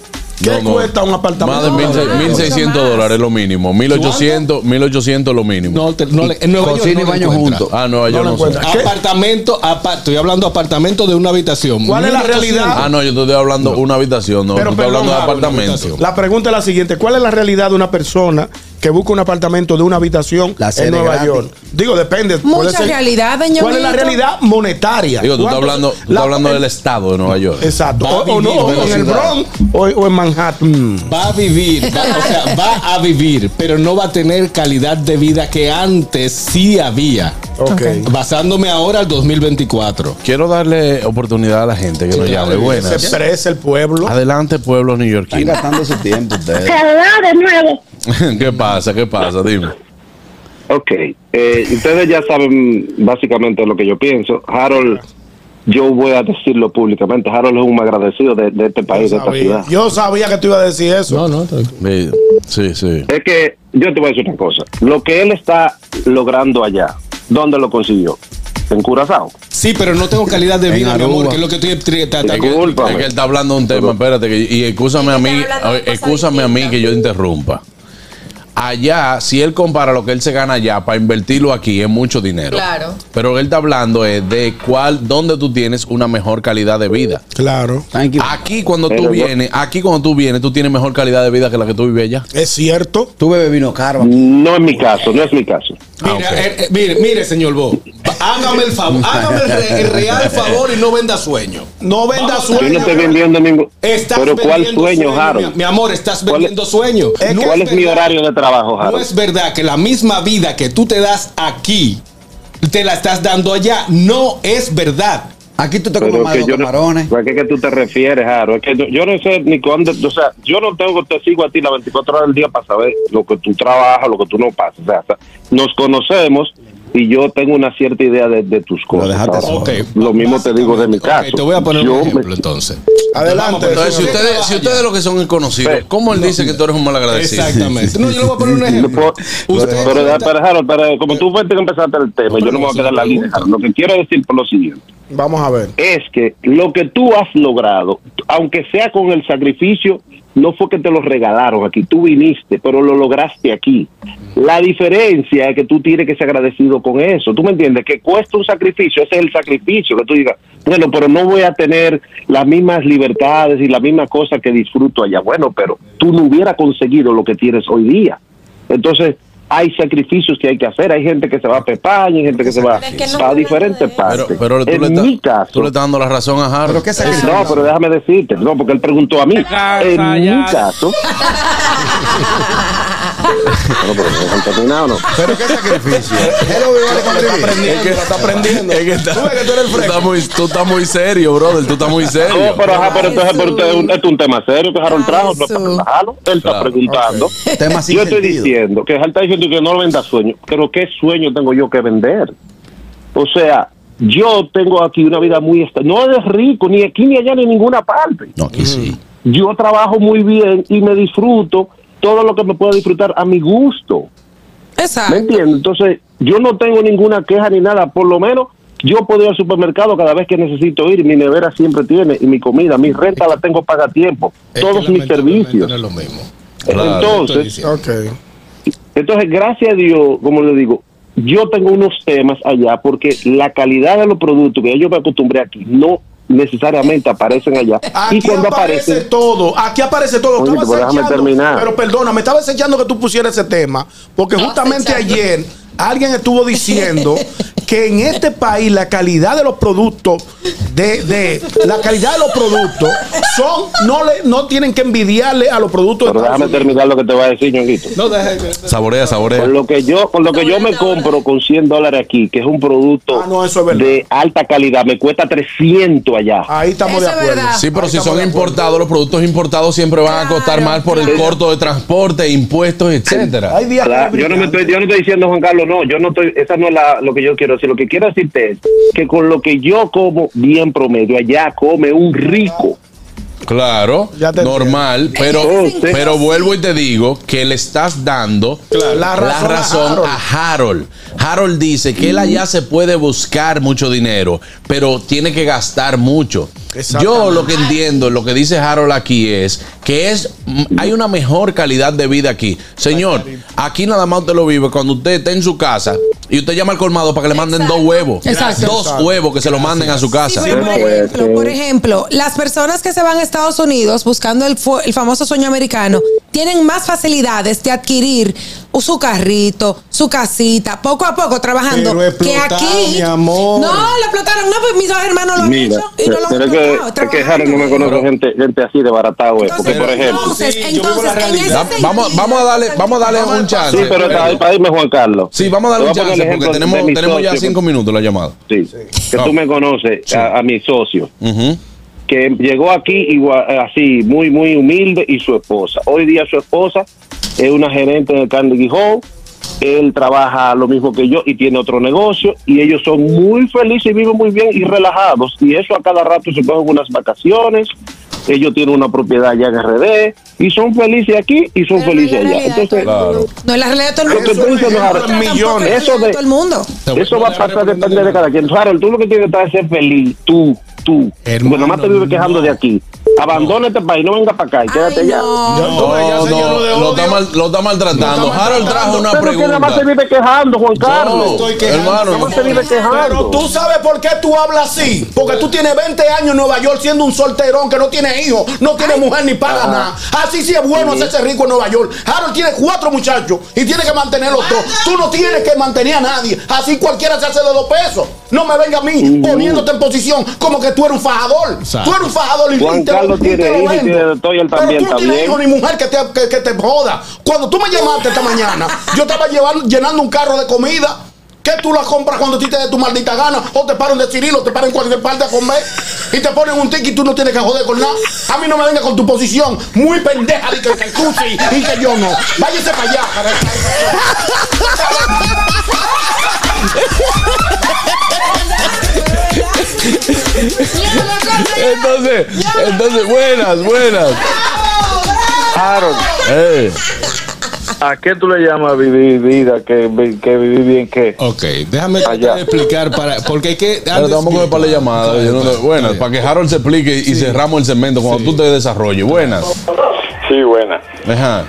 ¿Qué cuesta un apartamento? Más de mil se- no, 1.600 mucho más. dólares lo mínimo. 1.800, 1.800 lo mínimo. No, te- no le- en Nueva York Cocina y no lo baño encuentra. juntos. Ah, Nueva No York lo no, sé. encuentro. ¿Qué? Apartamento, apa- estoy hablando apartamento de una habitación. ¿Cuál es la 1800? realidad? Ah, no, yo te estoy hablando una habitación, no, Pero tú estás perdón, hablando de Pablo, apartamento. La pregunta es la siguiente: ¿Cuál es la realidad de una persona que busca un apartamento de una habitación La en cena Nueva gratis. York? Digo, depende. puede Mucha ser- realidad, doña ¿Cuál es la Benito. realidad monetaria? Digo, tú estás ¿Cuánto- hablando, tú la- estás hablando del estado de Nueva York. Exacto. Va a O, o no, vivir o de la en el ciudad. Bronx o, o en Manhattan. Va a vivir, va- o [LAUGHS] sea, va a vivir, pero no va a tener calidad de vida que antes sí había. Ok. Basándome ahora al 2024. Quiero darle oportunidad a la gente que nos llame. Se Buenas. expresa el pueblo. Adelante, pueblo Están neoyorquino. gastando su tiempo ustedes. Hello de nuevo. [LAUGHS] ¿Qué pasa? ¿Qué pasa? Dime. Ok, eh, ustedes ya saben básicamente lo que yo pienso. Harold, yo voy a decirlo públicamente, Harold es un agradecido de, de este país, de esta Sabía. ciudad. Yo sabía que tú ibas a decir eso. No, no, Eh, Sí, sí. Es que yo te voy a decir una cosa, lo que él está logrando allá, ¿dónde lo consiguió? En Curazao. Sí, pero no tengo calidad de En vida, mi amor, Aruba. que es lo que estoy tri- tra- tra- Discúlpame. Es que él está hablando de un tema, espérate, que- y excúsame a mí, Está hablando de cosas excúsame a mí distintas. que yo interrumpa. Allá, si él compara lo que él se gana allá para invertirlo aquí, es mucho dinero. Claro. Pero él está hablando es de cuál, dónde tú tienes una mejor calidad de vida. Claro. Están equivocados. Aquí cuando Pero tú yo- vienes, aquí cuando tú vienes, tú tienes mejor calidad de vida que la que tú vives allá. Es cierto. Tú bebes vino caro. No es mi caso, no es mi caso. Ah, Mira, eh, eh, mire, mire, señor Bo, hágame el favor, hágame el, re- el real favor y no venda sueño. No venda Vamos, Yo no sueño. estoy vendiendo ningún... Estás Pero ¿cuál vendiendo sueño, mi- Mi Harold? amor, estás ¿Cuál es- vendiendo sueño. Es que- ¿Cuál es mi verdad- horario de trabajo, No Harold? es verdad que la misma vida que tú te das aquí, te la estás dando allá. No es verdad. Aquí tú te comes Pero más que de los yo no- camarones. ¿A qué que tú te refieres, Jaro? Es que yo, yo no sé ni cuándo, o sea, yo no tengo, te sigo a ti las 24 horas del día para saber lo que tú trabajas, lo que tú no pasas. O sea, sa- nos conocemos y yo tengo una cierta idea de, de tus cosas. dejaste Ahora, solo. Ok. Lo mismo te digo de mi Ok, caso. te voy a poner Yo un me- ejemplo entonces. Adelante. Entonces, si ustedes, si ustedes lo que son es conocidos, ¿cómo él dice que tú eres un mal agradecido? Exactamente. No, yo le voy a poner un No ejemplo. puedo- pero, Usted- pero, pero, Harold, pero como tú fuiste que empezaste el tema, yo no me voy a quedar en la línea. Harold. Lo que quiero decir por lo siguiente. Vamos a ver. es que lo que tú has logrado, aunque sea con el sacrificio, no fue que te lo regalaron aquí, tú viniste, pero lo lograste aquí. La diferencia es que tú tienes que ser agradecido con eso, ¿tú me entiendes? Que cuesta un sacrificio, ese es el sacrificio, que tú digas, bueno, pero no voy a tener las mismas libertades y las mismas cosas que disfruto allá. Bueno, pero tú no hubieras conseguido lo que tienes hoy día. Entonces, hay sacrificios que hay que hacer, hay gente que se va a Pepaña, hay gente que se va Pero es que no a hablan de diferentes eso. partes. Pero, pero tú, en le estás- mi caso, tú le estás dando la razón a Harold. Pero qué sacrificio. no, pero déjame decirte, no, porque él preguntó a mí. En mi caso. Bueno, pero ¿me dejan terminar o no? Pero qué sacrificio. Hello, [LAUGHS] mi vale, con Ricky. Es que está aprendiendo. Es que está, tú, estás muy, tú estás muy serio, brother. Tú estás muy serio. No, pero ajá, pero entonces pero usted- esto es un tema serio que Harold Ay, trajo, no es para su- relajarlo. Él está Claro, preguntando. Tema sin Yo estoy sentido. diciendo que Harold está diciendo que no venda sueño, pero ¿qué sueño tengo yo que vender? O sea, yo tengo aquí una vida muy esta- No es rico, ni aquí, ni allá, ni en ninguna parte. No, aquí sí. yo trabajo muy bien y me disfruto todo lo que me puedo disfrutar a mi gusto. ¿Me Exacto. entiendes? Entonces, yo no tengo ninguna queja ni nada. Por lo menos, yo puedo ir al supermercado cada vez que necesito ir. Mi nevera siempre tiene y mi comida, mi renta la tengo paga a tiempo. Es que todos mis lamentablemente servicios. no es lo mismo. Claro. Estoy Entonces, diciendo. Ok. entonces, gracias a Dios, como le digo, yo tengo unos temas allá porque la calidad de los productos que ya yo me acostumbré aquí no necesariamente aparecen allá. Aquí y cuando aparece aparecen, todo, aquí aparece todo. Oye, Estaba pero déjame acechando- terminar. Pero perdona, me estaba acechando que tú pusieras ese tema, porque justamente ayer alguien estuvo diciendo que en este país la calidad de los productos de, de- la calidad de los productos son no le no tienen que envidiarle a los productos pero de Estados déjame Unidos. terminar lo que te voy a decir, ñonguito. No, deje- Saborea, saborea. Con lo que yo, con lo que yo me compro con 100 dólares aquí, que es un producto Ah, no, eso es verdad. de alta calidad, me cuesta 300 allá. Ahí estamos Eso de es acuerdo. verdad. Sí, pero Ahí si estamos son de acuerdo. importados, los productos importados siempre van a costar Claro, más por el claro. corto de transporte, impuestos, etcétera. Hay días que Claro, es yo no me brillante. estoy, yo no estoy diciendo Juan Carlos, no, yo no estoy, esa no es la, lo que yo quiero decir. Lo que quiero decirte es que con lo que yo como bien promedio allá come un rico. Claro, Ya te normal, pero, Entonces- pero vuelvo y te digo que le estás dando Claro, la la razón, razón a Harold. a Harold. Harold dice que él allá se puede buscar mucho dinero, pero tiene que gastar mucho. Yo lo que entiendo, lo que dice Harold aquí es que es mm, hay una mejor calidad de vida aquí. Señor, aquí nada más usted lo vive cuando usted está en su casa y usted llama al colmado para que le manden dos huevos. Exacto. Dos huevos que se lo manden a su Sí, casa. pero por, Bueno, ejemplo, pues, por eh. ejemplo, las personas que se van a Estados Unidos buscando el, fu- el famoso sueño americano tienen más facilidades de adquirir su carrito, su casita, poco a poco trabajando. Pero explotado, que aquí. mi amor. No, lo explotaron. No, pues mis dos hermanos lo han Mira, hecho y no lo han pero es que, explotado, es que trabajando. Harold no me conoce Pero- gente, gente así de baratado, eh, porque Entonces, por ejemplo. Entonces, Sí, yo vivo entonces, la en ese realidad. sentido- Vamos, vamos a darle, vamos a darle un chance. Sí, pero para, para irme, Juan Carlos. Sí, vamos a Te darle voy un poner chance el ejemplo porque de tenemos, mi tenemos ya socio, cinco minutos la llamada. sí, que Ah. tú me conoces, a, a mi socio. Ujú. que llegó aquí igual, así, muy, muy humilde, y su esposa. Hoy día su esposa es una gerente de Carnegie Hall, él trabaja lo mismo que yo y tiene otro negocio, y ellos son muy felices y viven muy bien y relajados. Y eso a cada rato se cogen unas vacaciones, ellos tienen una propiedad allá en RD, y son felices aquí y son Pero no es felices la allá. realidad de Entonces, todo el mundo. No es la realidad de todo el Lo mundo. que tú dices, Pero Harold, tampoco es millones. la realidad Eso de- de todo el mundo. Te voy- eso no va le a pasar voy poner depende de nada. cada quien. Harold, tú lo que tienes que estar es ser feliz, tú, tú. Hermano, Porque nomás te vives quejando no. de aquí. Abandona este país, no venga para acá y quédate Ay, allá. no. No, no, lo está, mal- lo está maltratando. Harold trajo una Pero es que nada más se pregunta. vive quejando, Juan Carlos. estoy No, quejando. hermano, Nada más se vive Pero quejando. tú sabes por qué tú hablas así. Porque tú tienes 20 años en Nueva York siendo un solterón que no tiene hijos, no tiene mujer ni paga Ah. nada. Así sí es bueno hacerse rico en Nueva York. Harold tiene cuatro muchachos y tiene que mantenerlos todos. Tú no tienes que mantener a nadie. Así cualquiera se hace de dos pesos. No me venga a mí Uh. poniéndote en posición como que tú eres un fajador. Exacto. Tú eres un fajador y Juan y te lo- Carlos y te tiene lo hijos y vendo. tiene de todo y Pero él también, tú no tienes también. hijos ni mujer que te, que- que te joda. Cuando tú me llamaste esta mañana, yo estaba llevando- llenando un carro de comida. Que tú la compras cuando a ti te dé tu maldita gana, o te paran de cirilo, te paran en cualquier parte a comer, y te ponen un ticket y tú no tienes que joder con nada. A mí no me venga con tu posición muy pendeja de que, que tú sí y que yo no. Váyase para allá. para allá. Entonces, entonces, buenas, buenas. Harold, Eh, ¿a qué tú le llamas vivir vida? Que, vi- que vivir bien, que Ok, déjame Ah, tratar de explicar para. Porque es que. pero tampoco es para la llamada. yo no te- buenas, para que Harold se explique y cerramos el segmento cuando tú te desarrolles. Buenas. Sí, buena. Ajá.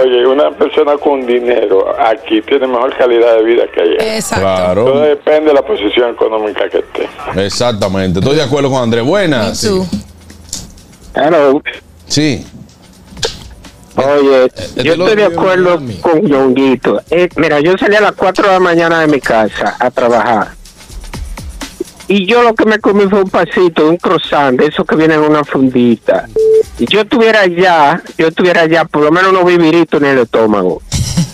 Oye, una persona con dinero aquí tiene mejor calidad de vida que allá. Exacto. Todo Claro. depende de la posición económica que esté. Exactamente. Estoy de acuerdo con Andrés. Buenas. Sí. Tú. Harold, Sí. Oye, este yo lo estoy de veo acuerdo en Miami. con Yonguito. Eh, mira, yo salí a las 4 de la mañana de mi casa a trabajar. Y yo lo que me comí fue un pasito, un croissant, de esos que vienen en una fundita. Si yo estuviera allá, yo estuviera allá, por lo menos no vivirito en el estómago.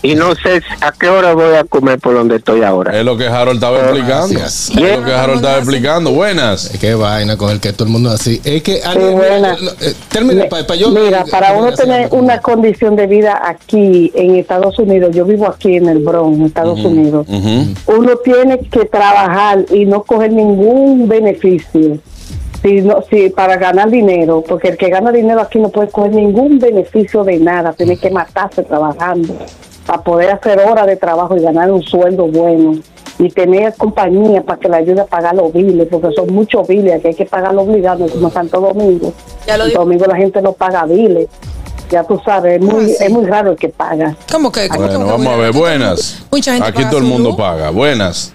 Y no sé si- a qué hora voy a comer por donde estoy ahora. Ah, Es lo que Harold estaba explicando. Gracias. Es lo que Harold estaba explicando. Buenas. Es que vaina con el que todo el mundo así. Es que. buena. eh, Termina, para yo. Mira, para uno tener una condición de vida aquí en Estados Unidos, yo vivo aquí en el Bronx, en Estados Unidos, Ujú. uno tiene que trabajar y no coger ningún beneficio. Si no, si para ganar dinero, porque el que gana dinero aquí no puede coger ningún beneficio de nada, tiene que matarse trabajando para poder hacer horas de trabajo y ganar un sueldo bueno y tener compañía para que le ayude a pagar los biles, porque son muchos biles que hay que pagar los obligados, como Santo Domingo. Ya lo En dijo. Domingo la gente no paga biles, ya tú sabes, es muy, Ah, sí. es muy raro el que paga. ¿Cómo que? ¿Cómo que- Bueno, cómo que- vamos a ver. Buenas. Mucha gente Aquí paga todo el su mundo luz. paga. Buenas.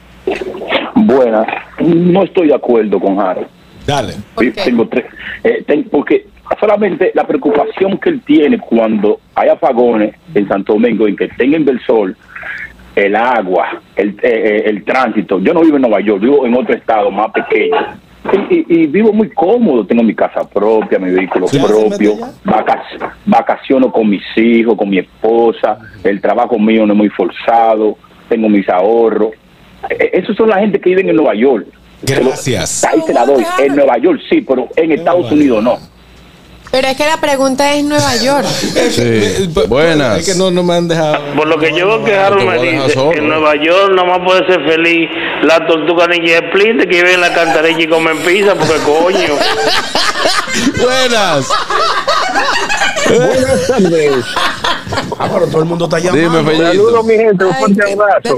buena, no estoy de acuerdo con Harold. Dale. Sí, Tengo tres. Eh, ten- porque solamente la preocupación que él tiene cuando hay apagones en Santo Domingo, en que tengan del sol, el agua, el, eh, eh, el tránsito. Yo no vivo en Nueva York, vivo en otro estado más pequeño. Y, y- y vivo muy cómodo, tengo mi casa propia, mi vehículo propio, vacac- vacaciono con mis hijos, con mi esposa, el trabajo mío no es muy forzado, tengo mis ahorros. Eh, Esos son la gente que viven en Nueva York. Gracias. Ahí te la doy. En Nueva York sí, pero en Estados Unidos no. Pero es que la pregunta es Nueva York. Sí. Buenas. Es que no, no me han dejado. Por lo que yo veo que Harold te me voy a dejar dice, solo. en Nueva York nomás puede ser feliz la tortuga ninja Splinter que vive en la cantarilla y comen pizza, porque coño. Buenas. Buenas tardes. Ah, pero todo el mundo está llamando. Dime, Fellito. Saludos, mi gente. Un fuerte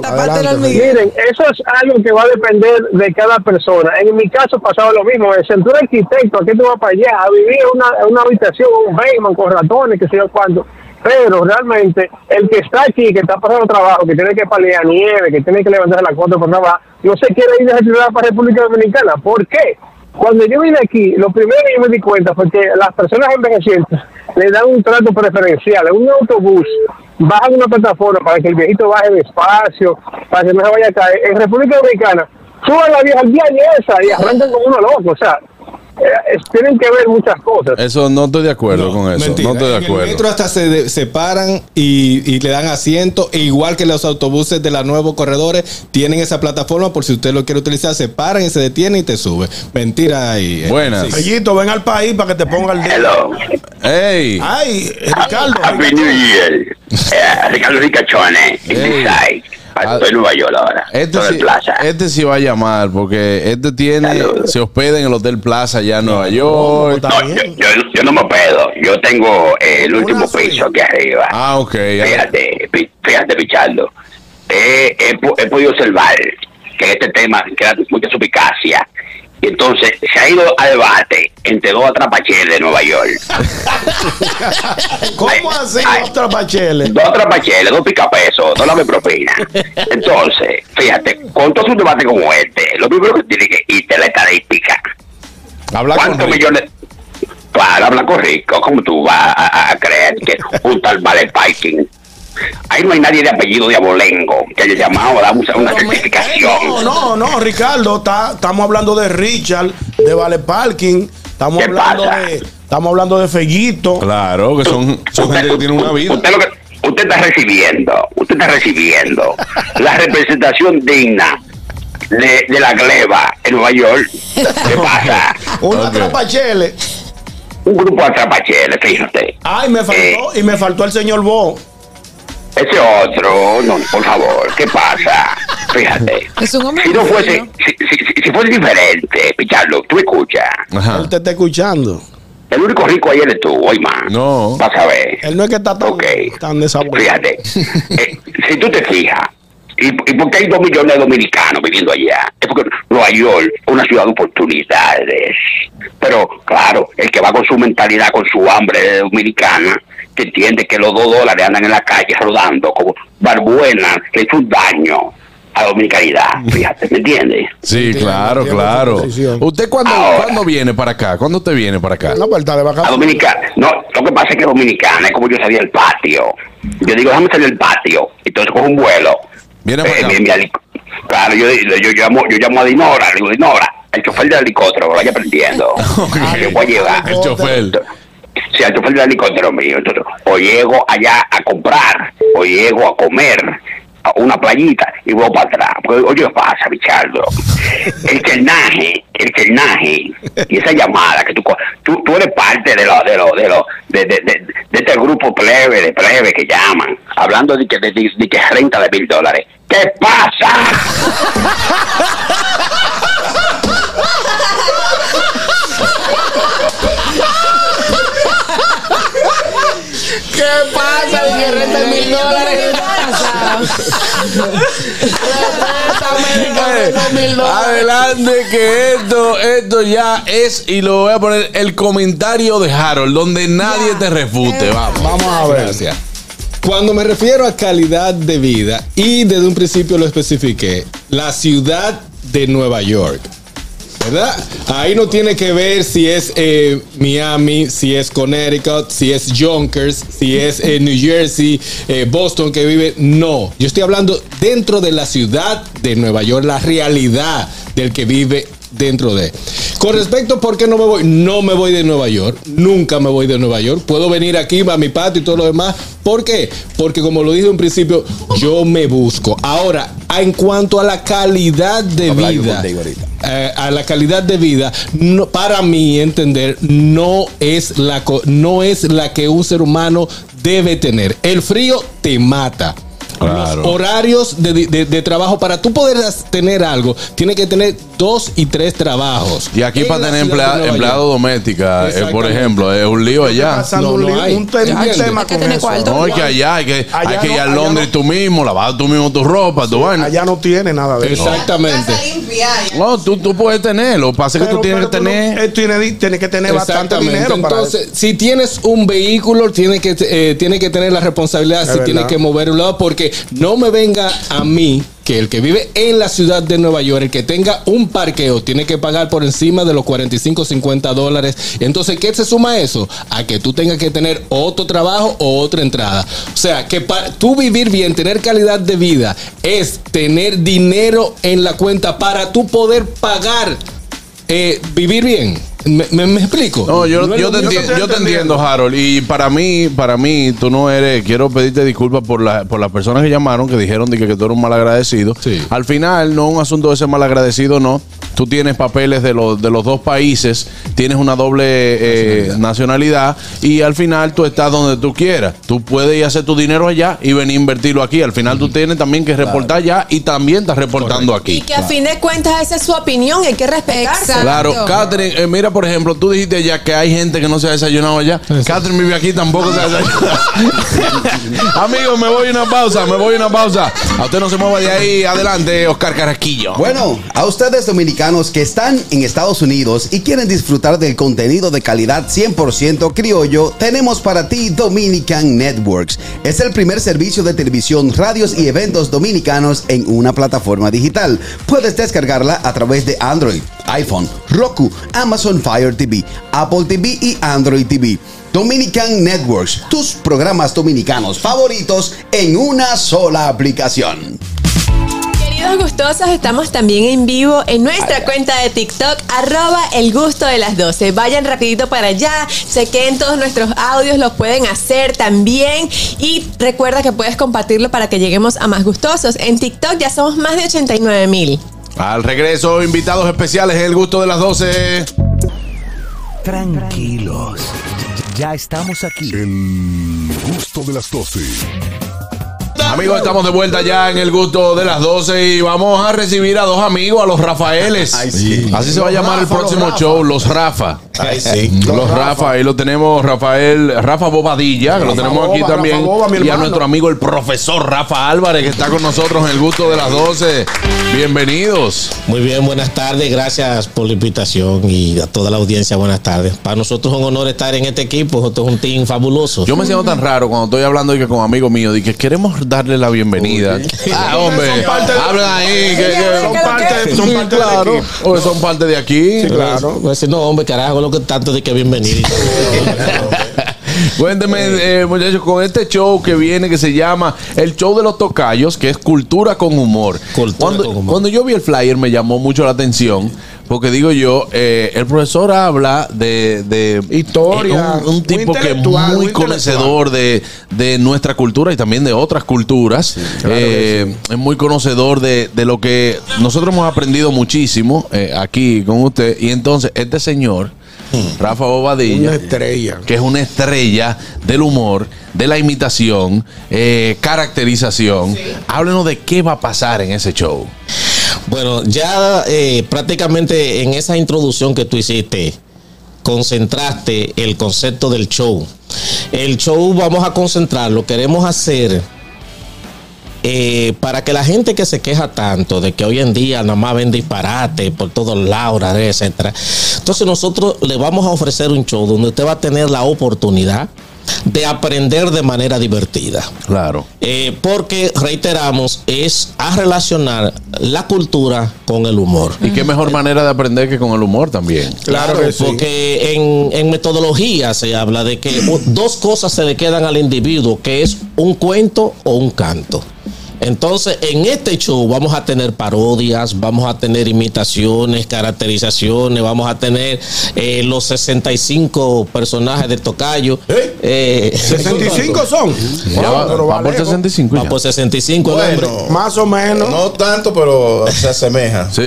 abrazo. Miren, eso es algo que va a depender de cada persona. En mi caso pasaba lo mismo. Me sentó un arquitecto, aquí tú vas para allá, a vivir en una, en una habitación, un Bayman con ratones, que sé yo cuándo. Pero realmente, el que está aquí, que está pasando trabajo, que tiene que paliar nieve, que tiene que levantarse a las cuatro para trabajar, no se quiere ir de esa ciudad para República Dominicana. ¿Por qué? Cuando yo vine aquí, lo primero que yo me di cuenta fue que las personas envejecientes le dan un trato preferencial. En un autobús bajan una plataforma para que el viejito baje despacio, para que no se vaya a caer. En República Dominicana, suben la vieja al día y esa y arrancan como uno loco. O sea, eh, es- tienen que ver muchas cosas. Eso no estoy de acuerdo con eso. Mentira. No estoy de En el metro acuerdo. hasta se de- separan y, y le dan asiento, e igual que los autobuses de la nuevo corredores tienen esa plataforma por si usted lo quiere utilizar, se paran y se detienen y te sube. Mentira ahí. eh. Buenas. Sí. Fellito, ven al país para que te ponga el dedo. Hey. [LAUGHS] Ay, Ricardo. Happy New [LAUGHS] Year. Eh, Ricardo Ricachone. Inside. Estoy en Nueva York ahora. Este Estoy en sí, Plaza. este sí va a llamar porque este tiene, se hospeda en el Hotel Plaza allá en Nueva York. No, yo, yo- yo no me pedo. Yo tengo eh, el último piso aquí arriba. Ah, ok. Fíjate, pi- fíjate, Pichardo. Eh, he, po- he podido observar que este tema crea mucha supicacia. Y entonces se ha ido a debate entre dos atrapacheles de Nueva York. [LAUGHS] ¿Cómo así los trapacheles? Dos trapacheles, dos picapesos, dos lames propina. Entonces, fíjate, con todo un debate como este, lo primero que tiene que irte a la estadística. Habla ¿Cuántos millones? Claro, habla con Rico. ¿Cómo tú vas a, a- a creer que un tal vale Viking? Ahí no hay nadie de apellido de abolengo que haya llamado a dar una, una certificación. No, no, no, Ricardo, está- estamos hablando de Richard, de Vale Parking, estamos hablando de, estamos hablando de Fellito. Claro, que son, son gente que tiene una vida. Usted, lo que- usted está recibiendo, usted está recibiendo la representación digna de, de la gleba en Nueva York. ¿Qué pasa? Un atrapachele. Un grupo de atrapacheles, fíjate. Ay, me Eh. faltó, y me faltó el señor Bo. Ese otro, no, por favor, ¿qué pasa? Fíjate. Es un hombre. Si no fuese, si, si, si- si fuese diferente, Pichardo, tú escuchas. Él te está escuchando. El único rico ayer eres tú, hoy más. No. Vas a ver. Él no es que está tan, tan desaburrido. Fíjate, eh, si tú te fijas, ¿y, y por qué hay dos millones de dominicanos viviendo allá? Es porque Nueva York es una ciudad de oportunidades. Pero claro, el que va con su mentalidad, con su hambre de dominicana, que entiende que los dos dólares andan en la calle rodando como barbuena, le hizo un daño a la dominicanidad. Fíjate, ¿me entiendes? Sí, claro, claro. ¿Usted cuándo, cuándo viene para acá? ¿Cuándo usted viene para acá? No, pero está de A vacaciones. Dominicana. No, lo que pasa es que Dominicana es como yo salí al patio. Yo digo, déjame salir al patio. Entonces cojo un vuelo. Viene Eh, mi- mi helic- claro, yo, yo, llamo, yo llamo a Dinora. Le digo, Dinora, el chofer del helicóptero, vaya [LAUGHS] aprendiendo. Yo voy a llegar. El chofer. Sí, al chofer del helicóptero mío. Entonces, o llego allá a comprar, o llego a comer a una playita y voy para atrás. Porque, oye, ¿qué pasa, [LAUGHS] Bichardo? El ternaje, el ternaje y esa llamada que tú co- tú, tú eres parte de los de los de los de, de, de, de este grupo plebe de plebe que llaman hablando de que de, de- de que renta de mil dólares. ¿Qué pasa? ¿Qué pasa? Dije renta de mil dólares. ¿Qué pasa? ¿Qué pasa, mil dólares? Adelante que esto, esto ya es, y lo voy a poner, el comentario de Harold, donde nadie te Eh. refute. Vamos. Vamos a ver. Cuando me refiero a calidad de vida, y desde un principio lo especifiqué, la ciudad de Nueva York. ¿Verdad? Ahí no tiene que ver si es eh, Miami, si es Connecticut, si es Yonkers, si es eh, New Jersey, eh, Boston que vive. No, yo estoy hablando dentro de la ciudad de Nueva York, la realidad del que vive dentro de. Con respecto a por qué no me voy, no me voy de Nueva York, nunca me voy de Nueva York. Puedo venir aquí a mi patio y todo lo demás. ¿Por qué? Porque como lo dije en principio, yo me busco. Ahora, a- en cuanto a la calidad de Habla yo vida, contigo ahorita. eh, a la calidad de vida, no, para mi entender, no es, la, co- no es la que un ser humano debe tener. El frío te mata. Los horarios de, de- de trabajo, para tú poder as- tener algo, tiene que tener dos y tres trabajos. Y aquí En para la tener ciudad de emplea- Nueva empleado York. doméstica, eh, por Exactamente. ejemplo, es un lío allá. pasando un lío- hay. un tema- un Entiendo. tema Hay que con tener eso. cuarto. No, es que allá hay que, Allá hay que ir no, a allá Londres tú mismo, lavar tú mismo tu ropa, tu vaina. Allá no tiene nada de eso. Exactamente. No, eh. tú, tú puedes tenerlo. Pasa que tú tienes que tener. tienes, que tener bastante Exactamente. dinero para Entonces, si tienes un vehículo, tiene que, eh, tiene que tener la responsabilidad Es si tiene verdad. que mover un lado, porque no me venga a mí que el que vive en la ciudad de Nueva York, el que tenga un parqueo, tiene que pagar por encima de los 45, 50 dólares. Entonces, ¿qué se suma a eso? A que tú tengas que tener otro trabajo o otra entrada. O sea, que para tú vivir bien, tener calidad de vida, es tener dinero en la cuenta para tú poder pagar eh, vivir bien. ¿Me, me- me explico? No, yo, es yo lo te, mismo. enti- yo te entiendo, Harold. Y para mí, para mí, tú no eres. Quiero pedirte disculpas por, la- por las personas que llamaron, que dijeron de que, que tú eres un mal agradecido. Al final, no es un asunto de ser mal agradecido, no. Tú tienes papeles de, los de los dos países, tienes una doble eh, nacionalidad. y al final tú estás donde tú quieras. Tú puedes ir a hacer tu dinero allá y venir a invertirlo aquí. Al final tú tienes también que reportar allá y también estás reportando aquí. Y que a fin de cuentas esa es su opinión, hay que respetarse. Claro, Catherine, eh, mira, por ejemplo, tú dijiste ya que hay gente que no se ha desayunado allá. Catherine vive aquí, tampoco se ha desayunado. [LAUGHS] Amigos, me voy a una pausa, me voy a una pausa. A usted no se mueva de ahí, adelante, Oscar Carrasquillo. Bueno, a ustedes dominicanos que están en Estados Unidos y quieren disfrutar del contenido de calidad 100% criollo, tenemos para ti Dominican Networks. Es el primer servicio de televisión, radios y eventos dominicanos en una plataforma digital. Puedes descargarla a través de Android, iPhone, Roku, Amazon Fire TV, Apple TV y Android TV. Dominican Networks, tus programas dominicanos favoritos en una sola aplicación. Queridos gustosos, estamos también en vivo en nuestra cuenta de TikTok, arroba el gusto de las 12. Vayan rapidito para allá, chequen todos nuestros audios, los pueden hacer también. Y recuerda que puedes compartirlo para que lleguemos a más gustosos. En TikTok ya somos más de 89 mil. Al regreso, invitados especiales, el gusto de las 12. Tranquilos. Ya estamos aquí. El gusto de las 12. Amigos, estamos de vuelta ya en el gusto de las 12 y vamos a recibir a dos amigos, a los Rafaeles. Así se va a llamar el Rafa, los próximo Rafa. show, los Rafa. Ay, sí. Los Los Rafa. Rafa. ahí lo tenemos, Rafael, Rafa Bobadilla, que lo Rafa tenemos aquí Boba, también. Rafa Boba, y mi a hermano. nuestro amigo el profesor Rafa Álvarez, que está con nosotros en el gusto de las 12. Bienvenidos. Muy bien, buenas tardes, gracias por la invitación y a toda la audiencia, buenas tardes. Para nosotros es un honor estar en este equipo, esto es un team fabuloso. Yo me siento tan raro cuando estoy hablando y que con amigos míos, de que queremos darle la bienvenida. Ah, hombre, Son parte de- hablan ahí. que- que- Son parte- son Sí, parte del claro. equipo. O son parte de aquí. Voy a decir, no, hombre, carajo, lo que tanto de que bienvenido. Cuénteme, eh, muchachos, con este show que viene, que se llama El Show de los Tocayos, que es Cultura con Humor. cuando, cuando yo vi el flyer me llamó mucho la atención, porque digo yo, eh, el profesor habla de, de- Historia, eh, Un, un muy tipo que es intelectual, muy muy conocedor de, de nuestra cultura y también de otras culturas. Eh, Es muy conocedor de, de lo que nosotros hemos aprendido muchísimo eh, aquí con usted. Y entonces, este señor... Rafa Bobadilla. Una estrella. Que es una estrella del humor, de la imitación, eh, caracterización. Háblenos de qué va a pasar en ese show. Bueno, ya eh, prácticamente en esa introducción que tú hiciste, concentraste el concepto del show. El show vamos a concentrarlo, queremos hacer eh, para que la gente que se queja tanto de que hoy en día nada más ven disparate por todos lados, redes, etcétera. Entonces nosotros le vamos a ofrecer un show donde usted va a tener la oportunidad de aprender de manera divertida. Claro. Eh, porque, reiteramos, es a relacionar la cultura con el humor. Y qué mejor manera de aprender que con el humor también. Claro, porque en, en metodología se habla de que u- dos cosas se le quedan al individuo, que es un cuento o un canto. Entonces, en este show vamos a tener parodias, vamos a tener imitaciones, caracterizaciones, vamos a tener eh, los 65 personajes de Tocayo. Eh, 65 son. Ya va- Wow, pero va va por lejos. 65 ya. Va por 65 el hombre. Bueno, más o menos. No tanto, pero se asemeja. [LAUGHS] Sí.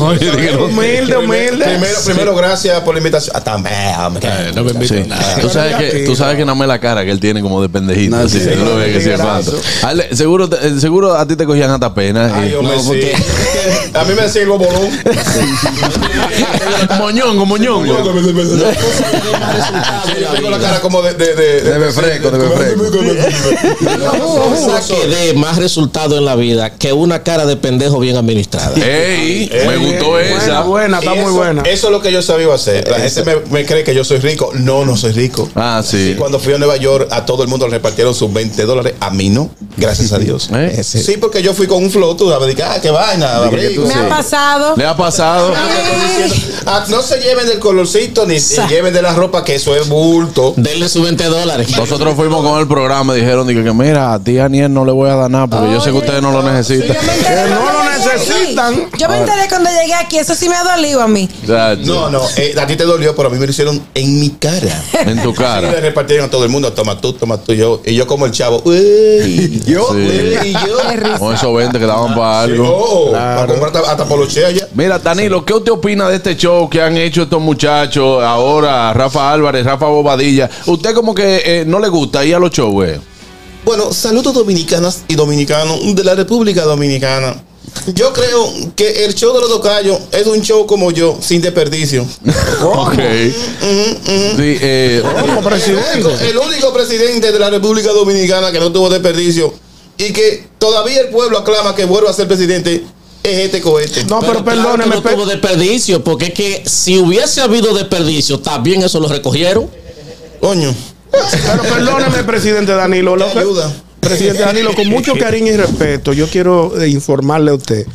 Oye, dije, no. Humilde, humilde. Primero, primero gracias por la invitación. Ah, también, Eh, no me invito Sí. a nada. Tú sabes que, tú sabes que no me la cara que él tiene como de pendejito. No, así sí, que tú lo no, ves que sí, tigrazo. hermano. Ale, seguro, te- eh, seguro a ti te cogían hasta pena. Ay, eh. hombre, No, sí. porque- [LAUGHS] A mí me decía el bobolón. pues, moñongo, moñongo. [LAUGHS] Yo tengo la cara como de. De, de, De refresco, de refresco. Cosa que dé más resultado en la vida que una cara de pendejo bien administrada. Ey, me gustó esa. Eh, Buena, buena, está Y muy eso- buena. Eso es lo que yo sabía hacer. La gente me, me cree que yo soy rico. No, no soy rico. Ah, sí. Y cuando fui a Nueva York, a todo el mundo le repartieron sus 20 dólares. A mí no, [LAUGHS] gracias a Dios. ¿Eh? Sí, sí, porque yo fui con un flow, tú sabes, dije, ah, qué vaina, abrigo. Me ha pasado. Le ha pasado. Ah, no se lleven del colorcito ni se Sa- lleven de la ropa, que eso es bulto. Denle sus 20 dólares. Nosotros fuimos con el programa y dijeron dije, que mira, a ti Aniel no le voy a dar nada porque yo sé que ustedes no lo necesitan. Yo Que no lo me enteré cuando llegué aquí. necesitan. Yo me enteré cuando llegué aquí, eso sí me ha dolido a mí. Chacho, No, no, eh, a ti te dolió, pero a mí me lo hicieron en mi cara. En tu Y le cara. repartieron a todo el mundo, toma tú, toma tú, yo. Y yo como el chavo, uy, yo, Sí. uy, yo. [LAUGHS] Qué risa. Con esos 20 que daban para Sí, algo. oh, Para comprar hasta, hasta polochea ya. Mira, Danilo, ¿qué usted opina de este show que han hecho estos muchachos ahora? Rafa Álvarez, Rafa Bobadilla. ¿Usted como que eh, no le gusta ir a los shows, eh. güey? Bueno, saludos dominicanas y dominicanos de la República Dominicana. Yo creo que el show de los tocayos es un show como yo, sin [LAUGHS] desperdicio. Mm, Ok. Sí, eh, Como El único, presidente. el único presidente de la República Dominicana que no tuvo desperdicio y que todavía el pueblo aclama que vuelva a ser presidente es este cohete. No, pero claro que perdóneme. no pe- tuvo desperdicio, porque es que si hubiese habido desperdicio, también eso lo recogieron. Coño. Pero perdóneme, presidente [LAUGHS] Danilo. lo que- Ayuda. Presidente Danilo, con [LAUGHS] mucho cariño y respeto, yo quiero eh, informarle a usted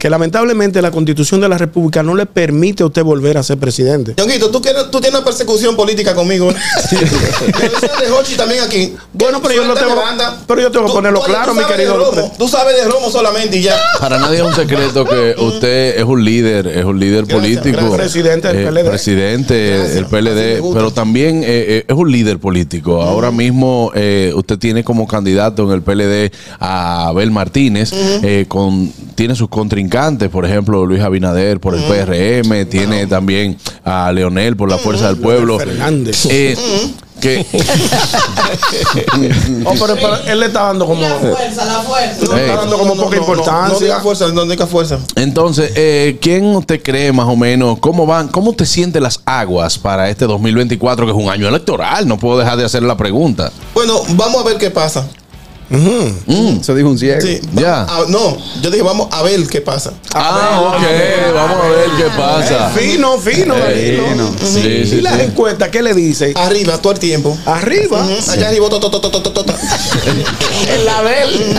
que lamentablemente la constitución de la República no le permite a usted volver a ser [LAUGHS] presidente. Ñonguito, tú, quieres- tú tienes una persecución política [LAUGHS] conmigo. Pero eso es de Hochi también aquí. Bueno, pero yo no Suéltame tengo- banda. pero yo tengo que Tú- ponerlo tú- tú claro, mi sabes de querido romo. López. Tú sabes de romo solamente y ya. para nadie es un secreto que usted es un líder, es un líder Gracias, político. gracias. Presidente del Eh, PLD. Presidente Gracias, del así me PLD, gusta. Mm. pero también eh, eh, es un líder político. Ahora mismo eh, usted tiene como candidato en el PLD a Abel Martínez, eh, con, tiene sus contrincantes, por ejemplo, Luis Abinader por Mm. el PRM, tiene también a Leonel por la Fuerza del Pueblo. Fernández. Eh, Mm. que, [LAUGHS] Oh, pero, pero él le está dando como. No, Ey. está dando como No, poca no importancia. diga fuerza, no diga fuerza. Entonces, eh, ¿quién usted cree más o menos? ¿Cómo van? ¿Cómo te sienten las aguas para este 2024 que es un año electoral? No puedo dejar de hacer la pregunta. Bueno, vamos a ver qué pasa. Mm. Eso dijo un ciego. Sí, Ya. vamos a- no, yo dije, vamos a ver qué pasa. Ah, ok. Vamos a ver qué pasa. Fino, fino, Eh, Danilo. sí, sí, sí. ¿Y las encuestas qué le dicen? Arriba, todo el tiempo. Arriba. Ujú, Allá arriba, to, to, to, to, to, to, [LAUGHS] to.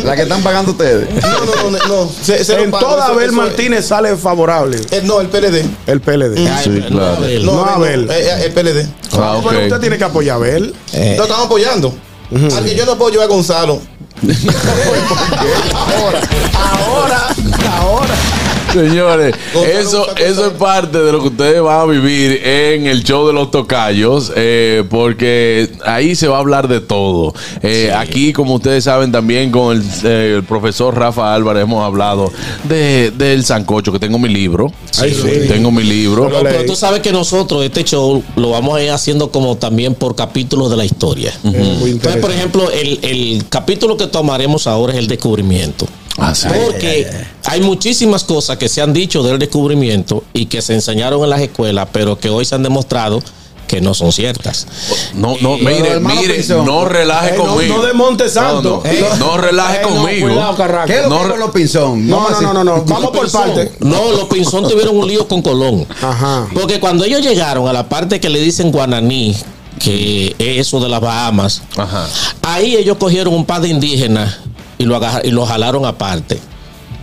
La que están pagando ustedes. No, no, no, no. Se, se lo En pago, toda eso- Abel eso es- Martínez sale favorable Eh, no, el PLD. el PLD. Sí, claro. Abel. No, No, Abel. eh, eh, el PLD. Ah, ok. Eh. Pero usted tiene que apoyar a Abel. Lo estamos apoyando. Al que yo no apoyo es a Gonzalo. ahora, ahora, ahora. Señores, Gonzalo, eso, Gonzalo. eso es parte de lo que ustedes van a vivir en el show de los tocayos, eh, porque ahí se va a hablar de todo. Eh, Aquí, como ustedes saben, también con el, eh, el profesor Rafa Álvarez hemos hablado de, del sancocho, que tengo mi libro. Tengo mi libro. No, pero tú sabes que nosotros este show lo vamos a ir haciendo como también por capítulos de la historia. Muy Entonces, por interesante. ejemplo, el, el capítulo que tomaremos ahora es el descubrimiento. Ah, sí. Porque hay muchísimas cosas que se han dicho del descubrimiento y que se enseñaron en las escuelas, pero que hoy se han demostrado que no son ciertas. No, no, Eh, mire, Ah, hermano mire, Pinzón. no relaje Eh, no- conmigo. no de Monte Santo. No, no, no relaje Eh, no, conmigo. cuidado, Carraco. ¿Qué es lo No, que re- con los pinzón? No, no, así. no, no, no. Vamos Los por Pinzón. parte. No, los [LAUGHS] Pinzón tuvieron un lío con Colón. Ajá. Porque cuando ellos llegaron a la parte que le dicen guananí, que es eso de las Bahamas. Ahí ellos cogieron un par de indígenas y lo, agarra- y lo jalaron aparte.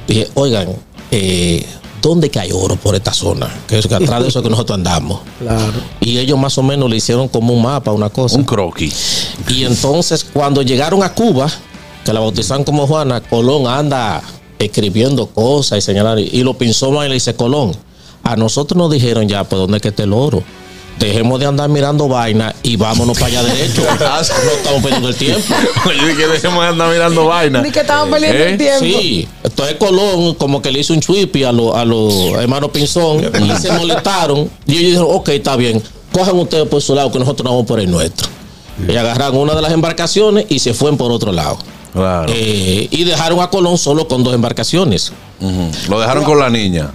Dije, oigan, eh, ¿dónde que hay oro por esta zona? Que es que atrás de eso que nosotros andamos. Claro. Y ellos más o menos le hicieron como un mapa, una cosa. Un croquis. Y entonces cuando llegaron a Cuba, que la bautizaron como Juana, Colón anda escribiendo cosas y señalando. Y lo pinzó más y le dice, Colón, a nosotros nos dijeron ya, pues dónde es que está el oro. Dejemos de andar mirando vaina y vámonos para allá [LAUGHS] derecho. Ah, no estamos perdiendo [LAUGHS] el tiempo. Yo dije, dejemos de andar mirando vaina. ¿Eh? Ni que estamos perdiendo el tiempo. Sí, entonces Colón como que le hizo un chuipi a los a los hermanos Pinzón y se molestaron. Y ellos dijeron, ok, está bien, cojan ustedes por su lado que nosotros no vamos por el nuestro. Y agarraron una de las embarcaciones y se fueron por otro lado. Eh, y dejaron a Colón solo con dos embarcaciones. Lo dejaron con la niña.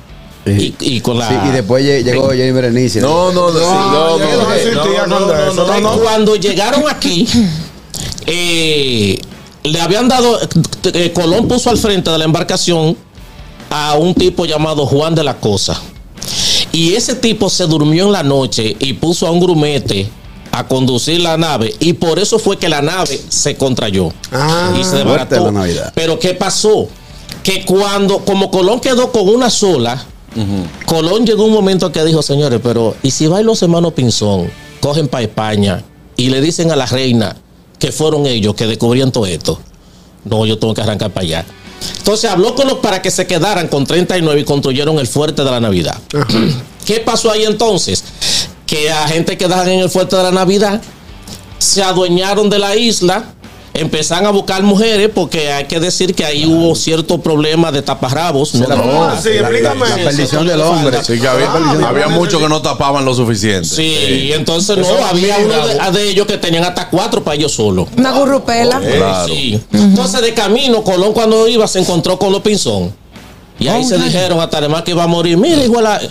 Y, y con la... Sí, y después lle- llegó Jenny Berenice. No, no, no, no, no, no, no, no, no, no, no, no. Cuando llegaron aquí, eh, le habían dado, eh, Colón puso al frente de la embarcación a un tipo llamado Juan de la Cosa. Y ese tipo se durmió en la noche y puso a un grumete a conducir la nave. Y por eso fue que la nave se contrayó. Ah, y se fuerte desbarató. la Navidad. Pero ¿qué pasó? Que cuando, como Colón quedó con una sola, Colón llegó un momento que dijo, señores, pero ¿y si van los hermanos Pinzón, cogen para España y le dicen a la reina que fueron ellos que descubrieron todo esto? No, yo tengo que arrancar para allá. Entonces habló con los para que se quedaran con 39 y construyeron el fuerte de la Navidad. ¿Qué pasó ahí entonces? Que a gente que daban en el fuerte de la Navidad se adueñaron de la isla, empezaron a buscar mujeres, porque hay que decir que ahí hubo cierto problema de taparrabos. No, No, taparrabos. sí, explícame La perdición del hombre. Sí, que había, Ah, había muchos que no tapaban lo suficiente. Sí, y entonces Eso no, es había bien uno bravo. de, de ellos que tenían hasta cuatro para ellos solos. Una gurrupela. Eh, sí. Entonces, de camino, Colón cuando iba se encontró con los Pinzón. Y ahí se dijeron hasta además que iba a morir. Mire, igual [LAUGHS] a- eh,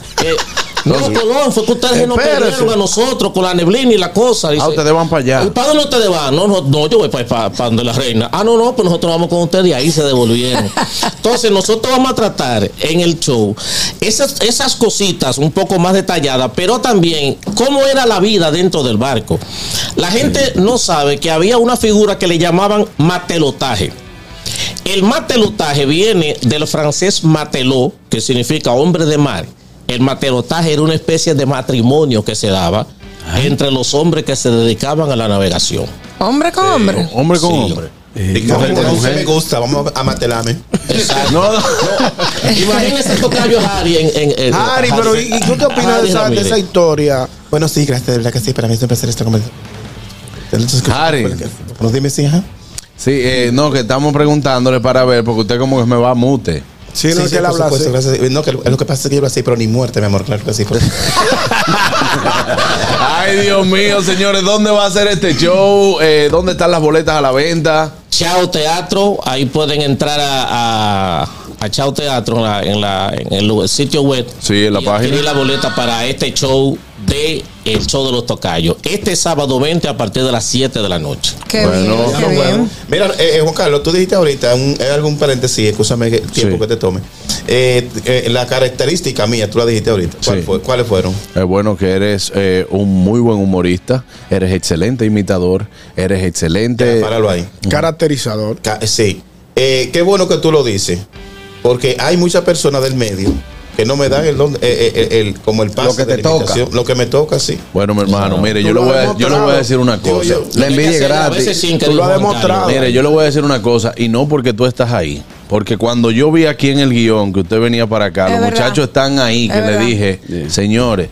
no, Colón, fue que ustedes nos Espérese. perdieron a nosotros con la neblina y la cosa. Dice, Ah, ustedes van para allá. ¿Y para dónde ustedes van? No, no, no, yo voy para, para, para donde la reina. Ah, no, no, pues nosotros vamos con ustedes y ahí [LAUGHS] se devolvieron. Entonces, nosotros vamos a tratar en el show esas, esas cositas un poco más detalladas, pero también cómo era la vida dentro del barco. La gente no sabe que había una figura que le llamaban matelotaje. El matelotaje viene del francés matelot, que significa hombre de mar. El matelotaje era una especie de matrimonio que se daba entre los hombres que se dedicaban a la navegación. Hombre con hombre. Eh, Hombre con Sí. hombre. Mujer con mujer. me gusta, vamos a matelarme. [LAUGHS] No, no. Imagínese tocayo a Harry en, en, en- Ari, pero ¿y, y tú qué Harry opinas de esa, de Ramírez. esa historia? Bueno, sí, gracias, de verdad que sí, para mí es un placer estar con Harry. No dime si, ajá. Sí, eh, no, que estamos preguntándole para ver, porque usted como que me va a mute. Sí, no, que él por habla supuesto, así. gracias. No, que lo, lo que pasa es que yo lo así, pero ni muerte, mi amor, claro que sí. por- Ay, Dios mío, señores, ¿dónde va a ser este show? Eh, ¿Dónde están las boletas a la venta? Chao Teatro, ahí pueden entrar a, a- a Chao Teatro en, la- en la- en el lu- sitio web. Sí, en la y página. adquirir la boleta para este show de El Show de los Tocayos. Este sábado 20 a partir de las 7 de la noche. Qué Bueno, bien, qué bien. Mira, eh, eh, Juan Carlos, tú dijiste ahorita, un, eh, algún paréntesis, escúchame el tiempo que te tome. Eh, eh, la característica mía, tú la dijiste ahorita. ¿Cuál Sí. fue? ¿Cuáles fueron? Es bueno que eres eh, un muy buen humorista, eres excelente imitador, eres Eh, excelente. Ya, páralo ahí. Caracterizador. Ca- Sí. Eh, qué bueno que tú lo dices. Porque hay muchas personas del medio que no me dan el don, eh, eh, el, el- como el paso Lo que de te la toca. imitación. Lo que me toca, sí. Bueno, mi hermano, mire, yo le, lo voy has a, yo le voy a decir una Digo cosa. yo. La envidia es A gratis. veces sin que Tú lo has digan, demostrado. Carlos. Mire, yo le voy a decir una cosa, y no porque tú estás ahí, porque cuando yo vi aquí en el guión que usted venía para acá, Es los verdad. muchachos están ahí, que Es le verdad. dije, señores,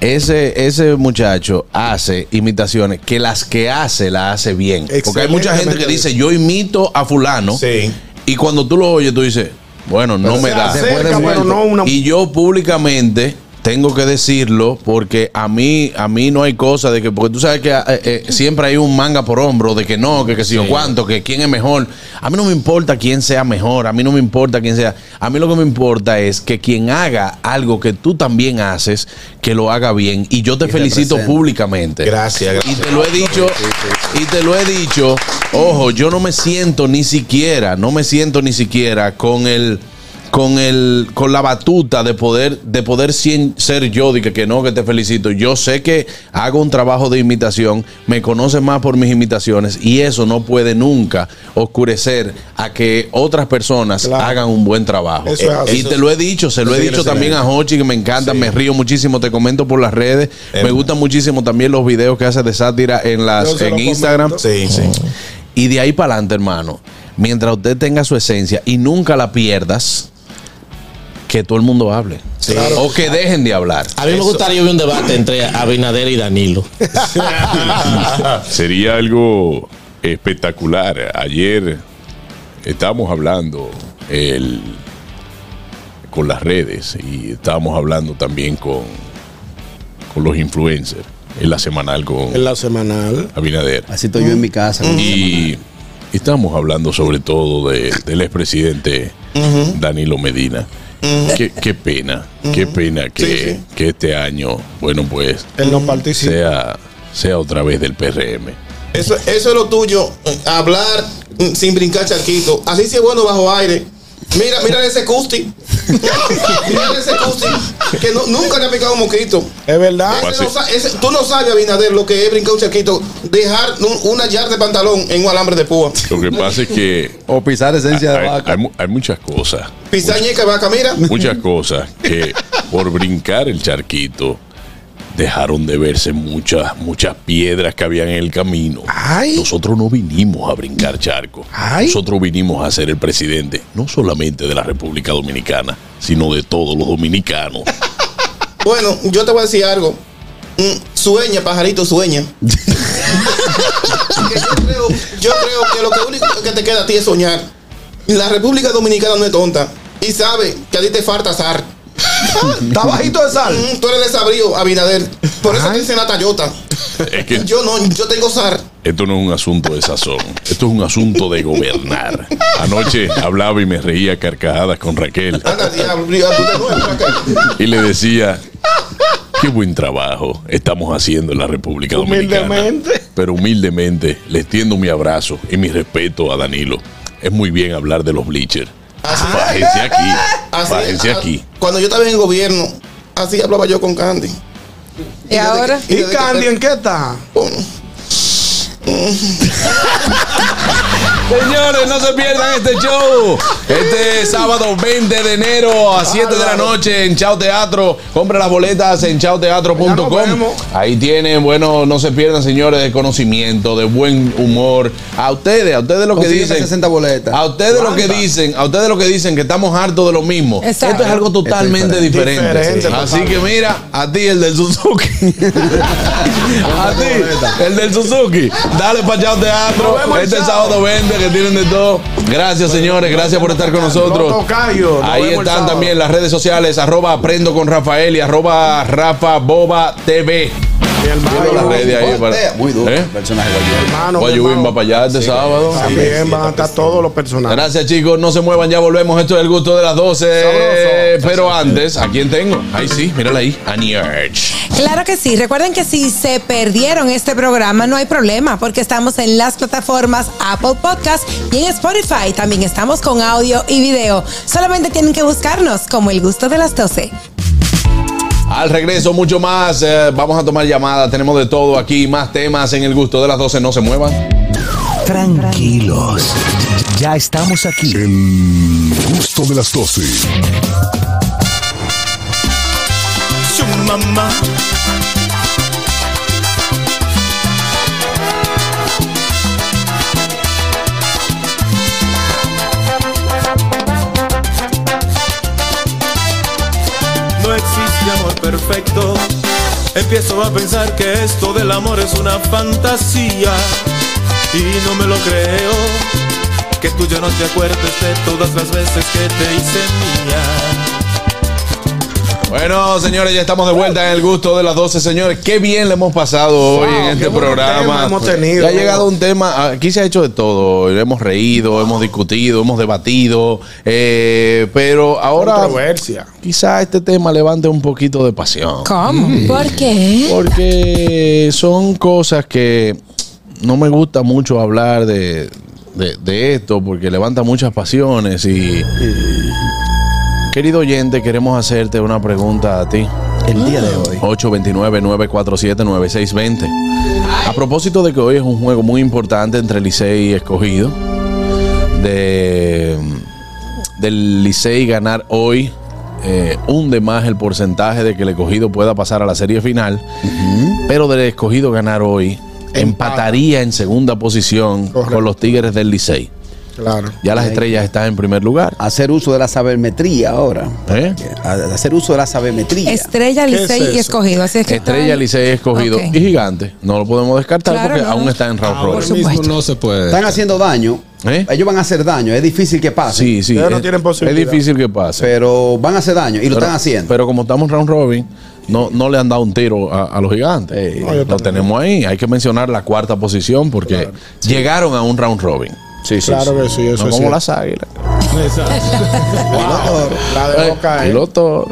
ese, ese muchacho hace imitaciones que las que hace, las hace bien. Porque hay mucha gente que Excelentemente dice, yo imito a [LAUGHS] fulano, Sí. y cuando tú lo oyes, tú dices, bueno, no me se da. acerca, puede pero muerto. no una Y yo públicamente tengo que decirlo porque a mí a mí no hay cosa de que porque tú sabes que eh, eh, siempre hay un manga por hombro de que no, que que si yo cuánto, que quién es mejor. A mí no me importa quién sea mejor, a mí no me importa quién sea. A mí lo que me importa es que quien haga algo que tú también haces, que lo haga bien y yo te felicito representa. públicamente. Gracias, Y gracias. te lo he dicho, y te lo he dicho, ojo, yo no me siento ni siquiera, no me siento ni siquiera con el con el con la batuta de poder de poder sien- ser yo, de que, que no, que te felicito. Yo sé que hago un trabajo de imitación, me conocen más por mis imitaciones y eso no puede nunca oscurecer a que otras personas hagan un buen trabajo. Eso es Eh, así. y te lo he dicho, se lo he Sí, dicho excelente. también a Hochi que me encanta, me río muchísimo, te comento por las redes, me gustan muchísimo también los videos que hace de sátira en Em. Yo las se en lo Instagram. comento. Sí, sí. Y de ahí para adelante, hermano, mientras usted tenga su esencia y nunca la pierdas, que todo el mundo hable. Claro. O que dejen de hablar. A mí me gustaría ver un debate entre Abinader y Danilo. Sería algo espectacular. Ayer estábamos hablando el- con las redes y estábamos hablando también con, con los influencers en la semanal con En la semanal. Abinader. Así estoy yo en mi casa. con mi Y estamos hablando sobre todo de- del expresidente Ujú. Danilo Medina. Qué, qué pena, qué pena que, que este año, bueno pues, Él no participa. sea, sea otra vez del PRM. Eso, eso es lo tuyo, mm, hablar mm, sin brincar charquito. Así sí es bueno bajo aire. Mira, mira ese Custi. [LAUGHS] mira ese Custi. Que no- nunca le ha picado un mosquito. Es verdad. Ese no sa- ese- tú no sabes, Abinader, lo que es brincar un charquito. Dejar un- una yarda de pantalón en un alambre de púa. Lo que pasa es que. [LAUGHS] O pisar esencia de vaca. Hay, mu- hay muchas cosas. Pisañeca vaca, mira. Muchas cosas que por brincar el charquito dejaron de verse muchas, muchas piedras que habían en el camino. Nosotros no vinimos a brincar charco. Nosotros vinimos a ser el presidente, no solamente de la República Dominicana, sino de todos los dominicanos. Bueno, yo te voy a decir algo. Mm, Sueña, pajarito, [LAUGHS] sueña. Porque yo, creo, yo creo que lo que único que te queda a ti es soñar. La República Dominicana no es tonta. Y sabe que a ti te falta sal. ¿Está bajito de sal? Mm, Tú eres desabrío, Abinader. Por eso te dicen la Tayota. Es que Yo no, yo tengo sal. Esto no es un asunto de sazón, esto es un asunto de gobernar. Anoche hablaba y me reía a carcajadas con Raquel y le decía, qué buen trabajo estamos haciendo en la República Dominicana. Pero humildemente le extiendo mi abrazo y mi respeto a Danilo. Es muy bien hablar de los bleachers. Bájense aquí, Así- bájense aquí. Cuando yo estaba en el gobierno, así hablaba yo con Candy. ¿Y ahora? ¿Y Candy en qué está? Señores, no se pierdan este show. Este sábado 20 de enero a 7 de la noche en Chao Teatro. Compre las boletas en Pues chaoteatro.com. Ah. Ahí tienen, bueno, no se pierdan, señores, de conocimiento, de buen humor. A ustedes, a ustedes lo que Consígueme dicen. 60 boletas. A ustedes lo que Guarda. dicen, a ustedes lo que dicen que estamos hartos de lo mismo. Exacto. Esto es algo Esto es totalmente diferente. diferente. Diferente, Así totalmente. que mira, a ti el del [LAUGHS] Suzuki. a ti el del Suzuki. Dale para Chao Teatro. Este sábado 20 que tienen de todo. Gracias, señores. Gracias por estar con nosotros. Los tocayos. Nos Ahí vemos el están sábado. también las redes sociales, arroba aprendo con Rafael y arroba Rafa Boba TV. Tienen las redes ahí para- Muy duro. ¿Eh? Personaje Hermano, Guayubín va para allá este sábado. También van a estar todos los personajes. Gracias chicos, no se muevan, ya volvemos. Esto es el gusto de las 12. Pero antes, ¿a quién tengo? Ahí sí, mírala ahí. Annie Urge. Claro que sí. Recuerden que si se perdieron este programa, no hay problema, porque estamos en las plataformas Apple Podcast y en Spotify. También estamos con audio y video. Solamente tienen que buscarnos como el gusto de las 12. Al regreso, mucho más. eh, vamos a tomar llamadas. Tenemos de todo aquí, más temas en el gusto de las 12. No se muevan. Tranquilos. Ya estamos aquí. El gusto de las 12. Su mamá. No existe amor perfecto. Empiezo a pensar que esto del amor es una fantasía. Y no me lo creo. Que tú ya no te acuerdes de todas las veces que te hice mía. Bueno, señores, ya estamos de vuelta en el gusto de las 12, señores. Qué bien le hemos pasado hoy en este programa. Pues, hemos tenido. Ya ha llegado un tema, ah, aquí se ha hecho de todo. Hemos reído, hemos discutido, hemos debatido, eh, pero ahora Controversia. quizá este tema levante un poquito de pasión. Mm. ¿Cómo? ¿Por qué? Porque son cosas que no me gusta mucho hablar de, de- de esto porque levanta muchas pasiones y Querido oyente, queremos hacerte una pregunta a ti. El día de hoy. 829-947-9620. A propósito de que hoy es un juego muy importante entre Licey y Escogido. De, del Licey ganar hoy eh, hunde más el porcentaje de que el Escogido pueda pasar a la serie final. Pero del Escogido ganar hoy empataría en segunda posición con los Tigres del Licey. Claro. Ya las estrellas están en primer lugar. Hacer uso de la sabermetría ahora. ¿Eh? A- Hacer uso de la sabermetría. Estrella, Licey y escogido. Así es que Estrella, Licey escogido Ok. y gigante. No lo podemos descartar Claro, porque no. aún está en round Ahora robin. mismo supuesto. no se puede. Están haciendo daño. Ellos van a hacer daño. Es difícil que pase. ¿Eh? Sí, sí. es, Es difícil que pase. Pero van a hacer daño y lo están haciendo. Pero como estamos en round robin, no, no le han dado un tiro a, a los gigantes. lo tenemos ahí. Hay que mencionar la cuarta posición porque llegaron a un round robin. Sí, sí, Claro sí. que sí, eso no como es cierto. las águilas. [LAUGHS] La dejó caer. Y los toros.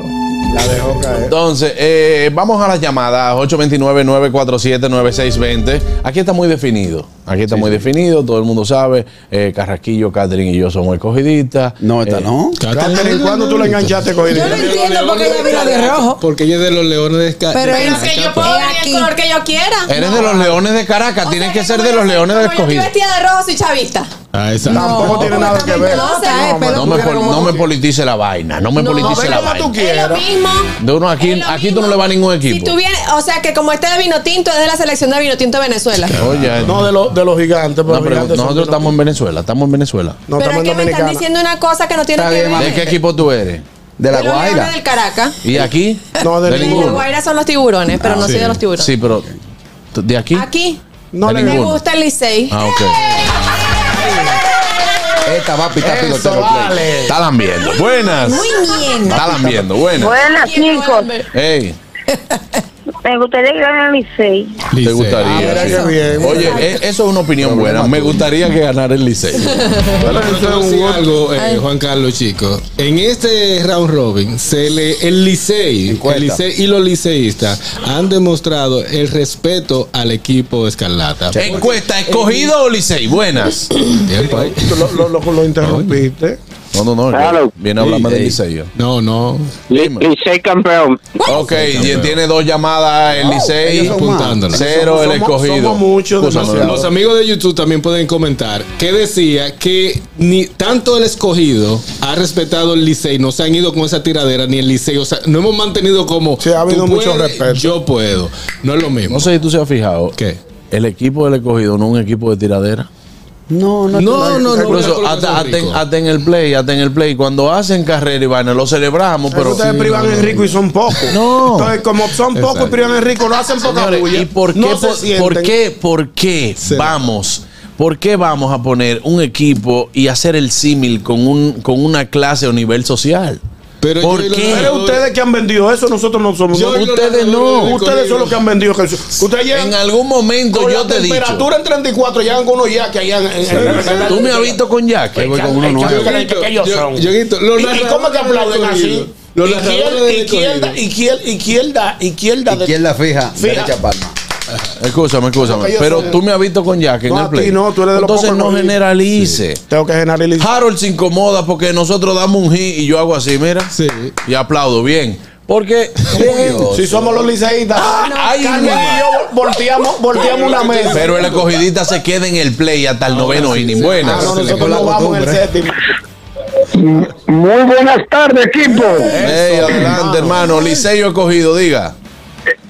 Entonces, eh, vamos a las llamadas 829-947-9620. Aquí está muy definido. Aquí está muy definido, todo el mundo sabe. Eh, Carraquillo, Catherine y yo somos escogidistas. Eh, No, esta no. Catherine, ¿cuándo tú la enganchaste con Yo no entiendo por qué ella vino de rojo. Porque ella es de los leones de Esca- Pero de es Escapa. que yo Puedo venir el color que yo quiera. Eres de los leones de Caracas, tienes que ser de los leones del Yo escogido. vestida de rojo soy chavista. Ah, esa- Tampoco tiene nada que ver. No, No, hombre, No me, pol- no me politice la vaina, no me No, politice ve la como vaina. tú quieras. Es lo mismo. De uno aquí, aquí tú no le vas a ningún equipo. Si tú vienes, o sea que como este de vino tinto es de la selección de vino tinto de Venezuela. Oye, No, de, los de los gigantes. no, pero nosotros estamos en Venezuela, estamos en Venezuela. Pero es que me están diciendo una cosa que no tiene que ver. ¿De qué equipo tú eres? De Los leones del Caracas. ¿Y aquí? No, De la Guaira son los tiburones, pero Ah, no Ah, sí. soy de los tiburones. Sí, pero t- de aquí. Aquí No me gusta el Licey. Ah, ok. Esta va a pitar Eso pelotero vale. play. Estaban viendo. Buenas. bien. Estaban viendo. Buenas. Buenas, chicos. Ey, Me gustaría que ganara el Licey. te gustaría. Ah, mira sí. qué bien. Oye, e- eso es una opinión buena. Me gustaría que ganara el Licey. Bueno, pero te voy a decir algo, eh, Juan Carlos, chico. En este round robin, se le, el Licey el Licey y los liceístas han demostrado el respeto al equipo Escarlata. Encuesta, ¿escogido o Licey? Buenas. Tiempo ahí. Lo, lo, lo, lo interrumpiste. No, no, no. Claro. Viene a hablarme Sí. del Licey. No, no. Licey campeón. Ok, ya tiene dos llamadas el Licey. Ellos apuntándola. Cero el Somos- escogido. somos muchos, Cosa no demasiado. de- Los amigos de YouTube también pueden comentar que decía que ni tanto el escogido ha respetado el Licey, no se han ido con esa tiradera ni el Licey, o sea, no hemos mantenido como ha habido mucho respeto. Yo puedo, no es lo mismo. No sé si tú se has fijado. ¿Qué? El equipo del escogido no es un equipo de tiradera. No, no, No, no, no, Incluso porque hasta, son hasta en, ricos. hasta en el play, hasta en el play. Cuando hacen carrera y vaina, lo celebramos, pero. ustedes privan en rico y son pocos. No. Entonces, como son pocos y Exacto. privan en rico, lo hacen poca Señores, bulla. ¿Y por qué, No se por, sienten. por qué, por qué vamos? ¿Por qué vamos a poner un equipo y hacer el símil con, un, con una clase o nivel social? Pero ¿Por Pero qué? Ustedes ustedes que han vendido eso, nosotros no somos. Yo y los ustedes no. del Ustedes son Corrido. los que han vendido que el- Ustedes llegan En algún momento con yo la te he dicho. temperatura en 34, llegan con unos ya que allá en, en- en- Tú me has visto con Jack. ellos son. Yoguito, los ¿Y, y cómo es que narradores aplauden del así? corrido. Los narradores izquierda, del izquierda, corrido. izquierda, izquierda, izquierda. de- ¿Quién la fija? Fija. Derecha palma. Escúchame, escúchame. Porque yo Pero soy- tú me has visto con Jack en No, el a play. ti no, tú eres de los Entonces no pocos que no- generalice. Tengo que generalizar. Harold se incomoda porque nosotros damos un hit y yo hago así, mira. Sí. Y aplaudo bien. Porque [LAUGHS] Ah, Si somos los liceístas, ay, Ah, Carmen mamá. y yo volteamos, volteamos una mesa. Pero el escogidista se queda en el play hasta el noveno inning. Ah, Buenas. no, nosotros nos vamos en el séptimo. Muy buenas tardes, equipo. adelante, hermano. Liceo escogido, diga.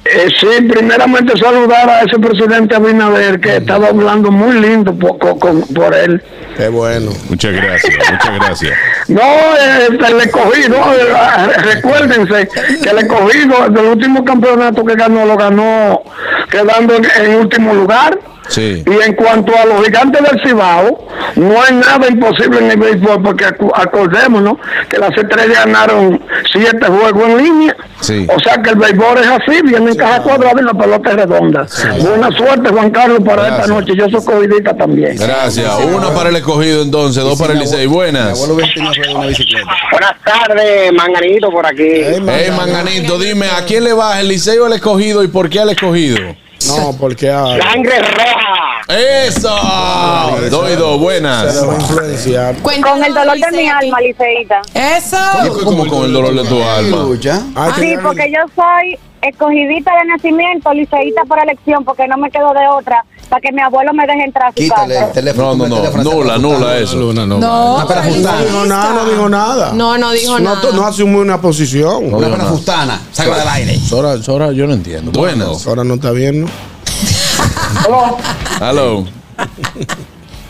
Eh, sí, primeramente saludar a ese presidente Abinader que estaba hablando muy lindo por, con- con- por él. Qué bueno. Muchas gracias, muchas gracias. No, eh, el escogido, eh, ah, recuérdense que el escogido del último campeonato que ganó lo ganó quedando en, en último lugar. Sí. Y en cuanto a los gigantes del Cibao, no es nada imposible en el béisbol, porque acu- acordémonos que las estrellas ganaron siete juegos en línea. Sí. O sea que el béisbol es así, viene en caja cuadrada y la pelota es redonda. Buena suerte, Juan Carlos, para esta noche. Yo soy covidita también. Gracias. Una para el escogido entonces, dos para el Licey. Buenas. Buenas tardes, Manganito por aquí. Hey, Manganito, dime, ¿a quién le vas, el Licey o el escogido y por qué al escogido? No, porque ah, Sangre roja. ¡Eso! Ah, Doido, buenas. Con el dolor de mi alma, Liceita. Eso. ¿Cómo, cómo con el dolor de tu alma? Ah, Sí, porque yo soy escogidita de nacimiento, liceíta por elección, porque no me quedo de otra, para que mi abuelo me deje entrar a su casa. No, no, no. Nula, nula eso. No, para No dijo nada, no dijo Ah. nada. No, no dijo nada. No, asume una posición. Una parafustana, sácala del aire. Sora, Sora, yo no entiendo. Buenas. Ahora no está bien, ¿no? Hello.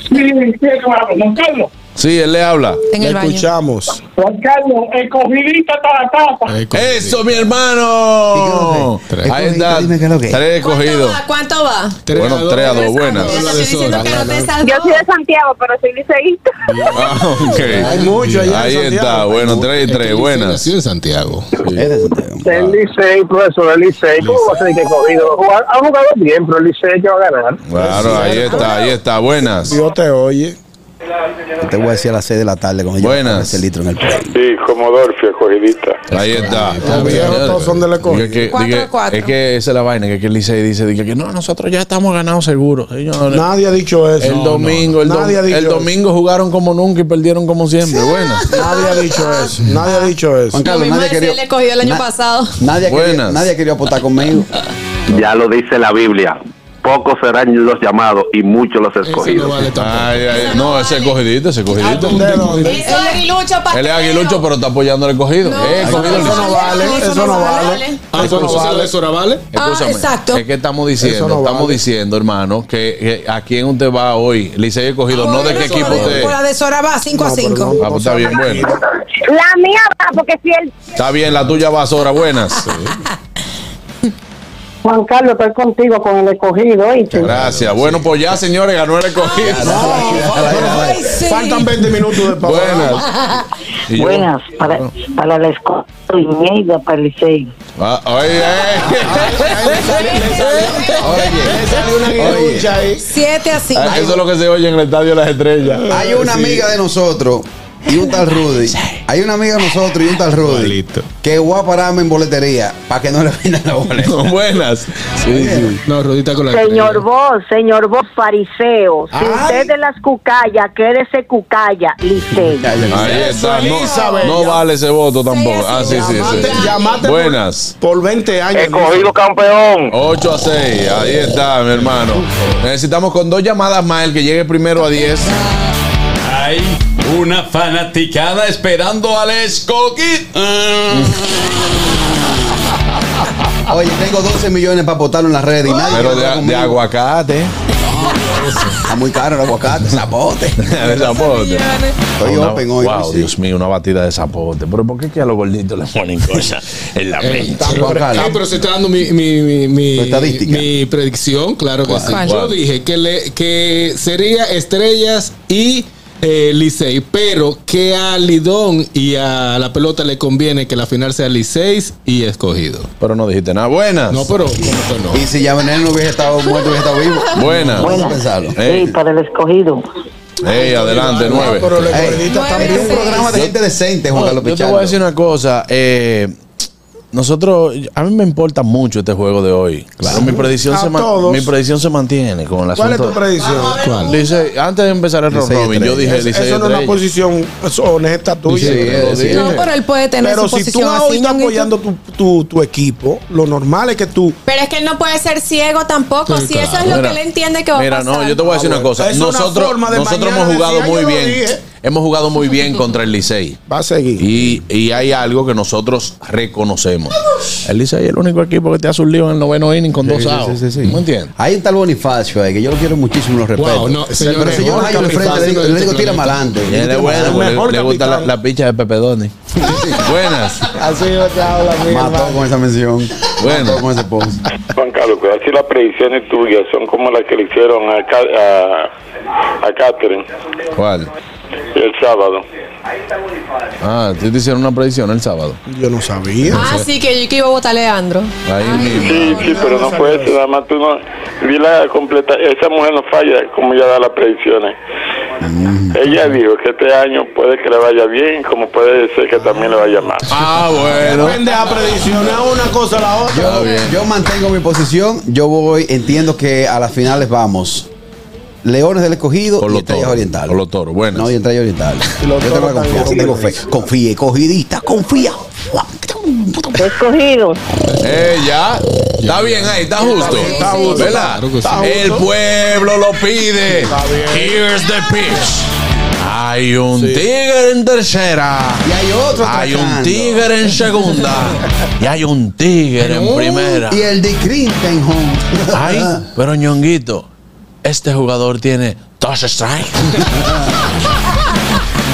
Juan Carlos, Sí, él le habla. En el Le baño. escuchamos. Juan Carlos, escogidita hasta la tapa. ¡Eso, mi hermano! Ahí está. Tres ¿Cuánto cogidos. va? ¿Cuánto va? Bueno, tres a dos. Buenas. Estoy diciendo que no te Yo salvó. soy de Santiago, pero soy liceíta. Ah, ok. Hay mucho allá en Ahí Santiago. está. Bueno, tres y tres. Buenas. Nació en Santiago. El Licey, profesor, el Licey, ¿cómo va a ser que cogido? Jugar- Ha jugado bien, pero el Licey que va a ganar. Claro, ahí está, ahí está. Buenas. Dios te oye. Te voy a decir a las 6 de la tarde cuando Buenas. yo ese litro en el play. Sí, como Dolphy, cogidita. Ahí está. Los viejos todos son de la Diga que- eh, escogida. diga- Es que esa es la vaina que aquí el Licey dice, dice que no, nosotros ya estamos ganados seguros. señores. Nadie ha dicho eso. El No, domingo, el, no, no. dom- Nadie ha dicho el eso. domingo jugaron como nunca y perdieron como siempre. Buenas. Nadie ha dicho [LAUGHS] eso. Nadie ha dicho eso. Juan Carlos, Mismo nadie decía, quería, le cogió el año pasado. nadie, quería, Buenas. nadie quería apostar conmigo. Ya lo dice la Biblia. Pocos serán los llamados y muchos los escogidos. Ay, ay, no, ese cogidito, ese Ah, cogidito. Eso es aguilucho, Él es pastelero. aguilucho, pero está apoyando al cogido. Eh, cogido el Eso no vale, eso no vale. Ah, Ah, Eso no entonces, vale. ¿eso ahora vale? Escúchame, exacto. Es que estamos Eso diciendo, no estamos vale. diciendo, hermano, que, que a quién usted va hoy. Licey he cogido, no de qué equipo usted. Por la de Sora va 5 a 5. Ah, pues está bien, bueno. La mía va, porque si el Está bien, la tuya va Sora, buenas. Juan Carlos, estoy contigo con el escogido, ¿oíste? Gracias. Bueno, pues ya, señores, ganó el escogido. Ay, sí. Faltan [LAUGHS] 20 minutos de pavo. Buenas. Y yo- Buenas, para, para la escuela Iñeiga, para el Licey. Ah, oye, Oye, 7 a 5. eh, Eso es lo que se oye en el Estadio de las Estrellas. Hay una Sí. amiga de nosotros y un tal Rudy. Hay una amiga de nosotros y un tal Rudy que voy a pararme en boletería para que no le vendan la boleta. [LAUGHS] Buenas. Sí, sí. No, Rudita con la Señor vos, señor vos fariseo, si usted de las cucayas, quédese cucaya, Licey. Ahí está. No, Elizabeth. no vale ese voto tampoco. Ah, sí, sí, Llamate- sí. llamate Buenas. Por 20 años. Escogido campeón. 8 a 6, ahí está, mi hermano. Necesitamos con dos llamadas más el que llegue primero a 10. Hay una fanaticada esperando al escoquito. Ah. Oye, tengo 12 millones para botarlo en las redes y nadie Pero quiere de, hablar de conmigo. aguacate. Está muy caro el aguacate, zapote. [LAUGHS] De zapote. Estoy Una- open hoy. wow, sí. Dios mío, una batida de zapote. Pero ¿por qué que a los gorditos le ponen cosas en la mente? Ah, pero se está dando mi, mi, mi, mi- mi predicción, claro que ¿Cuál? sí. ¿Cuál? Yo dije que, le, que sería Estrellas y eh, Licey, pero que a Lidón y a la pelota le conviene que la final sea Licey y escogido. Pero no dijiste nada. Buenas. No, pero ¿cómo que no? Y si ya Veneno hubiese estado muerto, hubiese estado vivo. Buenas. Vamos a pensarlo. Ey, Sí, para el escogido. ey, adelante, nueve. Pero la Ey, escogidita Es un también. programa de gente decente, Juan No, Carlos Yo te voy a Pichardo. decir una cosa. eh, nosotros, a mí me importa mucho este juego de hoy. Pero mi predicción, A se man- todos. mi predicción se mantiene con el ¿Cuál es asunto. tu predicción? ¿Cuál? Licey- antes de empezar el round Licey robin, yo dije Estrella. Licey Eso no es una Estrella. posición es honesta tuya. Sí, Pero- sí, No, pero él puede tener Pero su si tú posición hoy así. estás ñonguito. apoyando tu, tu, tu equipo, lo normal es que tú. Pero es que él no puede ser ciego tampoco. Sí, si eso es Mira, lo que él entiende que va Mira, a pasar. no, yo te voy a decir una cosa. Es una Nosotros, forma de nosotros mañana hemos jugado decir, "Ay, muy yo lo bien. dije". Hemos jugado muy [LAUGHS] bien contra el Licey. Va a seguir. Y, y hay algo que nosotros reconocemos. El Licey es el único equipo que te hace un lío en el noveno inning con dos outs. ¿Me entiendes? Hay un tal Bonifacio ahí que yo lo quiero muchísimo, lo respeto. Wow, no, señores, pero si yo lo mejor hallo de capitán frente, le digo, de le digo, este tira planeta". para adelante. Él es bueno, le, le gusta la, la picha de Pepe Doni. Buenas. Así yo te hablo, mi Mató hermano. con esa mención. Bueno. Mató con ese post. Juan Carlos, cuidado si las predicciones tuyas son como las que le hicieron a, Ca- a, a Catherine ¿Cuál? el sábado. Ah, te hicieron una predicción el sábado. Yo no sabía. Ah, sí, que yo que iba a votar a Leandro. Ahí mismo. Sí, sí, pero no fue eso, nada más tú no. Vi la completa. Esa mujer no falla como ella da las predicciones. Mm. Ella dijo que este año puede que le vaya bien, como puede ser que también le vaya mal. Ah, bueno. Depende a predicciones una cosa a la otra. Yo, yo mantengo mi posición. Yo voy, entiendo que a las finales vamos. Leones del Escogido y Estrellas toros, Orientales. Con los toros, buenas. No, y Estrellas Orientales. Yo tengo la confianza, tengo fe. Confíe, cogidista, confía. Escogido. Eh, ya. Está bien ahí, está justo. Está justo. ¿Verdad? Claro que sí. El pueblo lo pide. Here's the pitch. Hay un tigre en tercera. Y hay otro Hay un atracando. tigre en segunda. y hay un tigre en primera. Y el de Crinkenhome. Ay, [LAUGHS] pero ñonguito, este jugador tiene dos strikes. [LAUGHS]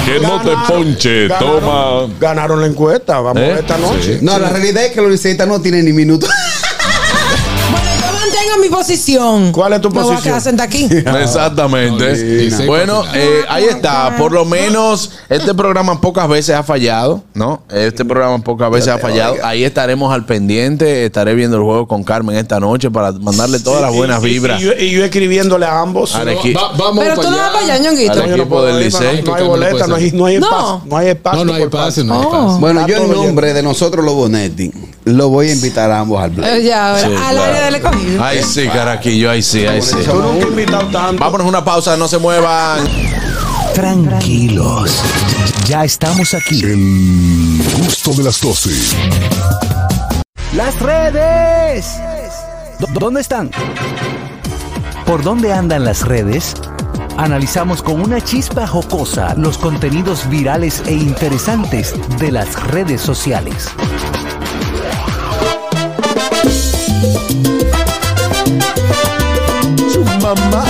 Que no te ponche, toma. Ganaron la encuesta, vamos ¿Eh? esta Sí. noche. No, la realidad es que los liceístas no tienen ni minuto. Yo mantengo mi posición. ¿Cuál es tu Me voy a quedar [LAUGHS] sentada aquí. Ah, Exactamente. Olvídate. Bueno, eh, ahí está. Por lo menos este programa pocas veces ha fallado, ¿no? Este programa pocas veces ha fallado. Ahí estaremos al pendiente. Estaré viendo el juego con Carmen esta noche para mandarle todas las Y- buenas y- vibras. Y, yo, y yo escribiéndole a ambos. Al equi- Va- vamos Pero tú no vas para allá, Ñonguito. Al No, yo no equipo puedo del ir, no, Licey. No hay boleta, no hay, no hay No. espacio. No hay espacio. por parte. Bueno, Está yo en todo nombre de nosotros los Bonetti, lo voy a invitar a ambos al play. Eh, Ya, ahora, Sí, al área del escogido. Ay, sí, caraquillo, ahí sí, ahí sí. Vámonos a una pausa, no se muevan. Tranquilos, ya estamos aquí. El gusto de las 12. Las redes. ¿Dó- ¿Dónde están? ¿Por dónde andan las redes? Analizamos con una chispa jocosa los contenidos virales e interesantes de las redes sociales. Su mamá.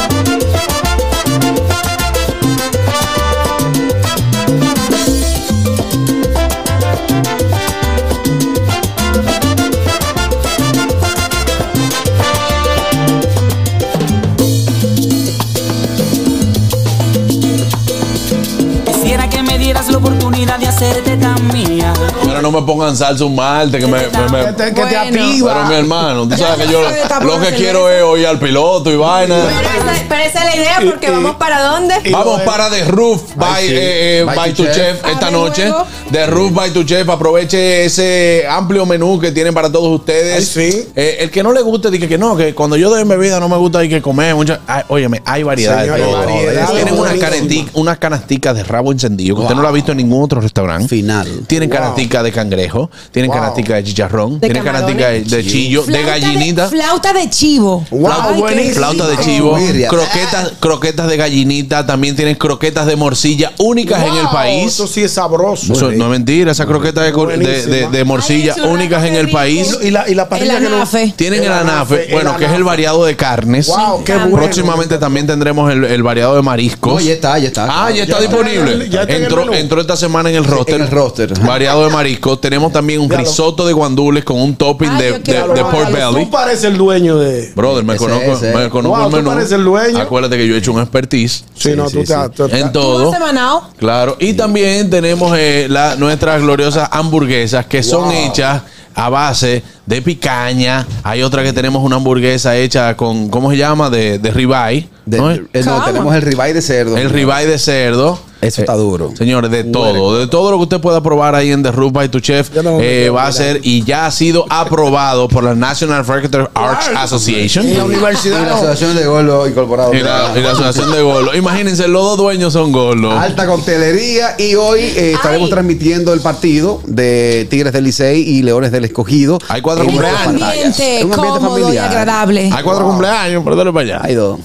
Quisiera que me dieras la oportunidad de hacerte tan mía. Pero no me pongan salsa un malte que me, me- me- Que te- que te Bueno. activa. Pero mi hermano, tú sabes que yo Ya, ya, ya, ya, lo que ya, ya, quiero es oír al piloto y vaina. Pero esa, pero esa es la idea porque vamos para dónde? Vamos para The Roof by, sí. eh, eh, By by Tu Tu Chef, Chef. esta noche. The Roof by Tu Chef. Aproveche ese amplio menú que tienen para todos ustedes. Eh, el que no le guste, dice que no, que cuando yo doy bebida no me gusta, hay que comer. Mucha, ay, óyeme, hay variedad. de Señor, hay todo. variedad. Tienen unas Buenísimo. canasticas unas canasticas de rabo encendido que usted no lo ha visto en ningún otro restaurante. Final. Tienen Wow. canasticas de cangrejo, tienen Wow. canasticas de chicharrón, De tienen camarones. canasticas de, de chillo, de Flauta gallinita. Flauta de chivo. Flauta, Ay, qué flauta de rico. chivo, croquetas, croquetas de gallinita, también tienen croquetas de morcilla únicas en el Wow, país. Eso sí es sabroso. Eso no es mentira, esas croquetas de, cor- de- de- de Buenísima. morcilla Ay, el únicas en el churrasco qué país. rico. Y la- y la parrilla El que no- anafe. Tienen el El anafe, anafe, bueno, el que es el anafe. variado de carnes. Wow, qué bueno. Próximamente también tendremos el, el variado de mariscos. No, ya está, ya está. Ah, ya está Ya está. disponible. Ya está en el entró, menú. entró esta semana en el roster. en el roster, ajá. Variado de mariscos. Tenemos también un risotto de guandules con un topping Ah, de, de- de pork belly. Tú pareces el dueño de. Brother, me Ese, conozco, ese. me conozco Wow, el tú menú. pareces el dueño. Acuérdate que yo he hecho un expertise. Sí, no, tú te has- tú- En ¿Tú todo. has semanao? Claro. Y también tenemos eh, la- nuestras gloriosas hamburguesas que son hechas a base de picaña. Hay otra que tenemos una hamburguesa hecha con, ¿cómo se llama? De, de ribeye. ¿no? Eh, no, tenemos el ribeye de cerdo. El ribeye de cerdo. Eso está duro. Señores, de todo, de todo lo que usted pueda probar ahí en The Roof by Tu Chef, me eh, quiero va a ser y ya ha sido aprobado por la National Furniture Arts Association. Y la universidad. la asociación de golos incorporados. Y la, y la asociación de golos. Imagínense, los dos dueños son golos. Alta coctelería y hoy eh, estaremos transmitiendo el partido de Tigres del Licey y Leones del Escogido. este Hay cuatro cumpleaños. Ambiente Eh, cómodo y agradable. Hay cuatro cumpleaños, pero dale para allá. Hay dos.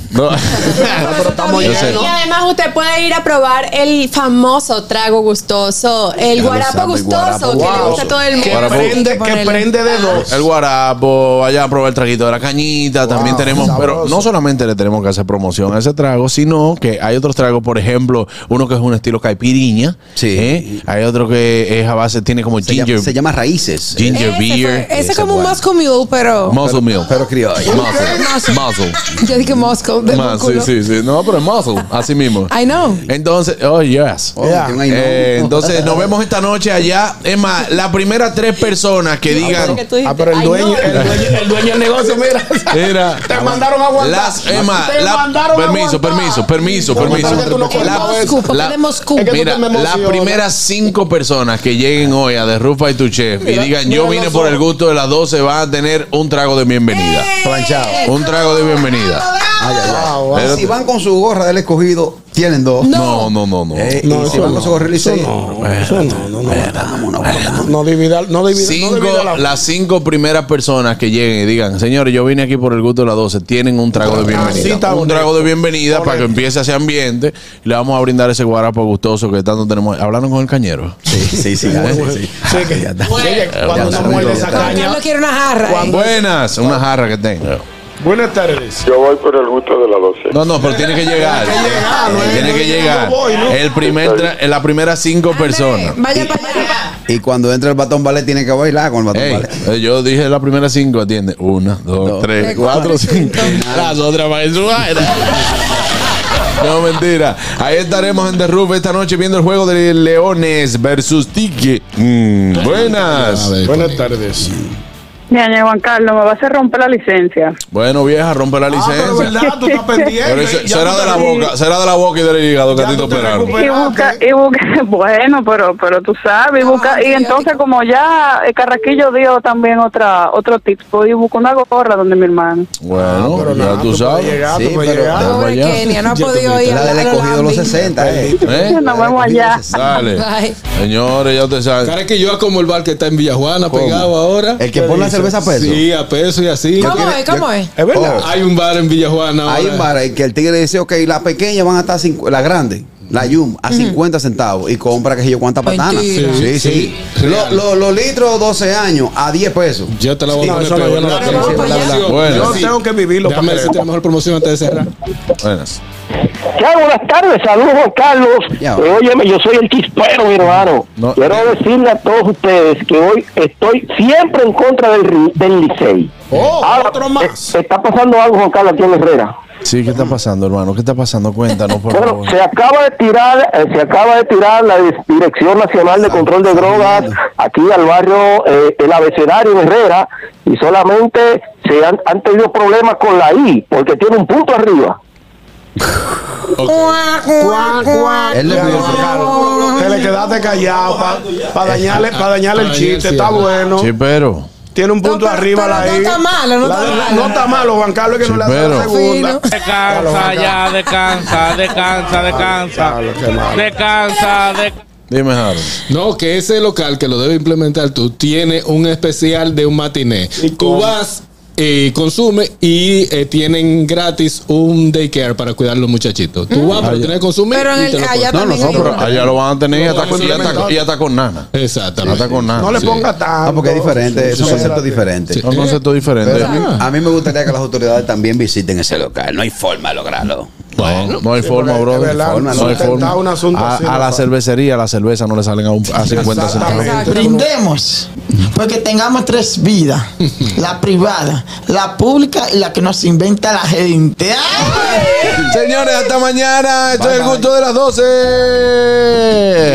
estamos Bien, Y además usted puede ir a probar el famoso trago gustoso, el Ya lo guarapo sabe, el gustoso, guarapo que le gusta gustoso. a todo el Que mundo. Guarapo. prende- que prende de dos. El guarapo, vaya a probar el traguito de la cañita. También tenemos, pero no solamente le tenemos que hacer promoción a ese trago, sino que hay otros tragos, por ejemplo, uno que es un estilo caipiriña. Sí. Hay otro que es a base, tiene como Se llama- ginger. se llama raíces. Ginger Ese beer. Ese es como un Moscow Mule, pero. Muscle meal. Pero criollo. Muscle. Muscle. Yo dije Moscow. De Más, sí, músculo. sí, sí. No, pero es muscle, así mismo. I know. Entonces, oh, yes. Oh, Yeah. tiene un I know. Eh, entonces, nos vemos esta noche allá. Es más, las primeras tres personas que digan. Ah, pero el dueño, el dueño, el dueño del negocio, mira. Mira. Te mandaron a aguantar. Las, es más, Te la- mandaron a permiso, permiso, permiso, permiso, mandaron a tu local. La- Moscú, porque la- de Moscú. Es que tú Mira, te me las emocionas. primeras cinco personas que lleguen hoy a The Rufa y Tu Chef y digan yo vine por el gusto de las 12 van a tener un trago de bienvenida. Planchado. Un trago de bienvenida. Ay, ay, ay. Wow, wow. Y Si van con su gorra del escogido, tienen dos. No, no, no, no. Eh, y No, si eso van con no. su gorra del Licey, No divida, no divida, no Cinco, divida la las cinco primeras personas que lleguen y digan, señores, yo vine aquí por el gusto de las 12, tienen un trago de Ah, sí, bienvenida. está un bonito. trago de bienvenida para que empiece ese ambiente. Y le vamos a brindar ese guarapo gustoso que tanto tenemos. ¿Hablaron con el cañero? Sí, sí, sí. Cuando no muerde esa caña. Yo quiero una jarra. eh. Buenas, una jarra que tenga. Buenas tardes. Yo voy por el gusto de la 12. No, no, pero tiene que llegar. Tiene que llegar. eh. El primer tra- la primera cinco personas. Vaya para allá. y cuando entra el batón ballet, tiene que bailar con el batón Ey, ballet. eh, yo dije la primera cinco, atiende. Una, dos, tres, cuatro, cinco. [LAUGHS] Ah, Las otras van en su vaina. No, mentira. Ahí estaremos en The Roof esta noche viendo el juego de Leones versus Tique. Mm, buenas. Buenas tardes. Ñaña Juan Carlos, me vas a romper la licencia. Bueno, vieja, rompe la licencia. pero verdad, tú estás pendiente. Pero ese- Ya será tú de te la recuperas. boca, será de la boca y del hígado que a ti te operaron. Y busca, y busca, [LAUGHS] bueno, pero pero tú sabes, y busca, y entonces como ya eh, Carraquillo dio también otra otro tips, voy y busco una gorra donde mi hermano. Bueno, ya tú sabes. Sí, Sí, pero pero- vamos allá. Kenia, no ha Ya tú podido viste, ir La a la- a del la escogido los lambing. 60, eh. ¿Eh? Nos vemos allá. Dale. Bye. Señores, ya ustedes saben. Cara que yo como el bar que está en Villajuana pegado ahora. El que ¿Qué pone la dice? cerveza a peso. Sí, a peso y así. ¿Cómo es? ¿Cómo es? Es verdad. Oh. Hay un bar en Villajuana. Hay un bar en que el tigre dice, ok, la pequeña van a estar, a cincu- la grande, la Yum, a 50 centavos y compra que sé yo cuántas patanas. Sí, sí. Mentira. Sí, Lo- lo- Los litros 12 años a 10 pesos. Yo te la voy Sí, a poner eso no, peor. yo no la La tengo. promoción, La verdad. yo Bueno, sí. tengo que vivirlo para Déjame creer. decirte la mejor promoción antes de cerrar. Buenas. Ya, buenas tardes, saludos Juan Carlos. Ya. Eh, Óyeme, yo soy el chispero, mi hermano. Quiero eh. decirle a todos ustedes que hoy estoy siempre en contra del, Ri- del Licey. Oh, Ahora, eh, está pasando algo, Juan Carlos, aquí en Herrera. Sí, ¿qué está pasando, hermano? ¿Qué está pasando? Cuéntanos, por Bueno, favor. se acaba de tirar, eh, se acaba de tirar la Dis- Dirección Nacional de Control de Drogas aquí al barrio eh, El Abecedario en Herrera y solamente se han, han tenido problemas con la I porque tiene un punto arriba. Él le pidió Te le quedaste callado para dañarle, pa dañarle el chiste. Está bueno. Sí, pero. Tiene un punto arriba la I. La- No está malo, Juan Carlos, que no le hace la pero- segunda. Descansa ya, descansa, descansa, descansa. Descansa, de Dime, Harold. No, que ese local que lo debe implementar tú tiene un especial de un matiné. Tú vas, eh, consume y eh, tienen gratis un daycare para cuidar a los muchachitos. Tú vas, pero tienes que consumir. Pero en y el- te lo allá ponen. también Mm. No, pero allá lo van a tener y No, hasta, no, y no, hasta- no. y hasta con nana. Exactamente. Hasta con nana. sí. No, Ah, porque es diferente, es un concepto diferente. Son conceptos diferentes. Pero a, mí, a mí me gustaría que las autoridades también visiten ese local. No hay forma de lograrlo. No, no hay forma, porque es bro. verdad, No hay sustentar forma. un asunto a, así a no la es cervecería, a la cerveza no le salen a, un, a 50 centavos. Brindemos, porque tengamos tres vidas: la privada, la pública y la que nos inventa la gente. Señores, hasta mañana. Esto es el gusto de las 12.